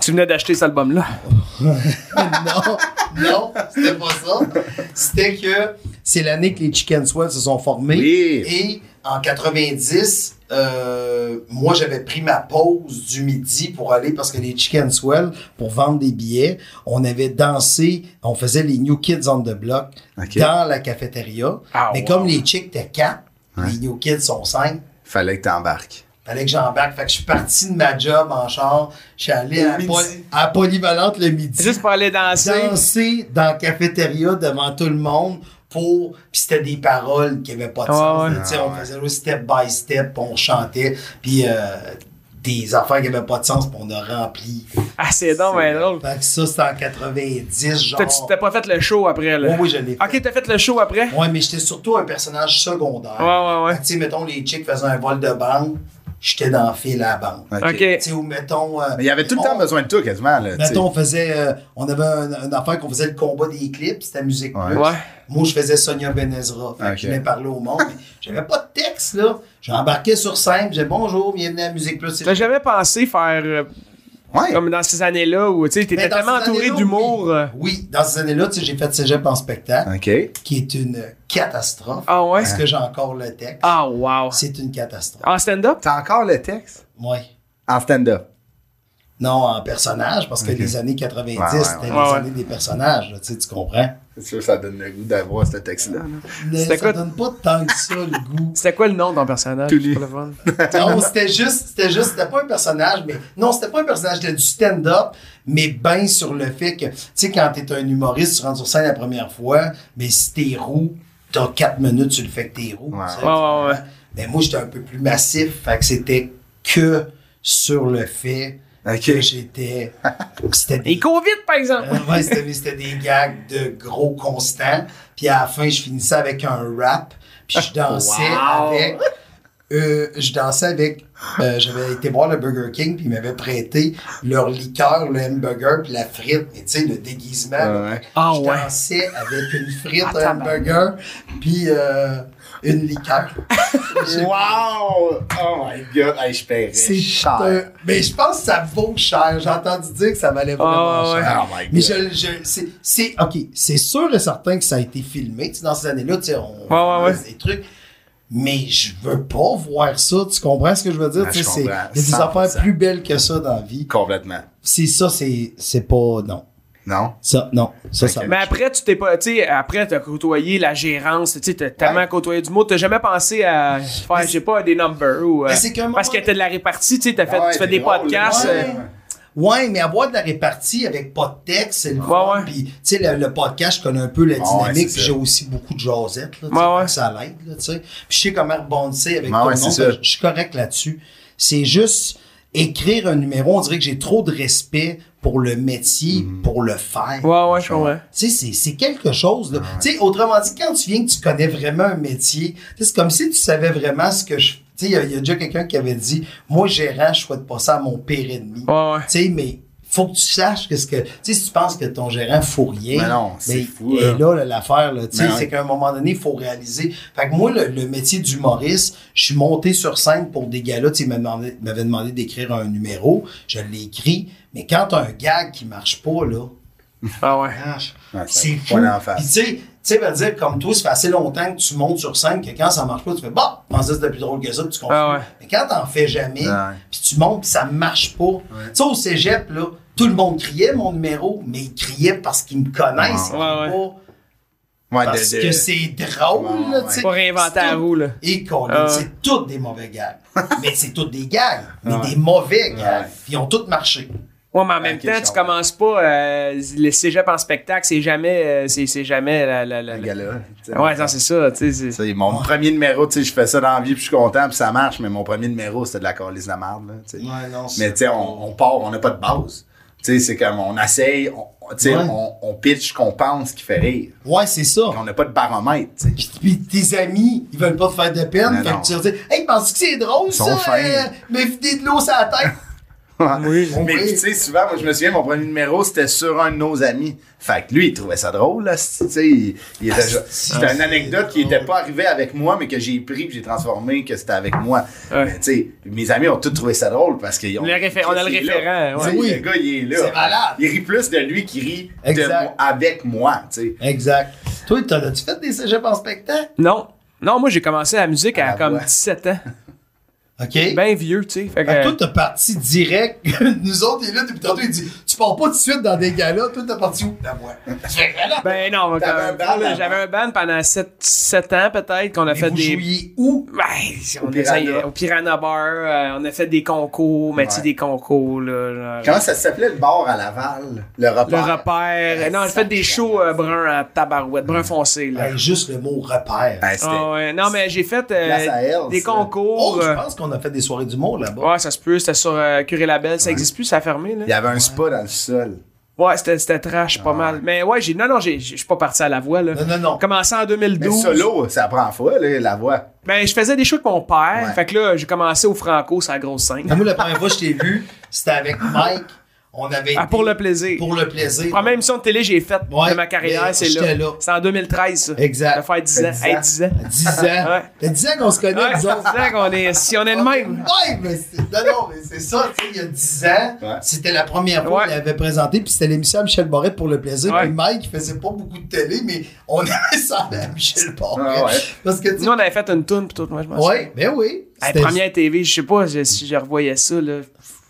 Tu venais d'acheter cet album-là. non, non, c'était pas ça. C'était que c'est l'année que les Chicken Swell se sont formés. Oui. Et en 90, euh, moi, j'avais pris ma pause du midi pour aller parce que les Chicken Swell, pour vendre des billets, on avait dansé, on faisait les New Kids on the Block Ok. dans la cafétéria. Ah, Mais wow. comme les chicks étaient quatre, les New Kids sont cinq. Fallait que t'embarques. Fallait que j'embarque. Fait que je suis parti de ma job en char. Je suis allé à, midi. Poly- à Polyvalente le midi Juste pour aller danser. danser dans la cafétéria devant tout le monde pour puis c'était des paroles qui n'avaient pas de Ouais, sens Ah ouais. là, tu sais, on faisait le step by step puis on chantait puis euh, des affaires qui n'avaient pas de sens puis on a rempli Ah, c'est donc, mais drôle. fait que ça c'était en 90 genre T'as- tu t'as pas fait le show après, là. Ouais, oui, je l'ai fait. Ok, t'as fait le show après? ouais mais j'étais surtout un personnage secondaire Ouais, ouais, ouais. tu sais mettons les chicks faisaient un vol de banque j'étais dans le fil à la banque Ok. Ok. tu sais ou mettons euh, Mais il y avait tout le temps on- besoin de toi, quasiment. Là, tu sais. Mettons, on faisait. euh, on avait un- une affaire qu'on faisait le combat des clips, c'était musique. Ouais. Plus. Ouais. Moi, je faisais Sonia Benezra. Fait Ok. que je venais parler au monde. mais J'avais pas de texte, là. J'embarquais sur scène, j'ai bonjour, bienvenue à Musique Plus. T'as jamais pensé faire euh, Ouais. comme dans ces années-là où tu sais, Mais t'étais Ben, dans tellement ces entouré années-là, d'humour. oui. euh. Oui, dans ces années-là, tu sais, j'ai fait Cégep en spectacle, OK. qui est une catastrophe. Ah ouais? Est-ce que j'ai encore le texte? Ah, wow. C'est une catastrophe. En stand-up? T'as encore le texte? Oui. En stand-up. Non, en personnage, parce que les années 90, Ouais, ouais, c'était ouais. les Ouais, ouais. années des personnages, là, tu sais, tu comprends? C'est sûr, ça donne le goût d'avoir ce texte-là. Mais C'était ça quoi- donne pas tant que ça le goût. C'était quoi le nom de ton personnage? Tout nu. pour le fun? Non, c'était juste, c'était juste, c'était pas un personnage, mais non, c'était pas un personnage, c'était du stand-up, mais ben sur le fait que, tu sais, quand t'es un humoriste, tu rentres sur scène la première fois, mais si t'es roux, t'as quatre minutes sur le fait que t'es roux. Ouais. tu sais. Ouais, ouais, ouais. Mais moi, j'étais un peu plus massif, fait que c'était que sur le fait Ok. que j'étais. C'était des Et Covid, par exemple. euh, ouais, c'était mais c'était des gags de gros constants. Puis à la fin, je finissais avec un rap. Puis je dansais Wow. avec. euh, je dansais avec. euh, J'avais été voir le Burger King, puis ils m'avaient prêté leur liqueur, le hamburger, puis la frite. Mais tu sais, le déguisement. là. Ouais. Ah je ouais. dansais avec une frite, Ah, un hamburger, puis euh, une liqueur. J'ai- Wow! Oh my god! Hey, je paierais C'est cher. un- Mais je pense que ça vaut cher. J'ai entendu dire que ça valait vraiment Ah, ouais. cher. Oh my Mais God. je, je, c'est, c'est, ok, c'est sûr et certain que ça a été filmé. Tu sais, dans ces années-là, tu sais, on Ouais, ouais, faisait des trucs. Mais je veux pas voir ça. Tu comprends ce que je veux dire? Ah, Tu sais, je c'est, il y a comprends. des 100%. affaires plus belles que ça dans la vie. Complètement. C'est ça, c'est, c'est pas, non. Non? Ça, non. Ça, ça. Mais après, tu t'es pas. Tu sais, après, t'as côtoyé la gérance, tu sais, t'as tellement côtoyé du mot, t'as jamais pensé à faire, je sais pas, des numbers ou. Mais euh, c'est qu'à un moment- parce que t'as de la répartie, tu sais, t'as fait, Ouais, tu fais c'est des drôle, podcasts. ouais. euh, Ouais, mais avoir de la répartie avec pas de texte, c'est le fun. ouais. Puis, tu sais, le, le podcast, je connais un peu la Ah ouais, c'est dynamique. ça. puis j'ai aussi beaucoup de jasettes. Là, tu Ouais, sais, ouais. fait que Ça l'aide, là, tu sais. Puis, je sais comment rebondir avec Ah Ouais, tout ouais, le c'est ça. monde. Je- Je suis correct là-dessus. C'est juste écrire un numéro. On dirait que j'ai trop de respect pour le métier, Mm. pour le faire. Ouais, ouais, je comprends. Tu sais, c'est- c'est quelque chose. là. Tu sais, autrement dit, quand tu viens que tu connais vraiment un métier, tu sais, c'est comme si tu savais vraiment ce que je. Tu sais, il y a- il y, a déjà quelqu'un qui avait dit Moi, gérant, je souhaite pas ça à mon pire ennemi. Ouais, ouais. Tu sais, mais faut que tu saches que ce que. Tu sais, si tu penses que ton gérant fout rien. Mais non, c'est ben, fou, Et là, là, l'affaire, là, tu sais, Mais ouais. c'est qu'à un moment donné, il faut réaliser. Fait que moi, le, le métier d'humoriste, je suis monté sur scène pour des gars-là. Tu sais, ils m'avaient demandé- m'avaient demandé d'écrire un numéro. Je l'ai écrit. Mais quand t'as un gag qui marche pas, là. Ah ouais. Vache. Ouais, c'est c'est un fou. poil en face. Puis tu sais, tu sais, veut dire, comme toi, ça fait assez longtemps que tu montes sur scène que quand ça marche pas, tu fais bah, je pensais que c'était plus drôle que ça, puis tu continues. Ah ouais. Mais quand t'en fais jamais, Ouais. puis tu montes, puis ça marche pas. Tu sais, au cégep, là, tout le monde criait mon numéro, mais ils criaient parce qu'ils me connaissent, Ouais, ils criaient ouais. pas Ouais, parce de- de- que c'est drôle, Ouais, là, ouais. tu sais. Pas réinventer la C'est tout- roue, là. et qu'on Ah ouais. c'est toutes des mauvais gags. mais c'est toutes des gags, mais des mauvais gags. Ouais. Puis ils ont tous marché. Ouais, mais en même Ok, temps, je tu comprends. commences pas euh, le cégep en spectacle, c'est jamais. euh, c'est c'est jamais la. la, la- Le la- gars-là, tu sais. Ouais, non, c'est ça, tu sais. c'est- Ça, mon premier numéro, tu sais, je fais ça dans la vie, puis je suis content, puis ça marche, mais mon premier numéro, c'était de la calice de la marde, là, tu sais. Ouais, non, c'est- Mais tu sais, on, on part, on n'a pas de base. Tu sais, c'est comme on essaye, on, tu sais, Ouais. Ah. on, on pitch ce qu'on pense qui fait rire. Ouais, c'est ça. On n'a pas de baromètre, tu sais. Puis- Puis tes amis, ils veulent pas te faire de peine. Mais fait non. que tu leur dis, hey, penses-tu que c'est drôle, Ils sont ça? fins. mais vider de l'eau sur la tête. Oui. On Mais rit. tu sais, souvent, moi, je me souviens, mon premier numéro, c'était sur un de nos amis. Fait que lui, il trouvait ça drôle, là. Tu sais, il, il était genre- c'était Ah, c'est une anecdote qui drôle. n'était pas arrivée avec moi, mais que j'ai pris puis j'ai transformé, que c'était avec moi. Ouais. Mais tu sais, mes amis ont tous trouvé ça drôle parce qu'ils ont. Le réfé- on a le il est là. référent, ouais. Tu sais, Ah Oui. Le gars, il est là. C'est malade. Il rit plus de lui qu'il rit de Exact. moi- avec moi, tu sais. Exact. Toi, t'en as-tu fait des cégeps en spectacle? Non. Non, moi, j'ai commencé la musique à, la comme voix. Ah, 17 ans. OK? Ben vieux, tu sais. Fait que, Fait que toi, t'as parti direct. Nous autres, il est là depuis tantôt. Il dit Tu pars pas tout de suite dans des galas. Toi, t'as parti où La moi. ben non, quand T'avais même un band pas, là. avant. j'avais un band pendant 7, ans peut-être qu'on a fait vous des. jouiez où Ben, on Au a essayé- Piranha. au Piranha Bar, euh, on a fait des concours, mais tu sais, Ouais. des concours, là. genre- Comment ça s'appelait le bar à Laval? Le repas. Le repère. Non, j'ai fait des shows euh, bruns en tabarouette, brun foncé, là. Ben, Juste le mot repère. Ben, c'était- Ah ouais. Non, mais j'ai fait euh, Place à elle, des ça. concours. oh, je euh, pense qu'on a fait des soirées d'humour là-bas. Ouais, ça se peut, c'était sur euh, Curé Label, ça existe plus, ça a fermé là. Il y avait un spa dans le sol. Ouais, c'était c'était trash pas mal. Mais ouais, j'ai non non, j'ai j'ai- je suis pas parti à la voix là. Non, non, non. Commencé en Mais 2012. solo, Ben, ça prend fois, là, la voix. Ben je faisais des shows avec mon père, Ouais. fait que là j'ai commencé au Franco, sa grosse scène. Moi, la première fois que je t'ai vu, c'était avec Mike. On avait. Ah, été- pour le plaisir. Pour le plaisir. Première émission de télé que j'ai faite de Ouais, ma carrière, mais c'est j'étais là. là. C'est en 2013 ça. Exact. Ça fait 10 ans, Ça fait Hey, 10 ans. 10 ans. Ouais. Fait 10 ans qu'on se connaît, Ouais, nous autres. 10 ans qu'on est si on est le même. Ouais, mais c'est- non, non, mais c'est ça, tu sais, il y a 10 ans, Ouais. c'était la première fois Ouais. qu'il avait présenté, puis c'était l'émission à Michel Barret pour le plaisir. Ouais. Puis Mike, il faisait pas beaucoup de télé, mais on aimait ça à Michel Barret. Ah ouais. Parce que, tu Nous on avait fait une tune pis tout, moi je m'en souviens. ouais, ben oui. Hey, C'était- première TV, je sais pas je- si je revoyais ça là.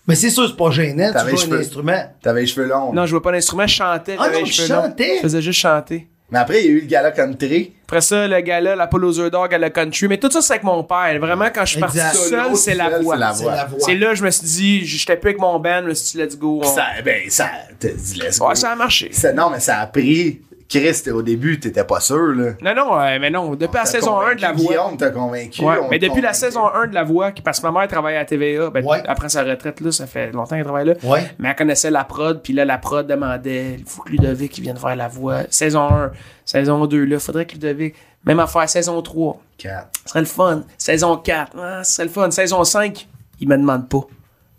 Mais c'est sûr, c'est pas gênant, tu T'avais vois les un cheveux. instrument. T'avais les cheveux longs. Non, je jouais pas d'instrument, je chantais, Ah j'avais non, les tu cheveux longs. chantais? Je faisais juste chanter. Mais après, il y a eu le gala country. Après ça, le gala, la poule aux œufs d'or, gala country. Mais tout ça, c'est avec mon père. Vraiment, quand je suis parti Exact. seul, c'est la Seul, voix. c'est la C'est voix. la voix. C'est là, je me suis dit, j'étais plus avec mon band, je me suis dit, let's go. on- Ça, ben, ça, te dis, laisse Ouais, ça a marché. Non, mais ça a pris. Chris, au début, t'étais pas sûr, là. Non, non, euh, mais non. Depuis la T'as saison 1 de la convaincu voix. Guillaume t'a convaincu. Ouais, on mais t'a depuis la convaincu. saison 1 de la voix, qui- parce que ma mère travaillait à TVA, ben, Ouais. après sa retraite, là, ça fait longtemps qu'elle travaille là. Ouais. Mais elle connaissait la prod, puis là, la prod demandait, il faut que Ludovic il vienne faire la voix. Saison 1, saison 2, là, faudrait que Ludovic. Même affaire, saison 3. Quatre. Ce serait le fun. Saison 4, ah, ce serait le fun. Saison 5, ils me demandent pas.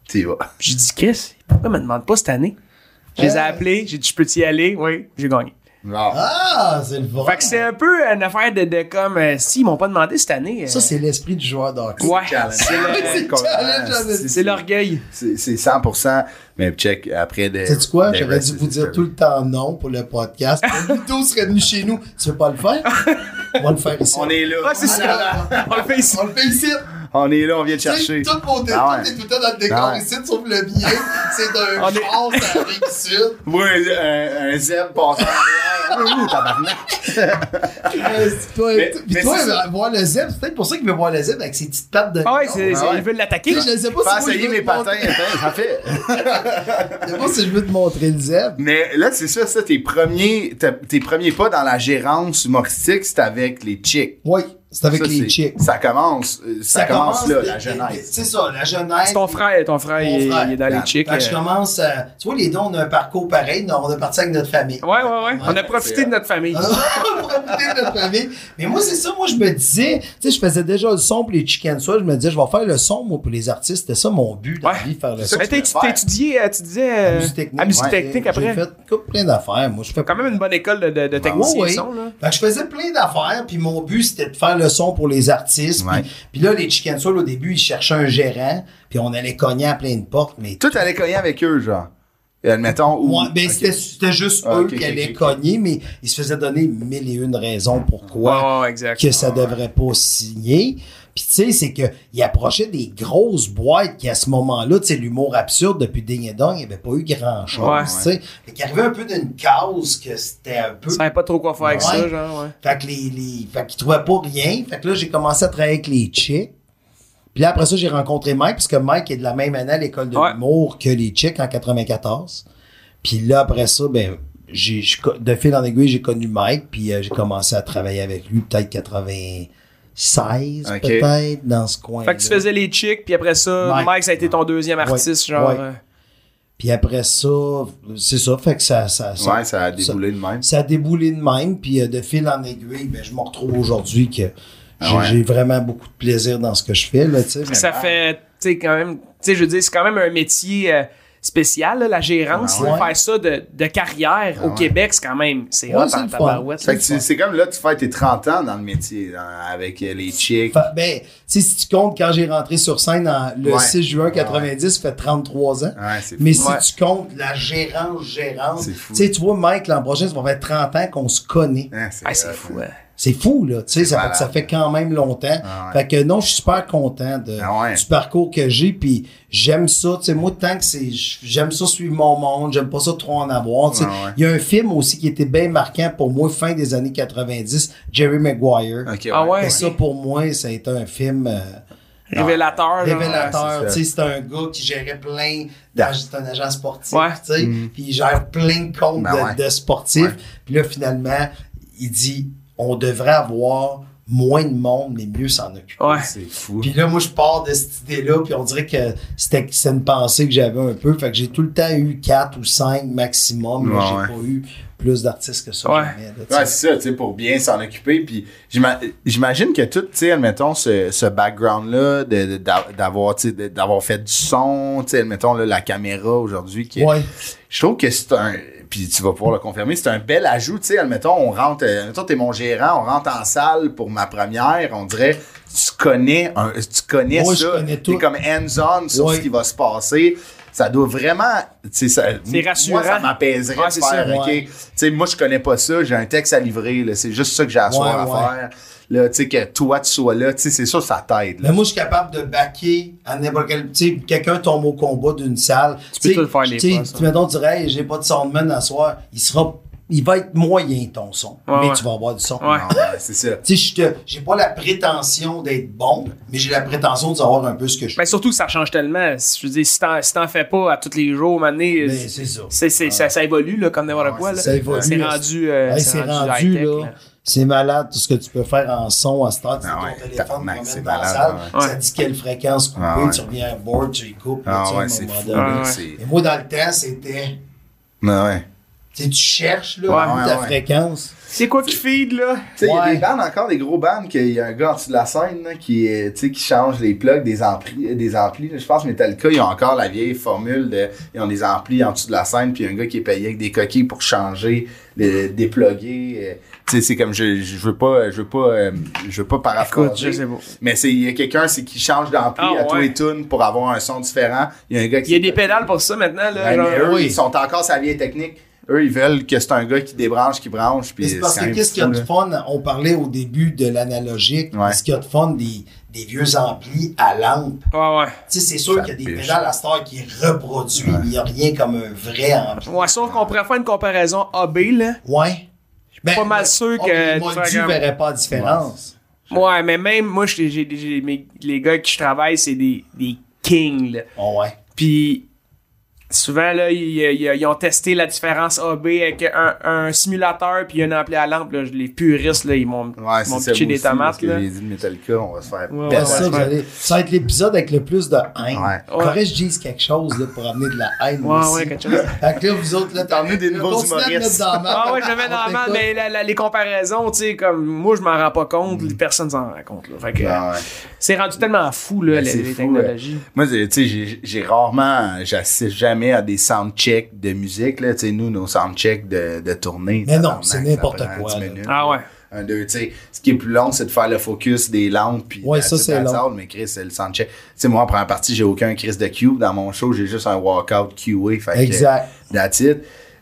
T'y vas. J'ai dit, Chris, pourquoi ils me demandent pas cette année? Je les ai Euh. appelés, j'ai dit, je peux y aller, oui, j'ai gagné. Non. Ah, c'est le vrai. Fait que c'est un peu une affaire de, de comme, euh, s'ils m'ont pas demandé cette année. euh, Ça, c'est l'esprit du joueur d'hockey. Ouais, Challenge. c'est le- C'est challenge, j'avais dit. euh, c'est l'orgueil. C'est c'est 100%. Mais check, après. de- Sais-tu quoi? de- J'aurais dû vous dire tout le temps non pour le podcast. Ludo serait venu chez nous. Tu veux pas le faire? On va le faire ici. On est là. Ouais, c'est Ah là là. ça. On le fait ici. On le fait ici. On est là, on vient te Tu sais, chercher. Tout mon décor Ah ouais. est tout le temps dans le décor Ah ouais. ici, sauf le mien. C'est On un est- char, ça arrive sud. Moi, un- un, un zèbre passe en arrière. Ouh, tabarnak. Euh, c'est toi- Mais- Puis mais toi, euh, c'est ça. voir le zèbre, c'est peut-être pour ça qu'il veut voir le zèbre avec ses petites pattes de. Ah ouais, c'est- Non. c'est- ouais. ils veulent l'attaquer. Tu sais, Je sais Pas pas si moi, je essayer veux mes te patins, hein. montrer- attends, ça fait. Je sais pas si je veux te montrer le zèbre. Mais là, c'est ça, ça, tes premiers, ta- tes premiers pas dans la gérance humoristique, c'est avec les chicks. Oui, c'est avec Ça, les c'est- chicks. Ça commence, euh, ça, commence, là, la jeunesse. C'est ça, la jeunesse. C'est ton frère, ton frère, Mon il, frère. il est dans les chicks. Fait que je euh. commence à- Tu vois, les deux, on a un parcours pareil. non, on est parti avec notre famille. Ouais, ouais, ouais. On a c'est profité de notre famille. Ah, On a profité de notre famille. Mais moi, c'est ça. Moi, je me disais, tu sais, je faisais déjà le son pour les chicken soit Je me disais, je vais faire le son, moi, pour les artistes. C'était ça mon but dans la Ouais. vie, faire le son. Mais t'es- tu veux t'es étudié, euh, tu disais. euh, à musique ouais. technique après. J'ai fait couple- plein d'affaires. Moi, je fais Quand même une bonne école de, de, de technicien oui. son, là. Fait que je faisais plein d'affaires, puis mon but, c'était de faire le son pour les artistes. Ouais. Puis, puis là, les Chicken Soul, au début, ils cherchaient un gérant, puis on allait cogner à plein de portes, mais Tout allait cogner avec eux, genre. Et admettons, ou. Ouais, ben Ok. c'était- c'était juste Ah, eux ok, qui ok, allaient ok. cogner, mais ils se faisaient donner mille et une raisons pourquoi Ouais, ouais, exact. que ça devrait pas signer. Puis tu sais, c'est qu'ils approchaient des grosses boîtes qui, à ce moment-là, tu sais, l'humour absurde depuis Ding et Dong, il n'y avait pas eu grand-chose, Ouais. tu sais. Fait qu'ils arrivaient un peu d'une cause que c'était un peu... Tu savais pas trop quoi faire avec Ouais. ça, genre, ouais. Fait que les, les- fait qu'ils trouvaient pas rien. Fait que là, j'ai commencé à travailler avec les chicks. Puis là, après ça, j'ai rencontré Mike, puisque Mike est de la même année à l'école de Ouais. l'humour que les chicks en 94. Puis là, après ça, ben, j'ai, je co- de fil en aiguille, j'ai connu Mike, puis euh, j'ai commencé à travailler avec lui, peut-être 96, Ok. peut-être, dans ce coin-là. Fait que tu faisais les chicks, puis après ça, Mike, Mike. ça a été ton deuxième artiste, Ouais. genre. Ouais. euh, Puis après ça, c'est ça, fait que ça... ça, ça Ouais, ça a déboulé de même. Ça a déboulé de même, puis euh, de fil en aiguille, ben, je me retrouve aujourd'hui que j'ai ouais. j'ai vraiment beaucoup de plaisir dans ce que je fais, là, tu sais. Puis ça fait, tu sais, quand même, tu sais, je veux dire, c'est quand même un métier euh, spécial, là, la gérance. Ah ouais. là. Faire ça de, de carrière au Québec, c'est quand même, c'est Ouais, hot c'est en le fun. tabarouette. Fait que tu- c'est comme là, tu fais tes 30 ans dans le métier, dans- avec euh, les chicks. Fa- Ben, tu sais, si tu comptes, quand j'ai rentré sur scène en- le Ouais. 6 juin 90, ça fait 33 ans. Ouais, c'est fou. Mais si Ouais. tu comptes la gérance, gérance, C'est tu fou. sais, tu vois, Mike, l'an prochain, ça va faire 30 ans qu'on se connaît. Hein, Ah, c'est hot, fou, hein. ouais. C'est fou, là. Tu sais, ça, fait malade. que ça fait quand même longtemps. Ah ouais. Fait que non, je suis super content de, Ah ouais. du parcours que j'ai. Puis j'aime ça. Tu sais, moi, tant que c'est. J'aime ça suivre mon monde. J'aime pas ça trop en avoir. tu sais. Ah ouais. Il y a un film aussi qui était bien marquant pour moi, fin des années 90, Jerry Maguire. Ok, Ah ouais. Et Ça, pour moi, ça a été un film. euh, Révélateur. genre. euh, révélateur. ouais, Tu c'est sais, c'est un gars qui gérait plein. d'ag- C'est un agent sportif. Ouais. Tu sais, puis il gère plein de comptes Mm. Ben de, ouais. de sportifs. Ouais. Puis là, finalement, il dit on devrait avoir moins de monde, mais mieux s'en occuper. Ouais. C'est fou. Puis là, moi, je pars de cette idée-là, puis on dirait que c'était c'est une pensée que j'avais un peu. Fait que j'ai tout le temps eu 4 ou 5 maximum. mais Ouais, j'ai ouais. pas eu plus d'artistes que ça. Ouais. jamais, là, tu Ouais, sais. c'est ça, tu sais, pour bien s'en occuper. Puis j'ima- j'imagine que tout, tu sais, admettons, ce, ce background-là, de- de- d'a- d'avoir, tu sais, de- d'avoir fait du son, tu sais, admettons, là, la caméra aujourd'hui, qui Ouais. je trouve que c'est un. Puis tu vas pouvoir le confirmer, c'est un bel ajout. Tu sais, admettons, on rentre. euh, Admettons, t'es mon gérant, on rentre en salle pour ma première. On dirait, tu connais, un, tu connais Moi, je ça. connais T'es tout. comme hands-on sur Ouais. ce qui va se passer. Ça doit vraiment. tu sais, ça- rassurant. Moi, ça m'apaiserait Ouais, de c'est faire, ça, OK. ouais. Tu sais, moi, je connais pas ça. J'ai un texte à livrer. là, C'est juste ça que j'ai à soir Ouais, à ouais. faire. Là, tu sais, que toi, tu sois là. Tu sais, c'est sûr, ça t'aide. là. Mais moi, je suis capable de backer à n'importe quel. Tu sais, quelqu'un tombe au combat d'une salle. peux Tu sais, tout faire hein. les tu sais, pas, ça. Tu mettons, tu dirais, Hey, j'ai pas de soundman à soir. Il sera. Il va être moyen ton son. Ouais, mais ouais. tu vas avoir du son. Ouais. Non, Ah ouais, c'est ça. Tu sais, je te- j'ai pas la prétention d'être bon, mais j'ai la prétention de savoir un peu ce que je fais. Mais ben, surtout que ça change tellement. Je veux dire, si t'en, si t'en fais pas à tous les jours, mané, Mais c'est ça. c'est, c'est, ça, ça évolue là, comme n'importe Ouais, quoi. Là. ça évolue, C'est là. rendu. euh, Hey, c'est, c'est rendu, rendu, high-tech, là. là. C'est malade tout ce que tu peux faire en son à cette heure. Tu Ah sais, ouais, ton téléphone, tabarnak, tu c'est le dans la malade, salle, ouais. ça dit quelle fréquence couper, Ah ouais. tu reviens à bord, tu y coupes, là, tu Ah sais, à un ouais, c'est moment fou. donné. Ah ouais. C'est- Et moi, dans le temps, c'était. Ah ouais. Tu sais, tu cherches, là, Ouais, ta ouais, ouais. fréquence. C'est quoi qui feed, là? Tu sais, il y a Ouais. des bandes encore, des gros bandes, qu'il y a un gars en dessous de la scène là, qui, euh, tu sais, qui change les plugs des amplis. euh, Des amplis là. je pense que Metallica, ils ont encore la vieille formule de. Ils ont des amplis en dessous de la scène, puis un gars qui est payé avec des coquilles pour changer, les dépluguer. euh. tu sais, c'est comme je, je veux pas. Je veux pas. euh, je veux pas paraphraser. Écoute, je sais pas. Mais c'est- il y a quelqu'un c'est qui change d'ampli Ah, à tous ouais. les tunes pour avoir un son différent. Il y a un gars qui. Il y a des pédales pour ça maintenant, là. Ouais, genre. Ben, mais eux, oui. ils sont encore sa vieille technique. Eux, ils veulent que c'est un gars qui débranche, qui branche. Mais Puis c'est parce c'est que quand qu'est-ce même qu'il y a fou, de là. fun? On parlait au début de l'analogique. Ouais. Ce qu'il y a de fun des, des vieux amplis à lampe. Ouais, ouais. Tu sais, c'est sûr Ça qu'il y a des piche. pédales à star qui reproduisent, mais il n'y a rien comme un vrai ampli. Ouais, sauf qu'on pourrait faire une comparaison AB, là. Ouais. Ben, pas mal sûr oh, que les tu moldus regardes- verraient pas la différence. Ouais, mais même moi, j'ai, j'ai- j'ai- mes- les gars avec qui je travaille, c'est des, des kings, là. Oh, ouais. Puis souvent, là, ils, ils- ils ont testé la différence AB avec un, un simulateur puis un ampli à lampe. Là, les puristes, là, ils m'ont Ouais, ils c'est m'ont ça, moi pitché des aussi, parce tomates. que Là. J'ai dit de Metallica, on va se faire Ouais, perdre. Ouais, ça, ouais. vous allez- ça va être l'épisode avec le plus de haine. Ouais. Faudrait que je dise quelque chose là, pour amener de la haine. Ouais, aussi. ouais, quelque chose. Fait que là, vous autres, là, T'as amené des là, nouveaux continuez à me humoristes. mettre dans la merde. Ah ouais, je le mets dans la main, mais la- la- les comparaisons, tu sais, comme moi, je m'en rends pas compte, les personnes s'en rendent compte. Là. Fait que, Mm. Ah ouais. C'est rendu tellement fou, là, Mais les, Ben, c'est les fou, euh. technologies. Moi, c'est- tu sais, j'ai- j'ai rarement, j'assiste jamais à des soundchecks de musique, là. Tu sais, nous, nos soundchecks de, de tournée. Mais non, tabarnak, c'est n'importe ça prend quoi, 10 là. minutes, Ah là. ouais. Un, deux, tu sais. Ce qui est plus long, c'est de faire le focus des lampes. Puis Ouais, la- ça, c'est la long. salle, Mais Chris, c'est le soundcheck. Tu sais, moi, en première partie, j'ai aucun Chris de Q. Dans mon show, j'ai juste un walkout QA. Fait que- Exact. That's it.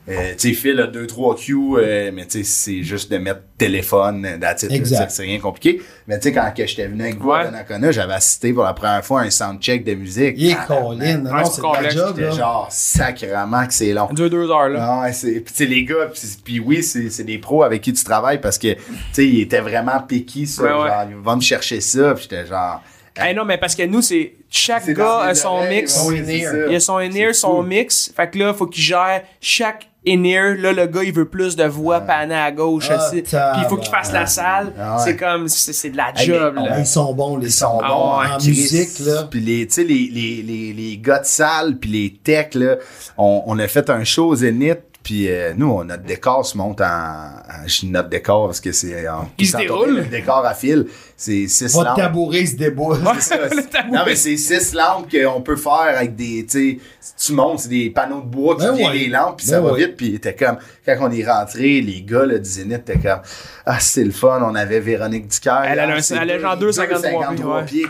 Euh, tu sais, Phil a 2-3 Q, euh, mais tu sais, c'est juste de mettre téléphone, euh, that's it. là. Exact. C'est- C'est rien compliqué. Mais tu sais, quand que j'étais venu avec vous Ouais. à Donnacona, j'avais assisté pour la première fois à un soundcheck de musique. Il est Ah, colline. Non, Ouais, c'est c'est de la complexe, job, C'était là. genre sacrement que c'est long. Deux, deux heures, là. Non, ouais, c'est, puis tu sais, les gars, puis, puis oui, c'est, c'est des pros avec qui tu travailles parce que, tu sais, ils étaient vraiment piqués sur, Ben ouais. genre, ils vont me chercher ça, puis j'étais genre... Eh non, mais parce que nous, c'est chaque C'est dans gars les a son oreilles, mix. ouais, son c'est in-ear. ça. Il y a son in-ear, C'est son fou. mix. Fait que là, faut qu'il gère chaque in-ear. Là, le gars, il veut plus de voix panée à gauche. Ah, aussi. Puis il faut qu'il fasse la salle. Ah ouais. C'est comme, c'est c'est de la Hey, job. mais, là. Ils sont bons, les sons Ah bons ouais, en Chris. musique, là. Puis les, tu sais, les, les, les, les gars de salle, puis les techs, là, on, on a fait un show aux Zénith, puis euh, nous, on- notre décor se monte en. en- je dis notre décor parce que c'est. en- Il se en- déroule. Le décor à fil, c'est six Votre lampes. tabouret se déboule. C'est ça, Le c'est- tabouret. non, mais c'est six lampes qu'on peut faire avec des. Tu sais, si tu montes, c'est des panneaux de bois, tu Ben viens ouais. les lampes, puis ça Ben va ouais. vite. Puis était comme. Quand on est rentré, les gars là, du Zénith étaient comme. Ah, c'est le fun, on avait Véronique Ducaire. Elle a là, un- c'est elle a genre 2,53 2,53 ouais. pieds.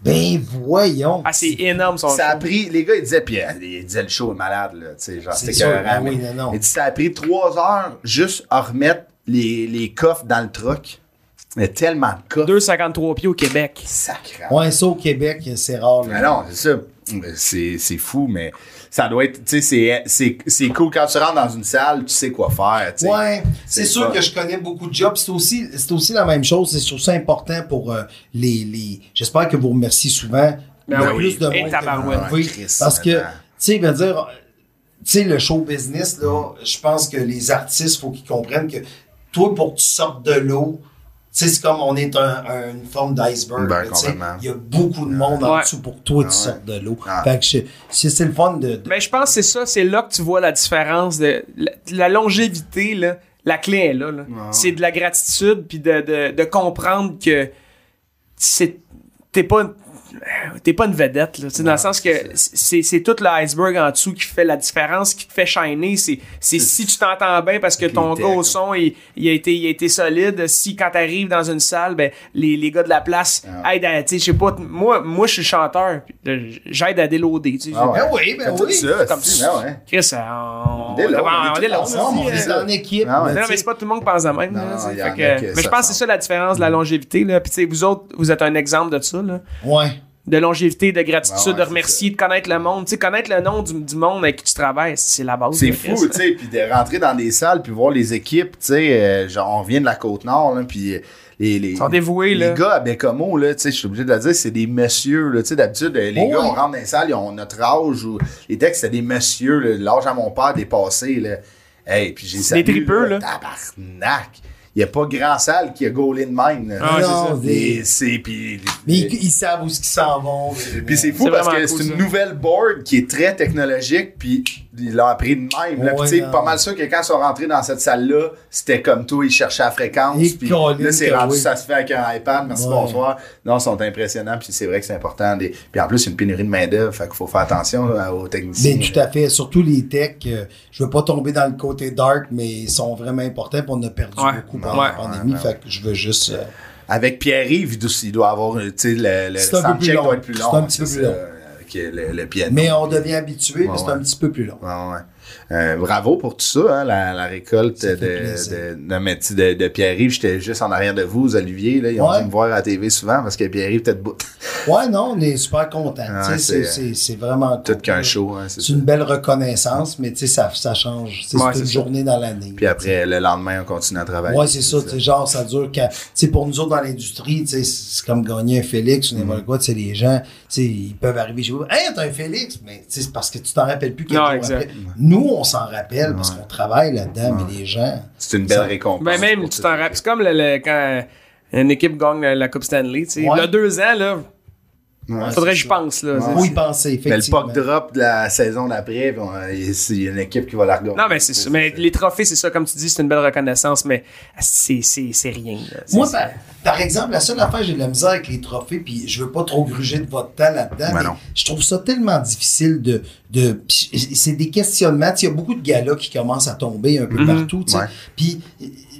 Ben voyons. Ah, c'est énorme son Ça a show. pris, les gars, ils disaient, puis euh, ils disaient le show est malade, là, tu sais, genre, C'est c'était sûr, écœurant, ah oui, mais- non, non. Ils disaient, ça a pris trois heures juste à remettre les, les coffres dans le truck. Il y a tellement de coffres. 2,53 pieds au Québec. Sacré. Ouais, ça au Québec, c'est rare. là. Ah, Mais non, c'est ça. C'est c'est fou, mais ça doit être, tu sais, c'est- c'est c'est cool quand tu rentres dans une salle, tu sais quoi faire, tu sais. Ouais, c'est C'est sûr pas- que je connais beaucoup de jobs. C'est aussi, c'est aussi la même chose. C'est sur ça important pour euh, les, les- J'espère que vous remerciez souvent Ben le oui, plus de et monde que vous tabarouette. pouvez. Ah, Christ, Parce que, tu maintenant. sais, veut dire, tu sais, le show business, là, je pense que les artistes, faut qu'ils comprennent que toi, pour que tu sortes de l'eau, tu sais, c'est comme on est un- un- une forme d'iceberg. Ben, là, tu sais. complètement. Il y a beaucoup de monde en Ouais. dessous pour que toi, Ah, tu sortes de l'eau. Ah. Fait que je- c'est c'est le fun de. de- Mais Ben, je pense que c'est ça, c'est là que tu vois la différence de la, la longévité, là, la clé est là. là. C'est de la gratitude puis de, de, de comprendre que c'est t'es pas une- t'es pas une vedette là, tu sais, dans le sens que c'est c'est tout l'iceberg en dessous qui fait la différence qui te fait shiner c'est c'est si tu t'entends bien parce que ton les gars au techs, son il, il a été il a été solide si quand t'arrives dans une salle ben les, les gars de la place aident à tu sais je sais pas t- moi moi je suis chanteur puis, euh, j'aide à déloader tu sais, Ah ouais. Ben oui, ben Fait tout oui. ça, comme si, ça. ben ouais. Chris, on, On est on- là, on est on tous est là, ensemble, on on est est là. en équipe. Ah ouais. Non, tu non, sais. mais c'est pas tout le monde qui pense de même. Non, là, tu sais. il y en Fait a que- que mais ça je pense que c'est sent. ça Mm. la différence de la longévité. Là. Puis, tu sais, vous autres, vous êtes un exemple de ça. Là. Ouais. De longévité, de gratitude, Ouais, ouais, de remercier, de connaître le monde. Tu sais, connaître le nom du, du monde avec qui tu travailles, c'est la base. C'est là, fou, Chris. tu sais, puis de rentrer dans des salles, puis voir les équipes, tu sais, euh, genre, on vient de la Côte-Nord, là, puis euh, les, les, Ils sont dévoués, là. les gars à Bécamo, là, tu sais, je suis obligé de le dire, c'est des messieurs, là, tu sais, d'habitude, euh, les Oh gars, oui. on rentre dans les salles, ils ont notre âge, ou les textes, c'est des messieurs, là, l'âge à mon père dépassé, là. Hey, puis j'ai salué, tripeux, là. Tabarnak! Il n'y a pas grand salle qui a gaulé de même, là. Ah ouais, Non, c'est ça. des- Et c'est, puis... Mais ils, ils savent où ce qu'ils s'en vont. là. Puis c'est fou C'est parce vraiment que cool, c'est une ça. nouvelle board qui est très technologique, puis ils l'ont appris de même. là. Puis Ouais, tu sais, non. pas mal sûr que quand ils sont rentrés dans cette salle-là, c'était comme tout, ils cherchaient la fréquence. Et Puis Colin là, c'est que rendu, oui. ça se fait avec un iPad, merci, Ouais. bonsoir. Non, ils sont impressionnants, puis c'est vrai que c'est important. des- Puis en plus, c'est une pénurie de main-d'œuvre, fait qu'il faut faire attention là, aux techniciens. Ben, tout à fait. Surtout les techs. euh, je veux pas tomber dans le côté dark, mais ils sont vraiment importants. puis on a perdu Ouais. beaucoup pendant la Ouais. pandémie. Fait que je veux juste. euh, Avec Pierre-Yves, il doit- il doit avoir, euh, tu sais, le, le C'est un peu soundcheck plus long. doit être plus long. C'est un petit peu c'est plus ça, long. Avec euh, le, le piano. mais on devient habitué, mais Ouais, c'est ouais. un petit peu plus long. Ouais, ouais. Euh, bravo pour tout ça, hein, la, la récolte de, fait plaisir. de, de, métier de, de Pierre-Yves. J'étais juste en arrière de vous, Olivier. Là, ils ont Ouais. dû me voir à la TV souvent parce que Pierre-Yves était debout. Ouais, non, on est super contents. Ouais, Tu sais, c'est- c'est- c'est c'est vraiment Tout cool. qu'un show. Hein, c'est C'est ça. une belle reconnaissance, mais tu sais, ça, ça change. Tu sais, Ouais, c'est c'est une ça. journée dans l'année. Puis après, le lendemain, on continue à travailler. Ouais, c'est ça. tu sais, Genre, ça dure quand. Tu sais, pour nous autres dans l'industrie, tu sais, c'est comme gagner un Félix ou n'importe quoi. Tu sais, les gens, tu sais, ils peuvent arriver chez vous. Hey, t'as un Félix! Mais tu sais, c'est parce que tu t'en rappelles plus quelques Non, jours exact. après. Nous, on s'en rappelle parce qu'on travaille là-dedans, mais les gens. C'est une belle Ça- récompense. Ben, même, pour tu tout t'en ça. rappelles. C'est comme le- le- quand euh, une équipe gagne la, la Coupe Stanley. tu sais. Ouais. Il y a deux ans, là, Ah, Ouais, faudrait que c'est je ça. pense. Là, Faut y penser, Mais le effectivement. puck drop de la saison d'après, puis on- il il y a une équipe qui va la regarder. Non, mais c'est ça. Mais les trophées, c'est ça, comme tu dis, c'est une belle reconnaissance, mais ah, c'est c'est- c'est rien. là. C'est- Moi, par, par exemple, la seule affaire, j'ai de la misère avec les trophées, puis je veux pas trop gruger de votre temps là-dedans, Ben mais non. je trouve ça tellement difficile de... de puis c'est des questionnements. Tu sais, Il y a beaucoup de galas qui commencent à tomber un peu partout. tu sais. Mhm. Ouais. Puis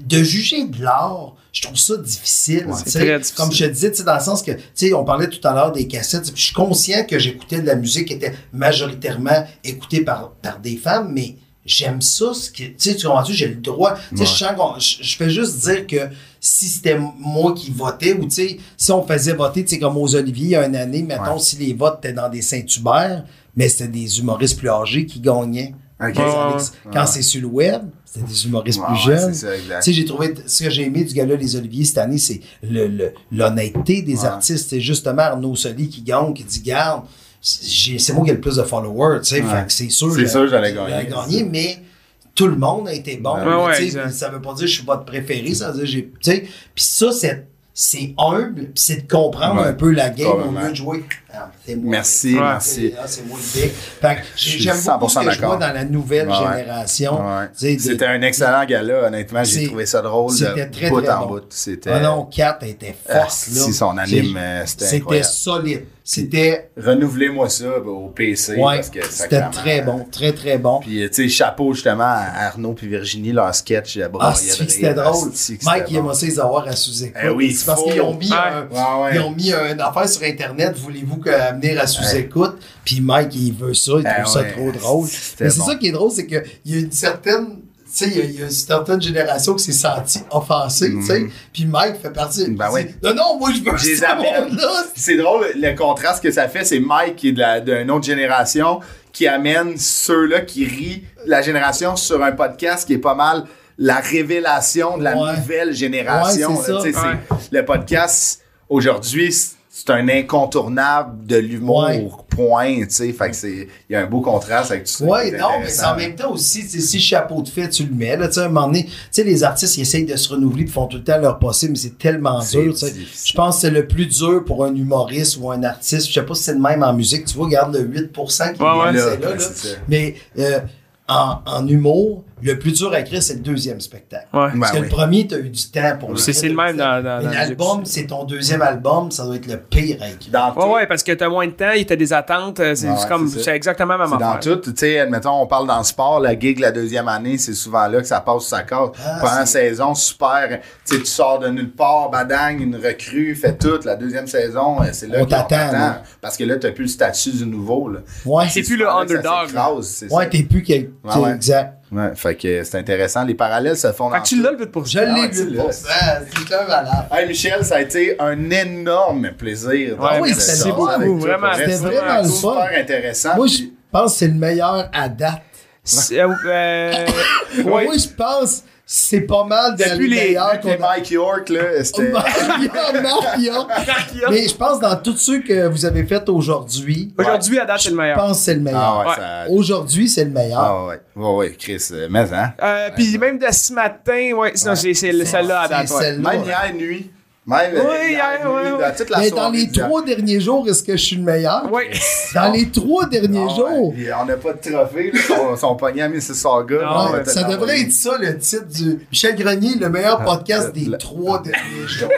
de juger de l'art, je trouve ça difficile. tu sais. c'est très difficile. Comme je te disais, tu sais, dans le sens que, tu sais, on parlait tout à l'heure des cassettes, puis je suis conscient que j'écoutais de la musique qui était majoritairement écoutée par, par des femmes, mais j'aime ça, ce que, tu sais, tu comprends-tu, j'ai le droit, tu sais, je sens qu'on- je, je fais juste dire que si c'était moi qui votais, ou tu sais, si on faisait voter, tu sais, comme aux Olivier, il y a une année, mettons, si les votes étaient dans des Saint-Hubert, mais c'était des humoristes plus âgés qui gagnaient. Ok. Quand, Ouais, quand c'est sur le web, c'était des humoristes Ouais, plus ouais, jeunes. c'est ça, exact. Tu sais, j'ai trouvé ce que j'ai aimé du gars-là, les Oliviers, cette année, c'est le- le- l'honnêteté des artistes. C'est justement Arnaud Soli qui gagne, qui dit Garde, j'ai- c'est moi qui ai le plus de followers. tu sais, fait que C'est sûr, C'est j'ai- sûr, j'allais j'aurais gagner. gagné, mais tout le monde a été bon. Ouais, là, ouais, tu sais, exact. puis ça veut pas dire que je suis votre préféré, ça veut dire que j'ai. tu sais, Puis ça, c'est. C'est humble, puis c'est de comprendre Ouais, un peu la game au probablement. lieu de jouer. Ah, c'est moi. Merci, C'est- merci. ah, C'est moi le dick. Fait que suis j'aime beaucoup ce 100% que je vois d'accord. dans la nouvelle Ouais. génération. Ouais. tu sais, de- C'était un excellent gala, honnêtement. C'est- J'ai trouvé ça drôle. c'était de très, bout très en bon. bout. C'était. Ah non, 4 était Ah, forte, là. si son anime, J'ai- euh, c'était C'était incroyable. solide. C'était, Renouvelez-moi ça bah, au PC. ouais, parce que ça, c'était clairement, très bon, très, très bon. Puis, euh, tu sais, chapeau justement à Arnaud puis Virginie, leur sketch. euh, bon, Ah, il y c'est avait- que c'était drôle. c'est que Mike, c'était il aime bon. aussi les avoir à sous-écoute. Eh oui, c'est parce faut. qu'ils ont mis, Ouais. un- Ouais, ouais. ils ont mis une affaire sur Internet, voulez-vous que- amener à sous-écoute? Puis Mike, il veut ça, il Eh trouve ça ouais, trop drôle. c'était Mais c'est bon. ça qui est drôle, c'est qu'il y a une certaine... Tu sais, il y a- il y, a une certaine génération qui s'est sentie offensée, tu sais. Puis Mike fait partie. Mm-hmm. Ben il ouais. dit, Non, non, moi, je veux Je les ce appelle. monde-là. C'est drôle le contraste que ça fait. C'est Mike qui est de la- d'une autre génération qui amène ceux-là qui rient de la génération sur un podcast qui est pas mal la révélation de la Ouais. nouvelle génération. Ouais, c'est là. ça. Tu sais, c'est- Le podcast aujourd'hui, c'est- c'est un incontournable de l'humour. Ouais. Point. tu sais. Fait que c'est il y a un beau contraste avec tout ça. Oui, C'est non, mais intéressant. en même temps aussi, tu sais, si chapeau de fait, tu le mets. Là, tu sais, à un moment donné, tu sais, les artistes, ils essayent de se renouveler puis font tout le temps leur possible, mais c'est tellement C'est dur. tu sais. difficile. Je pense que c'est le plus dur pour un humoriste ou un artiste. Je sais pas si c'est le même en musique. Tu vois, regarde le 8% qui Ouais, vient ouais. de Là, celle-là, ouais, là. c'est ça. Mais euh, en, en humour, le plus dur à écrire, c'est le deuxième spectacle. Ouais. Ben Parce que oui. le premier, tu as eu du temps pour C'est- l'écrire, c'est le t'as même eu temps. dans- dans- Mais dans la musique L'album, c'est ton deuxième album, ça doit être le pire à écrire. Dans Ouais, tout- ouais, parce que t'as moins de temps, il t'a des attentes, euh, c'est Ouais, c'est comme, c'est ça. c'est exactement la même C'est dans affaire. tout, tu sais, admettons, on parle dans le sport, la gig la deuxième année, c'est souvent là que ça passe sa case. Ah, Pendant la c'est- saison, super, tu sais, tu sors de nulle part, badang, une recrue, fait tout. La deuxième saison, euh, c'est là On qu'on t'attend, là. Parce que là, t'as plus le statut du nouveau, là. Ouais, C'est plus le souvent là que ça underdog, s'écrase, c'est ouais ça. t'es plus quel... Ouais, ouais. exact. Ouais, fait que c'est intéressant. Les parallèles se font Fait dans que tu tout. l'as le 8%. Je l'ai ouais, vu tu pour l'as. ça. C'est un malade. Hey Michel, ça a été un énorme plaisir. Ouais, d'avoir oui, cette c'était chance beaucoup, avec toi. vraiment, Pour vrai, c'était c'est vraiment le super fun. intéressant. Moi, je pense que c'est le meilleur à date. C'est- euh, euh, ouais. Moi, je pense que c'est pas mal de Depuis les les, meilleurs qu'on depuis a. Mike York, là, c'était... Mario, Mario. Mais je pense que dans tous ceux que vous avez fait aujourd'hui, Aujourd'hui, à date, c'est le je meilleur. pense que c'est le Ah meilleur. ouais, Ouais. ça... Aujourd'hui, c'est le meilleur. Ah ouais, ouais, ouais, Chris, euh, mais hein. Euh, Puis même de ce matin, ouais, sinon, c'est c'est celle-là à C'est date. ouais. celle-là. Même hier nuit. Même euh, Oui, hier, hier, ouais, nuit, ouais. dans toute la Mais soirée. dans les d'hier. trois derniers jours, est-ce que je suis le meilleur? Ouais. Dans les trois derniers Ah jours. ouais, puis On n'a pas de trophée, là. on sont pognés à Mississauga. là, Non, on va Ouais, te ça devrait l'envoyer. être ça le titre du Michel Grenier, le meilleur podcast des Ah, le- trois derniers jours.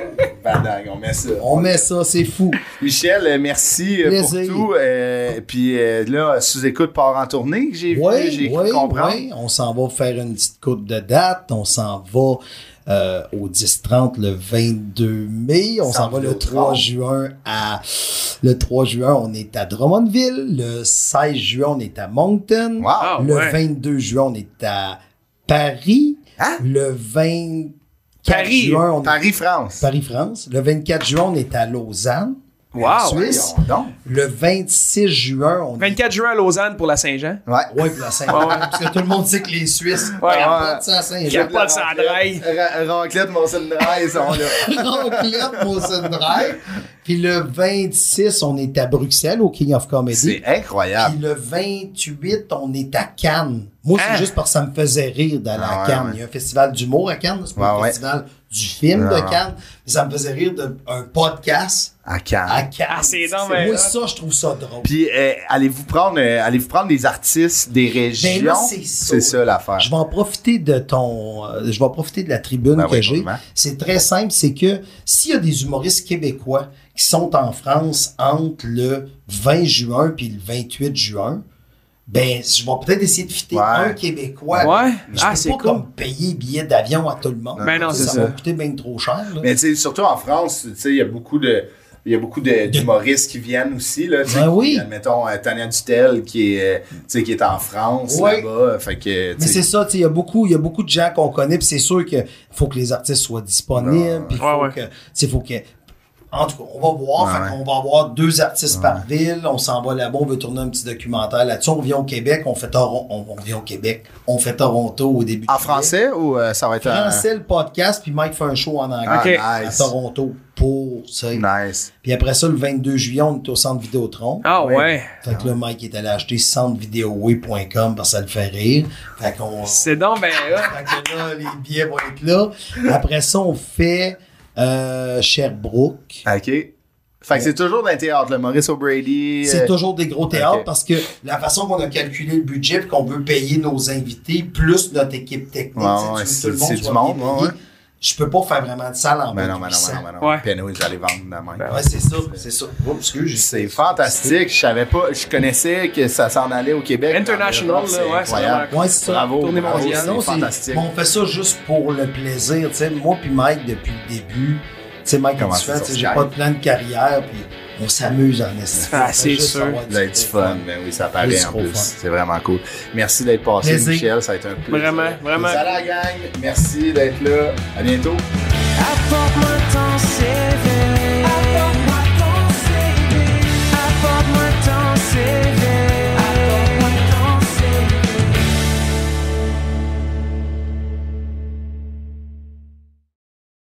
Badang, on met ça. On met ça, c'est fou. Michel, euh, merci euh, Plaisir. pour tout. euh, puis euh, là, sous-écoute part en tournée, que j'ai vu, j'ai Oui, cru oui, comprendre. oui. On s'en va faire une petite coupe de date. On s'en va euh, au 10-30 le 22 mai. On s'en va le 3 juin à... Le 3 juin, on est à Drummondville. Le 16 juin, on est à Moncton. Wow. Ah, le ouais. 22 juin, on est à Paris. Hein? Le 24 Paris. juin, on est Paris-France. Paris-France. Le 24 juin, on est à Lausanne. Wow. Suisse. Voyons donc. Le 26 juin, on est 24 juin à Lausanne pour la Saint-Jean. Ouais. Oui, pour la Saint-Jean. Parce que tout le monde sait que les Suisses, Ouais, ils ouais. apportent ça à Saint-Jean. Capote sa draille. Ra- Raclette, Monson Drive, on l'a. Raclette, Molson Drive. Puis le 26, on est à Bruxelles, au King of Comedy. C'est incroyable. Puis le 28, on est à Cannes. Moi, c'est Hein? juste parce que ça me faisait rire d'aller Ah à ouais, Cannes. ouais. Il y a un festival d'humour à Cannes, c'est pas Ouais, un ouais. festival du film Ouais, de ouais. Cannes. Mais ça me faisait rire d'un podcast À Cannes. à Cannes. Ah, c'est Moi, donc, hein. mais- ça, je trouve ça drôle. Puis euh, allez-vous prendre euh, allez-vous prendre des artistes des régions. Ben là, c'est ça. c'est ça l'affaire. Je vais en profiter de ton. euh, Je vais en profiter de la tribune Ben que oui, j'ai. vraiment. C'est très simple, c'est que s'il y a des humoristes québécois qui sont en France entre le 20 juin puis le 28 juin, ben je vais peut-être essayer de fitter Ouais. un Québécois. Ouais. Mais Je Ah, peux c'est pas cool. comme payer billet d'avion à tout le monde. Ben non, Tu sais, c'est ça. ça. va coûter bien trop cher. là. Mais tu sais, surtout en France, tu sais, il y a beaucoup de il y a beaucoup de- d'humoristes qui viennent aussi là, tu sais, Ben qui- oui. admettons euh, Tania Dutel qui est euh, tu sais qui est en France Ouais. là-bas, euh, fait que tu Mais sais, c'est ça, tu sais, il y a beaucoup, il y a beaucoup de gens qu'on connaît, puis c'est sûr que faut que les artistes soient disponibles, puis Ouais, faut ouais. que, tu sais, faut que, en tout cas, on va voir, Ouais, fait qu'on va avoir deux artistes par ville, on s'en va là-bas, on veut tourner un petit documentaire là-dessus, on vient au Québec, on fait Toronto, on, on vient au Québec, on fait Toronto au début. en du juillet. français ou euh, ça va être en- Français le podcast, puis Mike fait un show en anglais Ah, Ok. nice. à Toronto. pour, tu sais. Nice. Puis après ça, le 22 juillet, on était au centre Vidéotron. Ah ouais. Fait que là, Mike est allé acheter centrevideoway.com parce que ça le fait rire. Fait qu'on. C'est donc ben là. Fait que là, les billets vont être là. Après ça, on fait euh, Sherbrooke. OK. Fait que c'est toujours dans le théâtre, le Maurice O'Brady. C'est euh, toujours des gros théâtres ok. parce que la façon qu'on a calculé le budget, puis qu'on veut payer nos invités, plus notre équipe technique, Ouais, ouais, tu sais, c'est- tu veux que c'est tout le du monde, monde soit bien payé. ouais, ouais. Je peux pas faire vraiment de salle en Ben bas non, de ben non, 800. ben non, ben non. Ouais. Piano, ils allaient vendre la main. Ouais, c'est ça, c'est ça. Oups, excuse, j'ai- C'est fantastique. Je savais pas, je connaissais que ça s'en allait au Québec. International, C'est là, ouais, c'est incroyable. vraiment Ouais, c'est ça. Bravo. Tournée bravo, mondiale. C'est Ah Sinon, c'est- fantastique. bon, on fait ça juste pour le plaisir. tu sais. moi puis Mike, depuis le début, tu sais, Mike, Comment comme tu c'est fais, sur tu sais, j'ai Skype? pas de plan de carrière, puis on s'amuse en estime. Ah, c'est sûr. Vous avez du fun, ben oui, ça Oui, paraît c'est en trop plus. fun. C'est vraiment cool. Merci d'être passé, Plaisir. Michel. Ça a été un plaisir. Vraiment, vraiment. Salut la gang. Merci d'être là. À bientôt. Apporte-moi ton CV.